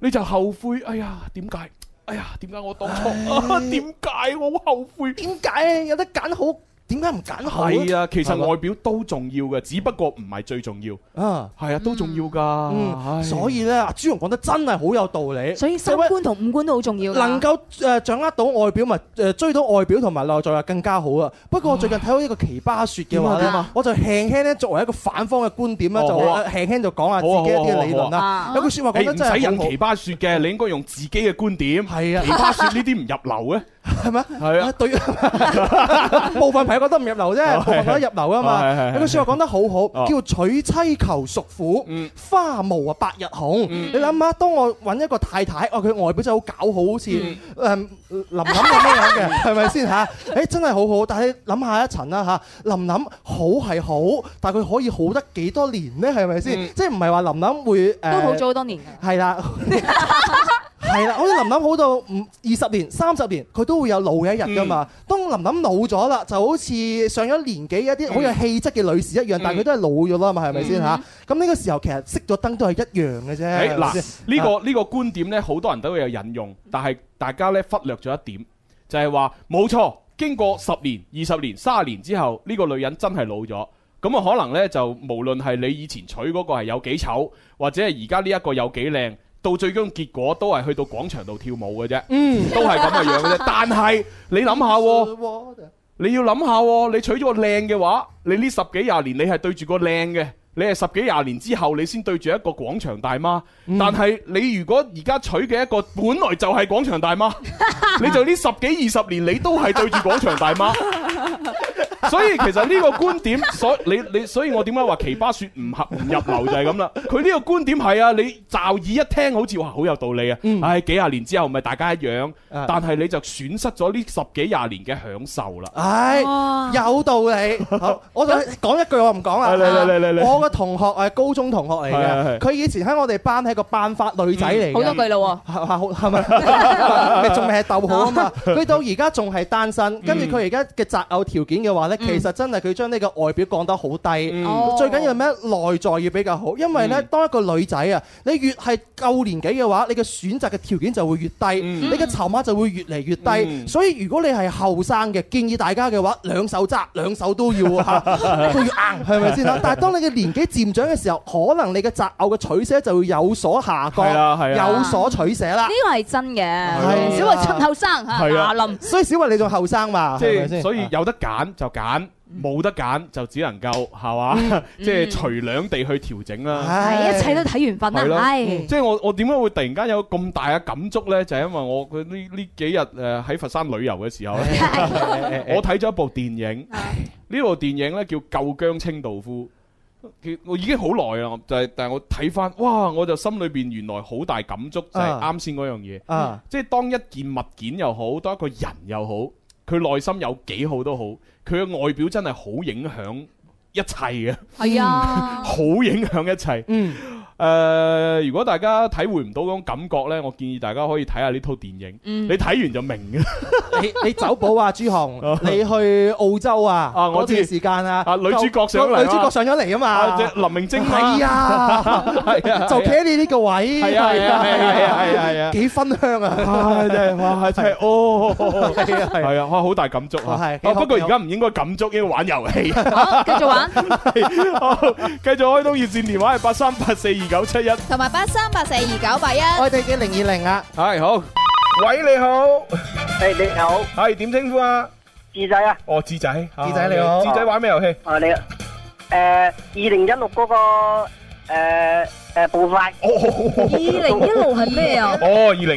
Speaker 3: 你就後悔。哎呀，點解？ 哎呀，點解我當初？啊點解我好後悔？
Speaker 5: 點解有得揀好點解唔揀好
Speaker 3: 係啊，其
Speaker 5: 係
Speaker 3: 實
Speaker 5: 嘛
Speaker 3: 外表都重要嘅，只不過唔係最重要。
Speaker 5: 啊，
Speaker 3: 係啊，都重要
Speaker 5: 嗯
Speaker 3: 㗎。
Speaker 5: 所以咧，阿朱紅講得真係好有道理。
Speaker 4: 所以三觀同五官都好重要㗎。
Speaker 5: 能夠誒掌握到外表，咪誒追到外表同埋內在啊，更加好啊！不過我最近睇到一個奇葩説嘅
Speaker 3: 點
Speaker 5: 話
Speaker 3: 啊
Speaker 5: 咧
Speaker 3: 點啊，
Speaker 5: 我就輕輕咧作為一個反方嘅觀點咧，
Speaker 3: 哦
Speaker 5: 就呃
Speaker 3: 好啊
Speaker 5: 輕輕就講下自己一啲嘅理論
Speaker 3: 好
Speaker 4: 啊
Speaker 5: 啦。有句説話講
Speaker 3: 你
Speaker 5: 得
Speaker 3: 唔
Speaker 5: 真係
Speaker 3: 使引
Speaker 5: 好好
Speaker 3: 奇葩説嘅，你應該用自己嘅觀點。
Speaker 5: 係啊
Speaker 3: 奇葩説呢啲唔入流嘅，
Speaker 5: 係咩？
Speaker 3: 係啊，
Speaker 5: 對。 部分朋友覺得唔入流
Speaker 3: 哦
Speaker 5: 啫，部分覺得入流啊
Speaker 3: 係係
Speaker 5: 嘛。
Speaker 3: 係
Speaker 5: 有句説話講得好
Speaker 3: 哦嗯
Speaker 5: 好，叫娶妻求淑婦，花無啊百日紅。你諗下，當我揾一個太太，哦，佢外表真係好搞好，好似誒
Speaker 3: 嗯
Speaker 5: 林林咁樣樣嘅，係咪先嚇？誒，真係好好，但係你諗下一層啦嚇，林林好係好，但係佢可以好得幾多年呢？係咪先
Speaker 4: 嗯？
Speaker 5: 即係唔係話林林會誒？
Speaker 4: 都好咗好多年㗎。
Speaker 5: 係啦， 係啦，好似林林好到五二十年、三十年，佢都會有老嘅一日噶嘛。
Speaker 3: 嗯
Speaker 5: 當林林老咗啦，就好似上咗年紀一啲好有
Speaker 3: 嗯
Speaker 5: 氣質嘅女士一樣，但係佢都係老咗啦嘛，係咪先嚇？咁呢個時候其實熄咗燈都係一樣
Speaker 3: 誒
Speaker 5: 嘅啫。係咪
Speaker 3: 嗱，
Speaker 5: 先啊
Speaker 3: 呢個呢個觀點咧，好多人都會有引用，但係大家咧忽略咗一點，就係話冇錯，經過十年、二十年、三十年之後，呢個女人真係老咗。咁啊，可能呢，就無論係你以前娶嗰個係有幾醜，或者係而家呢一個有幾靚，到最終結果都係去到廣場度跳舞嘅啫，
Speaker 5: 嗯
Speaker 3: 都係咁嘅樣嘅啫。但係你諗下喎。你要諗下喎，你娶咗個靚嘅話，你呢十幾廿年你係對住個靚嘅，你係十幾廿年之後你先對住一個廣場大媽。但係你如果而家娶嘅一個本來就係廣場大媽，你就呢十幾二十年你都係對住廣場大媽。所以其實呢個觀點，所你你，所以我點解話奇葩説唔合唔入流就係咁啦。佢呢個觀點係啊，你驟耳一聽好似話好有道理啊。唉，幾廿年之後咪大家一樣，但係你就損失咗呢十幾廿年嘅享受啦。
Speaker 5: 唉，有道理。 好，我想講一句，我唔講啦。
Speaker 3: 嚟嚟嚟嚟嚟
Speaker 5: 我個同學係高中同學嚟
Speaker 3: 係係係
Speaker 5: 嘅，佢以前喺我哋班係個班花女仔嚟嘅。
Speaker 4: 嗯好多句咯
Speaker 5: 係啊係好係咪？ 咪仲未係逗號啊嘛？佢到而家仲係單身，跟住佢而家嘅擇偶條件嘅話呢，其實真係佢將呢個外表降得好低。
Speaker 4: 嗯
Speaker 7: 哦
Speaker 5: 嗯最緊要咩？內在要比較好，因為呢，當一個女仔啊，你越係夠年紀嘅話，你嘅選擇嘅條件就會越低，你嘅籌碼就會越嚟越低。所以如果你係後生嘅，建議大家嘅話，兩手揸，兩手都要啊，都要硬，係咪先啦？但係當你嘅年紀漸長嘅時候，可能你嘅擇偶嘅取捨就會有所下降，
Speaker 3: 係啊係啊
Speaker 5: 有所取捨啦
Speaker 4: 呢。個係真嘅，
Speaker 5: 係
Speaker 4: 小慧趁後生嚇，
Speaker 3: 係啊
Speaker 4: 牙林。
Speaker 5: 所以小慧你仲後生嘛，
Speaker 3: 即
Speaker 5: 係咪
Speaker 3: 係
Speaker 5: 先？啊
Speaker 3: 所以有得揀就揀，冇得揀就只能夠係嘛，即係隨兩地去調整啦。
Speaker 5: 啊
Speaker 4: 係一切都睇緣分
Speaker 3: 係咯
Speaker 4: 啦，，
Speaker 3: 嗯
Speaker 4: 係
Speaker 3: 即係我我點解會突然間有咁大嘅感觸呢？就係因為我佢呢呢幾日誒喺佛山旅遊嘅時候
Speaker 5: 啊
Speaker 3: 咧， 我睇咗一部電影，呢部電影呢叫《舊疆清道夫》。佢我已經好耐啦，就係但係我睇翻，哇！我就心裏邊原來好大感觸，就係
Speaker 5: 啊
Speaker 3: 啱先嗰樣嘢，
Speaker 4: 嗯
Speaker 5: 啊
Speaker 3: 即係當一件物件又好，當一個人又好，佢內心有幾好都好，佢嘅外表真係好影響一切嘅。
Speaker 4: 係啊，
Speaker 3: 好影響一切。
Speaker 5: 嗯。
Speaker 3: 誒、如果大家體會唔到嗰種感覺呢，我建議大家可以睇下呢套電影。
Speaker 4: 嗯
Speaker 3: 你睇完就明嘅。
Speaker 5: 你你走寶啊，朱紅，你去澳洲啊，
Speaker 3: 哦啊我
Speaker 5: 嗰
Speaker 3: 知
Speaker 5: 段時間啊，
Speaker 3: 啊女主角上嚟啊
Speaker 5: 女主角上咗嚟啊
Speaker 3: 啊，
Speaker 5: 嘛
Speaker 3: 即，係林明晶
Speaker 5: 係啊，
Speaker 3: 係啊，
Speaker 5: 就企喺你呢個位，
Speaker 3: 係啊係啊係啊係啊係 啊
Speaker 5: 幾分香 啊！
Speaker 3: 唉真係哇，真係 哦，係
Speaker 5: 啊
Speaker 3: 係啊，哇，好大感觸啊
Speaker 5: 係！
Speaker 3: 啊不過而家唔應該感觸，應該玩遊戲。
Speaker 4: 好繼續玩。
Speaker 3: 好，繼續開通熱線電話係八三八四二九七一。
Speaker 6: 同埋八三八四二九八一，我
Speaker 5: 哋嘅零二零啊，
Speaker 3: 係好，喂你好，係你好，係點稱呼啊？
Speaker 11: 智仔啊，
Speaker 12: 哦，智仔，
Speaker 11: 智仔你好
Speaker 12: 智仔玩咩遊戲？
Speaker 11: 啊你啊，誒二零一六嗰個誒誒步快，
Speaker 12: 二
Speaker 4: 啊
Speaker 12: 哦，二零一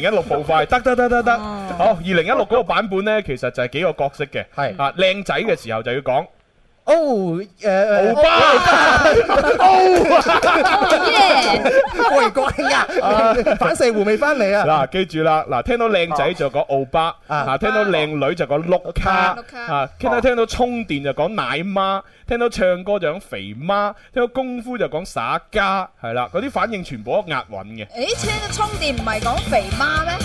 Speaker 12: 六步快，得得得得得。
Speaker 11: 哦
Speaker 12: 好，二零一六嗰個版本呢，其實就係幾個角色嘅。係啊，靚仔嘅時候就要講。哦
Speaker 5: 哦，誒
Speaker 11: 哦
Speaker 12: 歐巴，
Speaker 5: 過嚟 過嚟啊，反射弧未翻嚟 啊！
Speaker 12: 嗱，記住啦，嗱，聽到靚仔就講奧巴，啊，聽到靚女就講碌卡，啊，聽到聽到充電就講奶媽，聽到唱歌就講肥媽，聽到功夫就講耍家，係啦，嗰啲反應全部都押韻嘅。
Speaker 6: 誒，車嘅充電唔係講肥媽咩？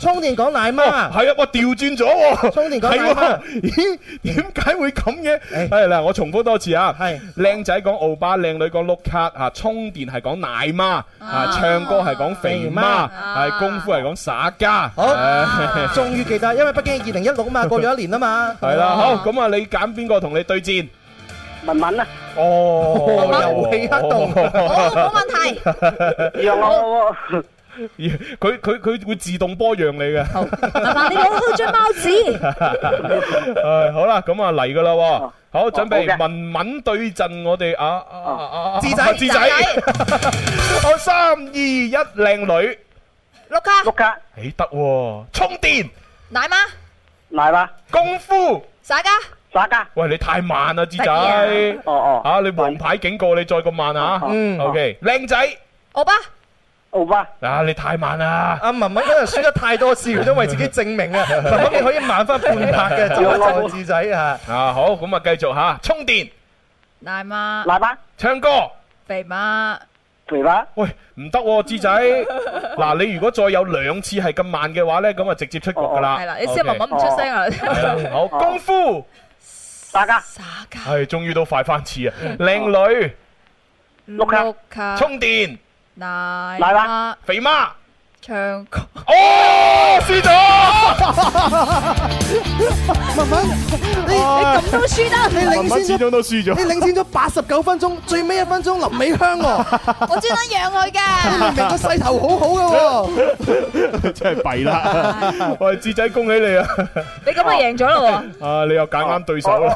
Speaker 5: 充電講奶媽，
Speaker 3: 係啊，我調轉咗喎。
Speaker 5: 充電講奶媽，
Speaker 3: 咦？點解會咁嘅？係嗱，我重複多次啊。係靚仔講奧巴，靚女講碌卡啊，充電係講奶媽啊，唱歌係講肥媽，係功夫係講耍家。
Speaker 5: 好終於記得，因為畢竟係二零一六 嘛，過咗一年啊嘛。
Speaker 3: 係啦，好咁啊，你揀邊個同你對戰？
Speaker 11: 文文啊，
Speaker 3: 哦，
Speaker 5: 又起黑洞，
Speaker 3: 冇
Speaker 19: 問題。
Speaker 11: 讓
Speaker 6: 哦
Speaker 11: 我
Speaker 6: 啊
Speaker 3: 佢佢佢會自動波讓你嘅。
Speaker 4: 麻煩你攞高張貓
Speaker 3: 啊
Speaker 4: 紙。
Speaker 3: 唉，好啦，咁啊嚟噶啦喎，哦好準
Speaker 5: 好
Speaker 3: 備
Speaker 5: 嘅
Speaker 3: 文文對陣我哋啊啊啊啊！
Speaker 5: 智仔
Speaker 3: 啊智仔， 好三二一，靚女，
Speaker 6: 碌卡，
Speaker 11: 碌卡，
Speaker 3: 誒得喎，充電，
Speaker 6: 奶媽，
Speaker 11: 奶媽，
Speaker 3: 功夫，
Speaker 6: 耍家，
Speaker 11: 耍家，
Speaker 3: 喂你太慢啊啦，智仔，
Speaker 6: 哎呀
Speaker 3: 哦哦，啊你黃牌警告你再咁慢啊，
Speaker 5: 嗯
Speaker 3: ，OK，靚仔，
Speaker 6: 奧巴，
Speaker 11: 奧巴，
Speaker 3: 啊你太慢啦。
Speaker 5: 阿文文嗰陣輸得太多次，佢都為自己證 明啊！文文你可以慢翻半拍嘅，就就智仔啊！
Speaker 3: 啊好，咁啊繼續吓，充電，
Speaker 6: 奶媽，
Speaker 11: 奶媽，
Speaker 3: 唱歌。
Speaker 6: 肥媽，
Speaker 11: 肥媽，
Speaker 3: 喂，唔得喎， 智仔，嗱，你如果再有兩次係咁慢嘅話呢，咁啊直接出局噶啦。
Speaker 6: 係啦，你先文文唔出聲
Speaker 11: 哦
Speaker 6: 啊。
Speaker 3: OK。好，功夫，
Speaker 11: 耍家，
Speaker 3: 係終於都快翻次啊！靚
Speaker 6: 碌卡，碌卡
Speaker 3: 女，充電，
Speaker 6: 奶
Speaker 3: 奶
Speaker 6: 媽，
Speaker 3: 肥媽，
Speaker 6: 唱歌，
Speaker 3: 哦，輸
Speaker 5: 咗。文文，你你
Speaker 6: 咁都輸得
Speaker 5: 你
Speaker 3: 文文
Speaker 5: 領
Speaker 3: 始
Speaker 5: 先
Speaker 3: 終
Speaker 5: 咗，
Speaker 3: 都輸咗。
Speaker 5: 你領先咗八十九分鐘，最尾一分鐘林美香喎，
Speaker 2: 我專登讓佢
Speaker 5: 你明明個
Speaker 2: 㗎。
Speaker 5: 勢頭好好 嘅喎。
Speaker 3: 真係弊啦！ 喂，智仔，恭喜你啊！
Speaker 6: 你咁啊贏咗啦 喎！
Speaker 3: 啊，你又揀啱對手啦！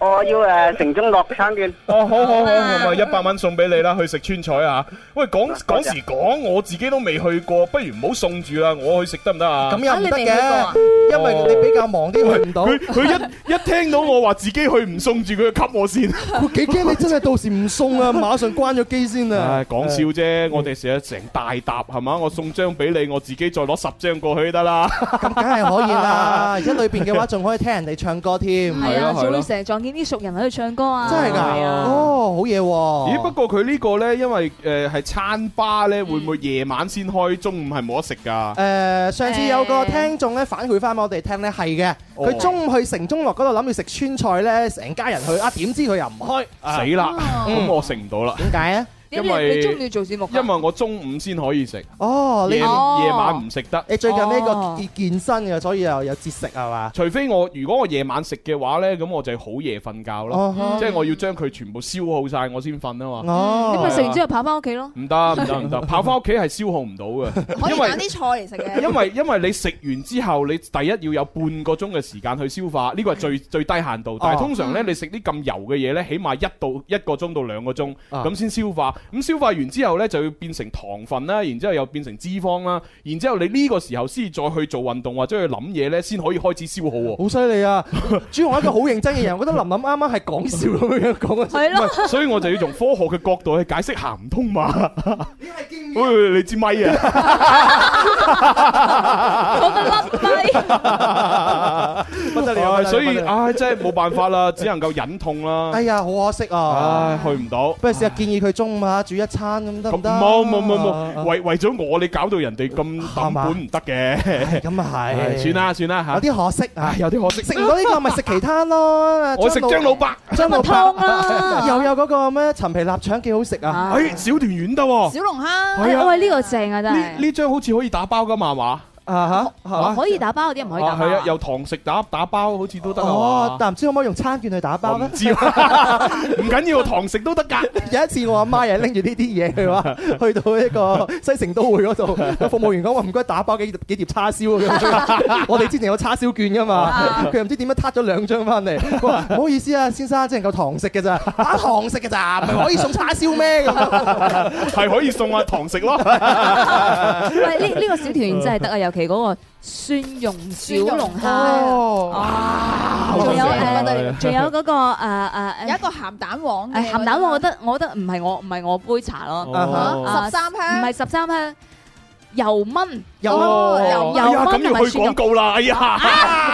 Speaker 11: 我要誒城中樂餐券，
Speaker 3: 哦，好好好，咁啊，一百蚊送俾你啦，去食川菜啊！喂，講講時講，我自己都未去過，不如唔好送住啦，我去食得唔得啊？
Speaker 5: 咁又唔得
Speaker 3: 啊
Speaker 5: 嘅，因為你比較忙啲，去唔到。
Speaker 3: 佢佢一 一聽到我話自己去唔送住佢，就吸我先。
Speaker 5: 佢幾驚你真係到時唔送啊！馬上關咗機先啊
Speaker 3: 唉，！講笑啫，我哋成日成大沓係嘛，我送張俾你，我自己再攞十張過去得啦。
Speaker 5: 咁梗係可以 啦，而家裏邊嘅話仲可以聽人哋唱歌添。
Speaker 4: 係啊，仲會成日撞見啲熟人喺度唱歌啊！
Speaker 5: 真係㗎
Speaker 4: 係啊！
Speaker 5: 哦，好嘢喎！
Speaker 3: 咦？不過佢呢個呢，因為誒係餐吧呢，會唔會夜晚先開，中午係冇得食㗎？
Speaker 5: 誒上次有個聽眾咧反饋翻我哋聽咧係嘅，
Speaker 3: 哦
Speaker 5: 佢中午去城中樂嗰度諗住食川菜咧，成家人去啊，點知佢又唔開，
Speaker 3: 死啦！咁我食唔到啦。
Speaker 5: 點解啊？
Speaker 3: 因
Speaker 4: 你中午
Speaker 3: 為
Speaker 4: 要做節目啊㗎，
Speaker 3: 因為我中午先可以食。
Speaker 5: 哦，你
Speaker 3: 夜
Speaker 4: 哦
Speaker 3: 夜晚唔食得。
Speaker 5: 你最近呢
Speaker 4: 哦
Speaker 5: 個健健身嘅，所以又有節食係嘛？
Speaker 3: 除非我如果我夜晚食嘅話呢，咁我就好夜瞓覺
Speaker 5: 哦
Speaker 3: 咯，
Speaker 5: 哈
Speaker 3: 即係我要將佢全部消耗晒，我先瞓啊嘛。
Speaker 5: 哦
Speaker 4: 你咪食完之後跑翻屋企咯。
Speaker 3: 唔得唔得唔得，跑翻屋企係消耗唔到嘅，
Speaker 2: 可以
Speaker 3: 因為
Speaker 2: 揀啲菜嚟食嘅。
Speaker 3: 因為因為你食完之後，你第一要有半個鐘嘅時間去消化，呢個係最最低限度。但係通常呢，你食啲咁油嘅嘢呢，起碼一到一個鐘到兩個鐘
Speaker 5: 啊
Speaker 3: 咁先消化。咁消化完之後呢，就要變成糖分啦，然之後又變成脂肪啦，然之後你呢個時候先再去做運動或者去諗嘢呢，先可以開始消耗喎。
Speaker 5: 好犀利啊！朱紅係一個好認真嘅人，我覺得林琳啱啱係講笑咁樣講啊。
Speaker 4: 係
Speaker 3: 唔係所以我就要從科學嘅角度去解釋行唔通嘛。喂，你支咪啊？
Speaker 5: 不得了
Speaker 4: 啊
Speaker 3: 唉
Speaker 5: 不得了
Speaker 3: 哦所以
Speaker 5: 不得了
Speaker 3: 唉，真係冇辦法啦，只能夠忍痛啦。
Speaker 5: 哎呀，好可惜啊！
Speaker 3: 唉，去唔到。
Speaker 5: 不如試下建議佢中午下煮一餐咁得唔啊得？
Speaker 3: 冇冇冇冇，為為咗我你搞到人哋咁
Speaker 5: 啊
Speaker 3: 抌本唔得嘅。
Speaker 5: 咁啊係
Speaker 3: 唉算啦算啦嚇。
Speaker 5: 有啲可惜啊
Speaker 3: 唉，有啲可惜。
Speaker 5: 食唔到呢個咪食其他咯。
Speaker 3: 我食張老伯，
Speaker 5: 啊張老伯
Speaker 4: 湯啦
Speaker 5: 又有嗰個咩陳皮臘腸幾好食啊！
Speaker 3: 唉，哎小團圓得喎。
Speaker 2: 小龍蝦，
Speaker 3: 係啊
Speaker 4: 哎喂，呢個正啊，真
Speaker 3: 呢
Speaker 4: 係。
Speaker 3: 呢張好似可以打包㗎嘛係嘛？
Speaker 5: 啊
Speaker 4: 哦
Speaker 5: 嚇
Speaker 4: 可以打包，有啲人唔可以打
Speaker 3: 啊
Speaker 4: 包
Speaker 3: 係啊
Speaker 4: 啊，。
Speaker 3: 由堂食打打包好似都得啊
Speaker 5: 哦，
Speaker 3: 嘛。
Speaker 5: 但唔知可唔可以用餐券去打包
Speaker 3: 我
Speaker 5: 咧
Speaker 3: 唔？ 知啊，唔緊要，堂食都得㗎。
Speaker 5: 有一次我阿媽又係拎住呢啲嘢 去話，去到呢個西城都會嗰度，個服務員講話唔該打包幾碟幾碟叉燒 啊咁。我哋之前有叉燒券噶嘛，
Speaker 3: 啊
Speaker 5: 佢又唔知點樣撻咗兩張翻嚟，佢話唔好意思啊，先生只能夠堂食 嘅咋，打堂食嘅咋，唔係可以送叉燒咩 咁？
Speaker 3: 係可以送啊堂食咯。
Speaker 4: 喂，呢呢個小團圓真係得啊，尤其嗰個蒜蓉小龍蝦，
Speaker 5: 哦，
Speaker 4: 仲有
Speaker 3: 好正啊
Speaker 4: 誒，仲有嗰個誒
Speaker 18: 啊
Speaker 2: 有一
Speaker 4: 誒
Speaker 2: 個鹹蛋黃嘅
Speaker 4: 誒鹹蛋黃，我覺得我覺得唔係我唔係我杯茶咯。
Speaker 3: 哦
Speaker 4: 啊
Speaker 2: 十三
Speaker 4: 唔
Speaker 2: 香，
Speaker 4: 係十三香，油蚊，
Speaker 3: 哦
Speaker 5: 有
Speaker 4: 油
Speaker 3: 哎呀
Speaker 4: 油
Speaker 3: 咁
Speaker 4: 哦蚊同
Speaker 3: 要
Speaker 4: 埋
Speaker 3: 去
Speaker 4: 蒜
Speaker 3: 廣
Speaker 4: 蓉，
Speaker 3: 告啦！哎呀，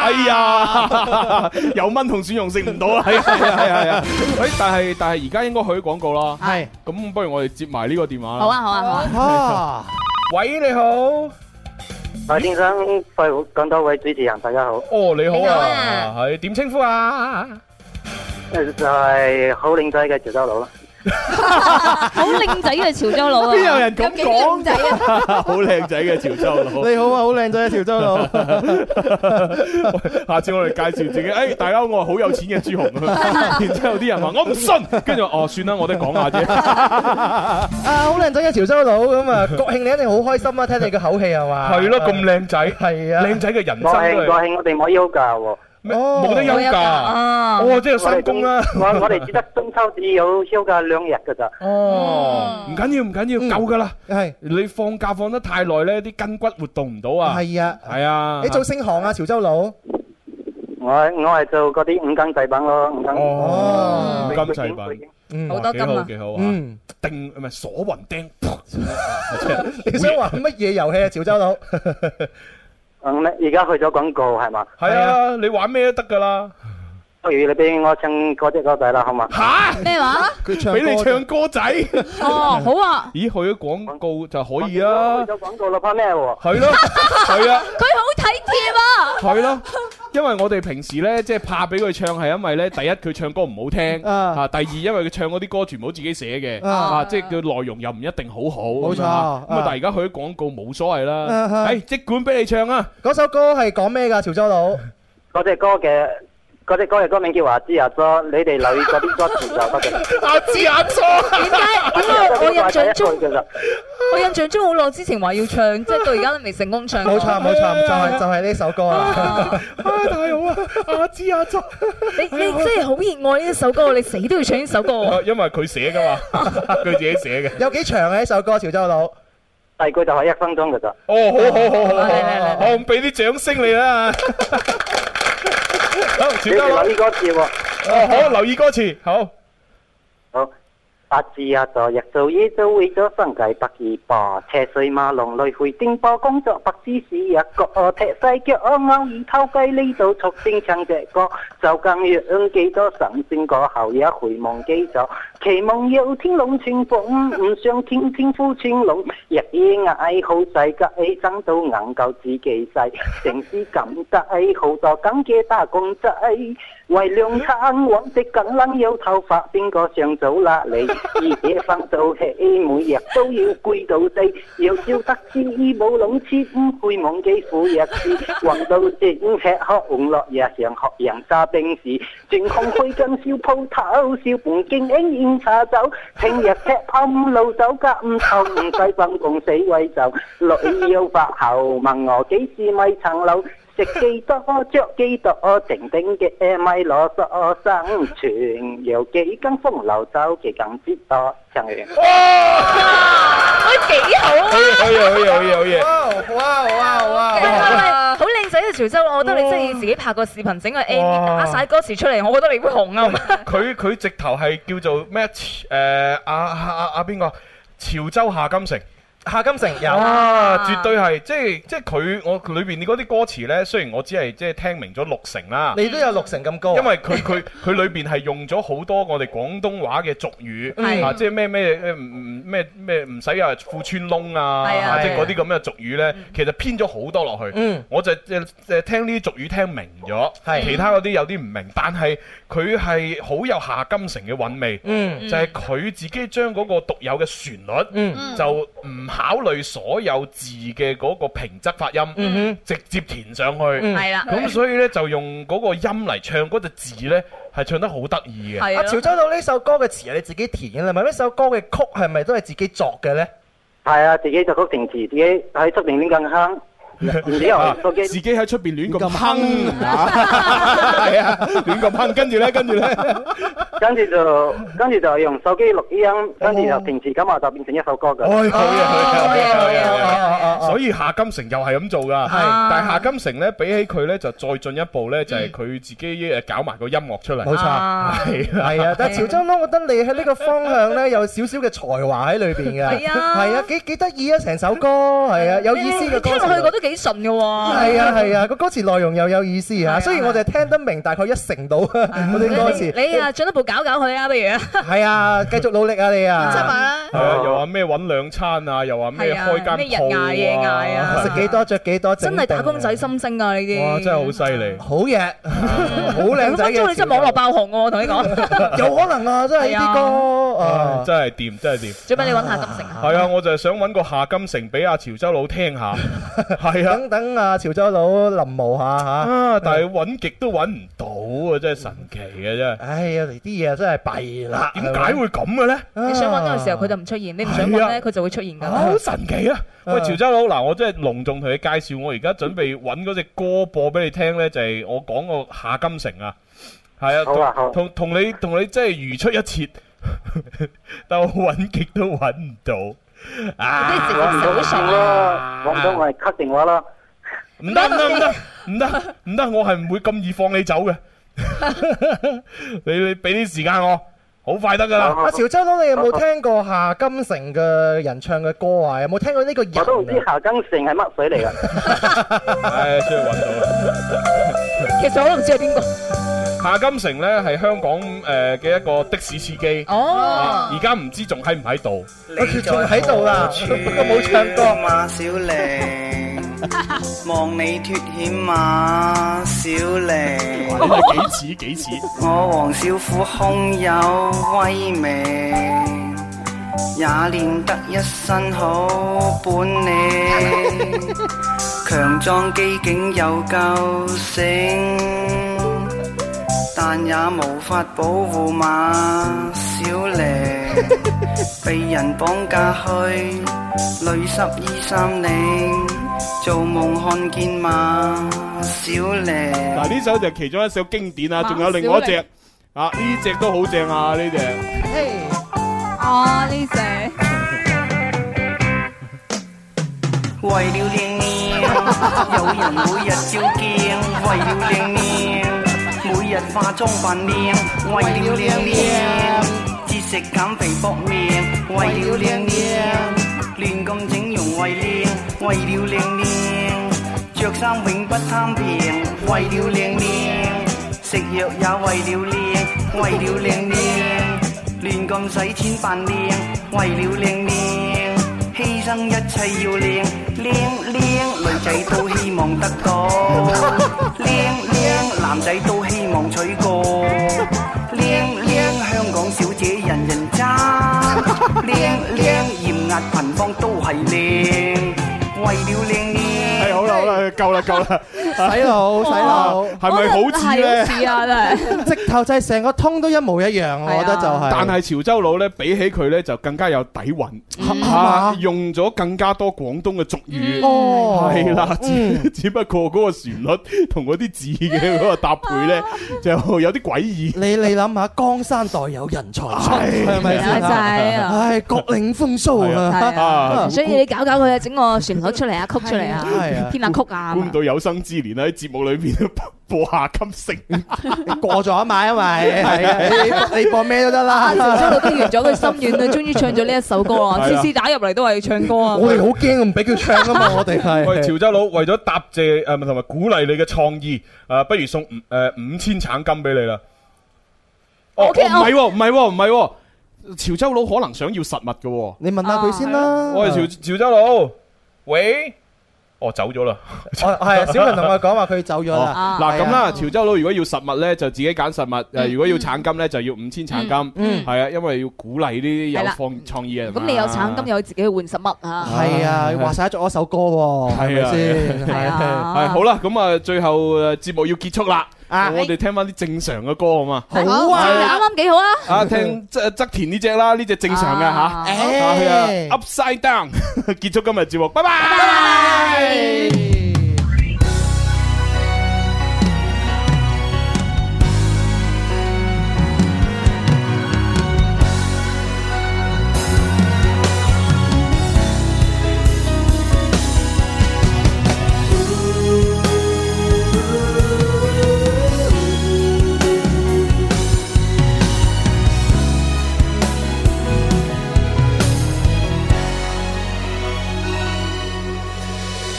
Speaker 3: 哎 呀，有蚊同蒜蓉食唔到啊！係啊係啊係啊！誒，但係但係而家應該去廣告啦。
Speaker 5: 係
Speaker 3: 咁，不如我哋接埋呢個電話啦。
Speaker 4: 好啊好啊好啊，
Speaker 5: 啊，
Speaker 3: 喂，你好，
Speaker 11: 啊，天生快活咁多位主持人，大家好。
Speaker 3: 哦，你好啊，係點稱呼啊？
Speaker 11: 誒呃就係好靚仔嘅潮州佬啦。
Speaker 6: 好靚仔嘅潮州佬啊！
Speaker 2: 邊有人咁講
Speaker 6: 仔啊？
Speaker 2: 好靚仔嘅潮州 佬。
Speaker 5: 你好啊，好靚仔啊，潮州佬。
Speaker 2: 下次我哋介紹自己，誒，大家好，我係好有錢嘅朱紅 啊！然之後啲人話我唔信，跟住我哦，算啦，我都講下啫。
Speaker 5: 啊，好靚仔嘅潮州佬咁啊！國慶你一定好開心啊！聽你嘅口氣係嘛？
Speaker 3: 係咯，咁靚仔，係
Speaker 5: 啊
Speaker 3: 靚仔嘅人生都
Speaker 11: 國慶
Speaker 3: 係
Speaker 11: 國慶我哋冇休假喎。
Speaker 3: 冇得休假，哦，即係收工啦。
Speaker 11: 我我哋只得中秋節有休假兩日㗎咋。
Speaker 3: 哦，唔緊要，唔緊要，夠噶啦。係你放假放得太耐咧，啲筋骨活動唔到啊。
Speaker 5: 係啊，
Speaker 3: 係啊。
Speaker 5: 你做星行啊，潮州佬。
Speaker 11: 我我係做嗰啲五金製品咯，五金。
Speaker 3: 哦，五金製品。
Speaker 5: 嗯
Speaker 3: 哇
Speaker 5: 好多
Speaker 3: 幾
Speaker 5: 金啊
Speaker 3: 幾好啊！
Speaker 5: 嗯
Speaker 3: 定唔係鎖雲釘，
Speaker 5: 你想玩乜嘢遊戲啊，潮州 佬？
Speaker 11: 嗯，而家去咗廣告係嘛？
Speaker 3: 係啊，你玩咩都得噶 啦。
Speaker 11: 不如你俾我唱嗰只歌仔啦，好嘛？
Speaker 3: 嚇
Speaker 6: 咩話？
Speaker 3: 佢俾你唱歌仔。
Speaker 6: 哦，好啊！
Speaker 3: 咦，去咗廣告就可以啊。
Speaker 11: 廣告啦，拍咩喎？
Speaker 3: 係咯，係啊。
Speaker 6: 佢好體貼啊！
Speaker 3: 係咯，因為我哋平時咧，即係怕俾佢唱，係因為咧，第一佢唱歌唔好聽，啊，第二因為佢唱嗰啲歌全部都自己寫嘅，
Speaker 5: 啊
Speaker 3: 啊，即係佢內容又唔一定好好，
Speaker 5: 冇錯
Speaker 3: 咁啊
Speaker 5: 啊
Speaker 3: 咁啊，但係而家佢啲廣告冇所謂
Speaker 5: 啊
Speaker 3: 啦，
Speaker 5: 哈
Speaker 3: 誒，即管俾你唱啊，
Speaker 5: 嗰首歌係講咩㗎，潮州佬？
Speaker 11: 嗰只歌嘅嗰只歌嘅歌名叫《華之阿哥》，你哋留意嗰啲歌詞就得嘅啦。
Speaker 3: 阿知阿錯。
Speaker 4: 點解？點解我印象中，
Speaker 11: 嘅啦，
Speaker 4: 我印象中好耐之前話要唱，即係到而家都未成功唱。
Speaker 5: 冇錯冇錯，就係就係呢首歌啊！
Speaker 3: 太好啊！阿知阿錯，
Speaker 4: 你你真係好熱愛呢一首歌，你死都要唱呢首歌 喎。
Speaker 3: 因為佢寫噶 嘛，佢自己寫嘅。
Speaker 5: 有幾長啊？呢首歌，潮州佬。
Speaker 11: 第句就係一分鐘嘅咋。
Speaker 3: 哦，好好好好好，好，咁俾啲掌聲你 啦。好，潮
Speaker 11: 你
Speaker 3: 州
Speaker 11: 哋
Speaker 3: 佬
Speaker 11: 留意歌詞喎。
Speaker 3: 哦，好，留意歌詞，好。
Speaker 11: 阿志哦啊，昨日做嘢做為咗生計不二吧，車水馬龍來回顛簸，工作不知是一個哦踢細腳，偶爾偷雞呢度促成唱隻歌，就更讓幾多神仙過後也回忘記咗，期望有天龍穿鳳，唔想天天呼穿龍，日夜嗌好世界，爭到硬夠自己細， 成事咁低，好多咁嘅打工仔。哎為兩餐揾食梗撚有頭髮，邊個上早啦你？ 而且瞓到起，每日都要攰到地，要笑得知冇諗切，會忘記苦日子，暈到正吃喝玩樂日常學人揸兵士，轉空去跟燒鋪頭，燒半徑影煙茶酒，聽日踢噴路走夾唔透，唔使瞓共死位就，女要發姣問我幾時咪層樓。食幾多着幾多，定定嘅咪攞咗生存，有幾斤風流走幾斤折多，唱完。
Speaker 4: 幾好啊！
Speaker 3: 好嘢，好嘢，好嘢，好嘢。
Speaker 5: 哇哇哇！
Speaker 4: 哇好靚仔嘅潮州，我覺得你真係要自己拍個視頻整個 A V，打晒歌詞出嚟，我覺得你會紅啊！
Speaker 3: 佢佢直頭係叫做咩？誒啊阿阿阿邊個？潮州夏金城。
Speaker 5: 夏金城有
Speaker 3: 啊，絕對係，即係即係佢我裏邊嗰啲歌詞呢，雖然我只係即係聽明咗六成啦，
Speaker 5: 你都有六成咁高啊。
Speaker 3: 因為佢佢佢裏邊係用咗好多我哋廣東話嘅俗
Speaker 5: 係
Speaker 3: 語，啊，即係咩咩咩唔唔咩咩唔使啊褲穿窿
Speaker 5: 係啊
Speaker 3: 啊，即係
Speaker 5: 係
Speaker 3: 嗰啲咁嘅俗語呢，其實編咗好多落去
Speaker 5: 嗯。
Speaker 3: 我就即係聽呢啲俗語聽明咗，
Speaker 5: 係
Speaker 3: 其他嗰啲有啲唔明，但係佢係好有夏金城嘅韻味，
Speaker 5: 嗯
Speaker 3: 就係佢自己將嗰個獨有嘅旋律，
Speaker 5: 嗯
Speaker 3: 就唔考慮所有字嘅嗰個平仄發音
Speaker 5: 嗯，
Speaker 3: 直接填上去。
Speaker 5: 嗯係啦
Speaker 3: 咁所以呢，就用嗰個音嚟唱嗰隻字呢，係唱得好得意嘅。
Speaker 5: 啊，潮州佬呢首歌嘅詞係你自己填嘅啦，咪呢首歌嘅曲係咪都係自己作嘅咧？
Speaker 11: 係啊，自己作曲填詞，自己喺出邊亂咁哼，然之
Speaker 3: 啊
Speaker 11: 後
Speaker 3: 自己喺出邊亂咁哼，係啊，亂咁哼，跟住呢，跟住呢，
Speaker 11: 跟住就跟住就用手機錄音，跟住就填詞，咁我就變成一首歌噶。
Speaker 3: 哎，好哎嘢，好嘢，好嘢，好
Speaker 5: 嘢
Speaker 3: 嘢。所以夏金城又係咁做噶，
Speaker 5: 係
Speaker 3: 但係夏金城呢，比起佢呢，就再進一步呢，就係佢自己誒搞埋個音樂出嚟。
Speaker 5: 冇錯
Speaker 3: 係啦
Speaker 5: 係啊，但係潮州佬，我覺得你喺呢個方向咧有少少嘅才華喺裏邊嘅。
Speaker 4: 係啊
Speaker 5: 係啊，幾幾得意啊！成首歌係啊，有意思嘅歌
Speaker 4: 聽
Speaker 5: 詞。
Speaker 4: 落去覺得幾順嘅喎。
Speaker 5: 係啊係啊，個 歌詞內容又有意思嚇，雖然我哋聽得明大概一成到嗰啲歌詞。
Speaker 4: 你你啊進一步解
Speaker 20: 搞搞佢啊，不如。
Speaker 5: 係啊，繼續努力啊，你啊。
Speaker 3: 係啊，又話咩揾兩餐啊，又話咩
Speaker 20: 係啊
Speaker 3: 開間
Speaker 20: 咩日捱夜
Speaker 3: 鋪
Speaker 20: 捱
Speaker 3: 啊，
Speaker 20: 啊
Speaker 5: 食幾多，着幾多，
Speaker 20: 真係打
Speaker 5: 整定。
Speaker 20: 工仔心聲啊！呢啲
Speaker 3: 哇，真係好犀利。
Speaker 5: 好嘢，
Speaker 20: 五分
Speaker 5: 好靚仔嘅
Speaker 20: 鐘你真係網絡爆紅喎，我同你講。
Speaker 5: 有可能啊，真係呢啲歌
Speaker 3: 唉
Speaker 5: 啊。
Speaker 3: 真係掂，真係掂。
Speaker 20: 最尾你揾下金城啊！
Speaker 3: 係啊，我就係想揾個夏金城俾阿潮州佬聽 下。係啊。
Speaker 5: 等等啊，潮州佬臨摹下嚇。
Speaker 3: 啊！但係揾極都揾唔到啊，真係神奇嘅真係。
Speaker 5: 唉呀，嚟啲嘢真係弊啦。
Speaker 3: 點解會咁嘅咧？
Speaker 20: 你想揾嘅時候佢就唔出現，你唔想揾咧佢就會出現 㗎。
Speaker 3: 好神奇啊！喂，潮州佬，嗱，我真係隆重同你介紹，我而家準備揾嗰只歌播俾你聽呢，就係我講個夏金城啊，係
Speaker 21: 好啊
Speaker 3: 啊，
Speaker 21: 好
Speaker 3: 同同同你同你真係如出一轍， 但我揾極都揾唔到啊！
Speaker 11: 我唔到啊電啦，我唔到我係 cut 電話啦。
Speaker 3: 唔得唔得唔得唔得唔得，我係唔會咁易放你走嘅， 你你俾啲時間我，好快得噶啦！
Speaker 5: 阿潮州佬，你有冇聽過夏金城嘅人唱嘅歌啊？有冇聽過呢個人啊？
Speaker 11: 我都唔知夏根城係乜水嚟噶。
Speaker 3: 唉，終於揾到啦！
Speaker 20: 其實我都唔知係邊個。
Speaker 3: 夏金城咧係香港誒嘅一個的士司機，
Speaker 20: 哦
Speaker 3: 而家唔知仲喺唔喺 度？
Speaker 5: 佢仲喺度啦， 佢冇唱歌。
Speaker 22: 馬 小玲，望你脱險馬小玲，
Speaker 3: 幾似幾似？
Speaker 22: 我黃小虎胸有威名，也練得一身好本領，強壯機警又夠醒，但也無法保護馬小玲，被人綁架去淚濕衣衫領，做夢看見馬小玲。
Speaker 3: 嗱，呢首就係其中一首經典啊，仲有另外一隻啊，呢隻都好正啊，呢隻
Speaker 4: 哦，呢只
Speaker 22: 為了靚靚，有人每日照鏡；為了靚靚，每日化妝扮靚；為了靚靚，節食減肥搏命；為了靚靚，亂咁整容為靚；為了靚靚，着衫永不貪平；為了靚靚，食藥也為了靚；為了靚靚。亂咁使錢扮靚，為了靚靚，犧牲一切要靚靚靚，女仔都希望得到靚靚，男仔都希望娶過靚靚，香港小姐人人爭靚靚，嚴壓貧芳都係靚，為了靚靚。
Speaker 3: 哎係好啦好啦，夠啦夠啦，啊
Speaker 5: 洗腦洗腦，
Speaker 3: 係咪 好似咧？
Speaker 5: 直頭就係成個通都一模一樣，我覺得就係。
Speaker 3: 但係潮州佬咧，比起佢咧就更加有底韻，啊用咗更加多廣東嘅俗語，
Speaker 5: 哦
Speaker 3: 係啦，只 只不過嗰個旋律同嗰啲字嘅嗰個搭配 咧，就有啲詭異。
Speaker 5: 你你諗下，江山代有人才出，係咪先
Speaker 4: 係啊真係啊
Speaker 5: 唉，各領風騷
Speaker 4: 係
Speaker 5: 啊
Speaker 4: 啊，！
Speaker 3: 嗯
Speaker 4: 所以你搞搞佢啊，整個旋律出嚟啊，曲出嚟啊
Speaker 5: 係啊，
Speaker 4: 編下曲啊
Speaker 3: 估，唔到有生之年啊喺節目裏邊都 播下金城，
Speaker 5: 你 過咗嘛，因為係啊，你你播咩都得啦。
Speaker 4: 啊，潮州佬都完咗佢心願啦，終於唱咗呢一首歌啊！
Speaker 3: 係啊
Speaker 4: 次次打入嚟都係唱歌啊！
Speaker 5: 我哋好驚唔俾佢唱啊嘛，我哋係。
Speaker 3: 喂，潮州佬為咗答謝誒呃同埋鼓勵你嘅創意，誒不如送五呃誒五千橙金俾你啦。哦，哦唔
Speaker 5: OK，
Speaker 3: 係喎，唔係喎，唔係喎。潮州佬可能想要實物嘅喎，
Speaker 5: 你問下佢先啦。
Speaker 3: 我係潮潮州佬，喂，哦走咗啦，
Speaker 5: 我 係啊，小強同我講話佢走咗啦
Speaker 3: 哦。嗱
Speaker 5: 係啊
Speaker 3: 咁啦，潮州佬如果要實物咧，就自己揀實物；呃誒如果要橙金咧，就要五千橙金。
Speaker 4: 嗯
Speaker 3: 係啊，因為要鼓勵呢啲
Speaker 4: 係
Speaker 3: 有
Speaker 4: 啦
Speaker 3: 放創意嘅人啊嘛。
Speaker 4: 咁你有橙金，又可以自己去換實物啊！
Speaker 5: 係 啊，話晒咗我首歌喎，係咪先？
Speaker 4: 係啊
Speaker 3: 係好啦，咁啊，最後誒節目要結束啦，
Speaker 5: 啊
Speaker 3: 我哋聽翻啲正常嘅歌好嘛？
Speaker 5: 好啊，
Speaker 4: 啱啱幾好啊！
Speaker 3: 啊， 聽側側田呢只啦，呢只正常嘅吓，啊係啊，Upside Down，結束 今日節目，拜拜。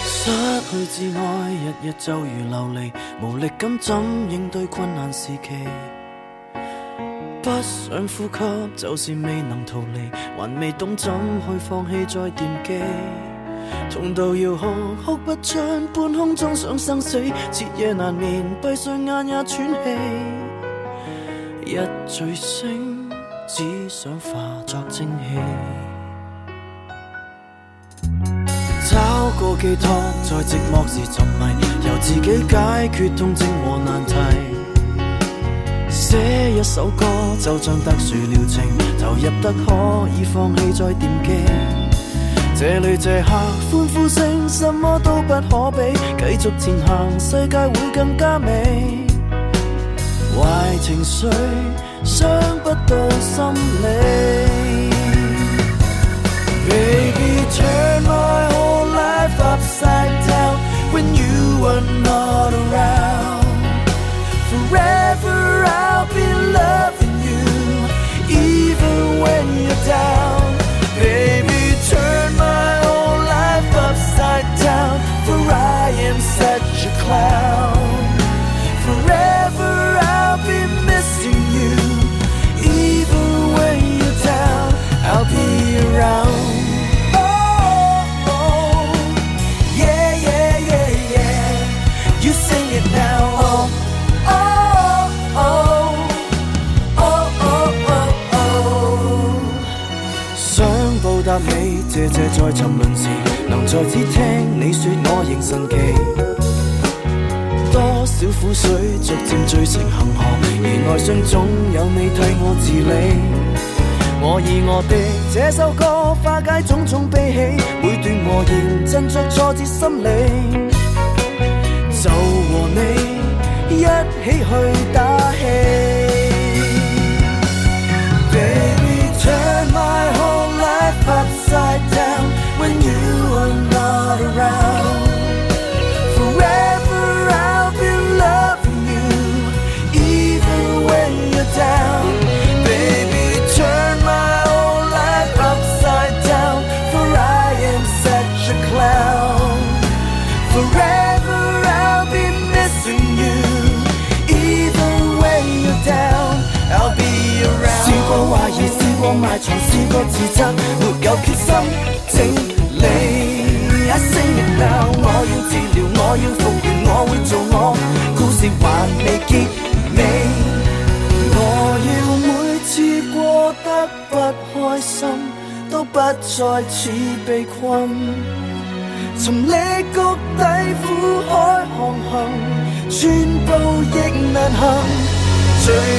Speaker 23: 失去至愛，日日就如流離，無力感怎應對困難時期。
Speaker 13: 不想呼吸，就是未能逃離，還未懂怎去放棄再惦記。痛到要哭，哭不出，半空中想生死，徹夜難眠，閉上眼也喘氣。一醉醒，只想化作蒸氣。找個寄託，在寂寞時沉迷，由自己解決痛症和難題。寫一首歌，就像特殊療程，投入得可以放棄再惦記。這裏這刻歡呼聲，什麼都不可比，繼續前行，世界會更加美。壞情緒傷不到心理。Baby, turn my whole life upside down when you are not around. Forever I'll be loving you, even when you're down. Baby, turn my whole life upside down, for I am such a clown. Forever I'll be missing you. Even when you're down, I'll be around. Oh, oh, yeah, yeah, yeah, yeah. You sing it now. Oh, oh, oh, oh, oh, oh, oh. 想報答你，謝謝在沉淪時，能在此聽你說，我仍神奇。多少苦水逐漸聚成恆河，而愛上總有你替我治理。我以我的這首歌化解種種悲喜，每段和弦振作挫折心理，就和你一起去打氣。Baby, turn my whole life upside down when you are not around. Forever I'll be loving you, even when you're down. Baby, turn my whole life upside down, for I am such a clown. Forever I'll be missing you, even when you're down. I'll be around. 試過懷疑，試過埋藏，試過自責，沒有決心整理。I sing it now，我要治療，我要復原，我會做我，故事還未結尾。我要每次過得不開心，都不再似被困。沉溺谷底苦海航行，寸步亦難行。最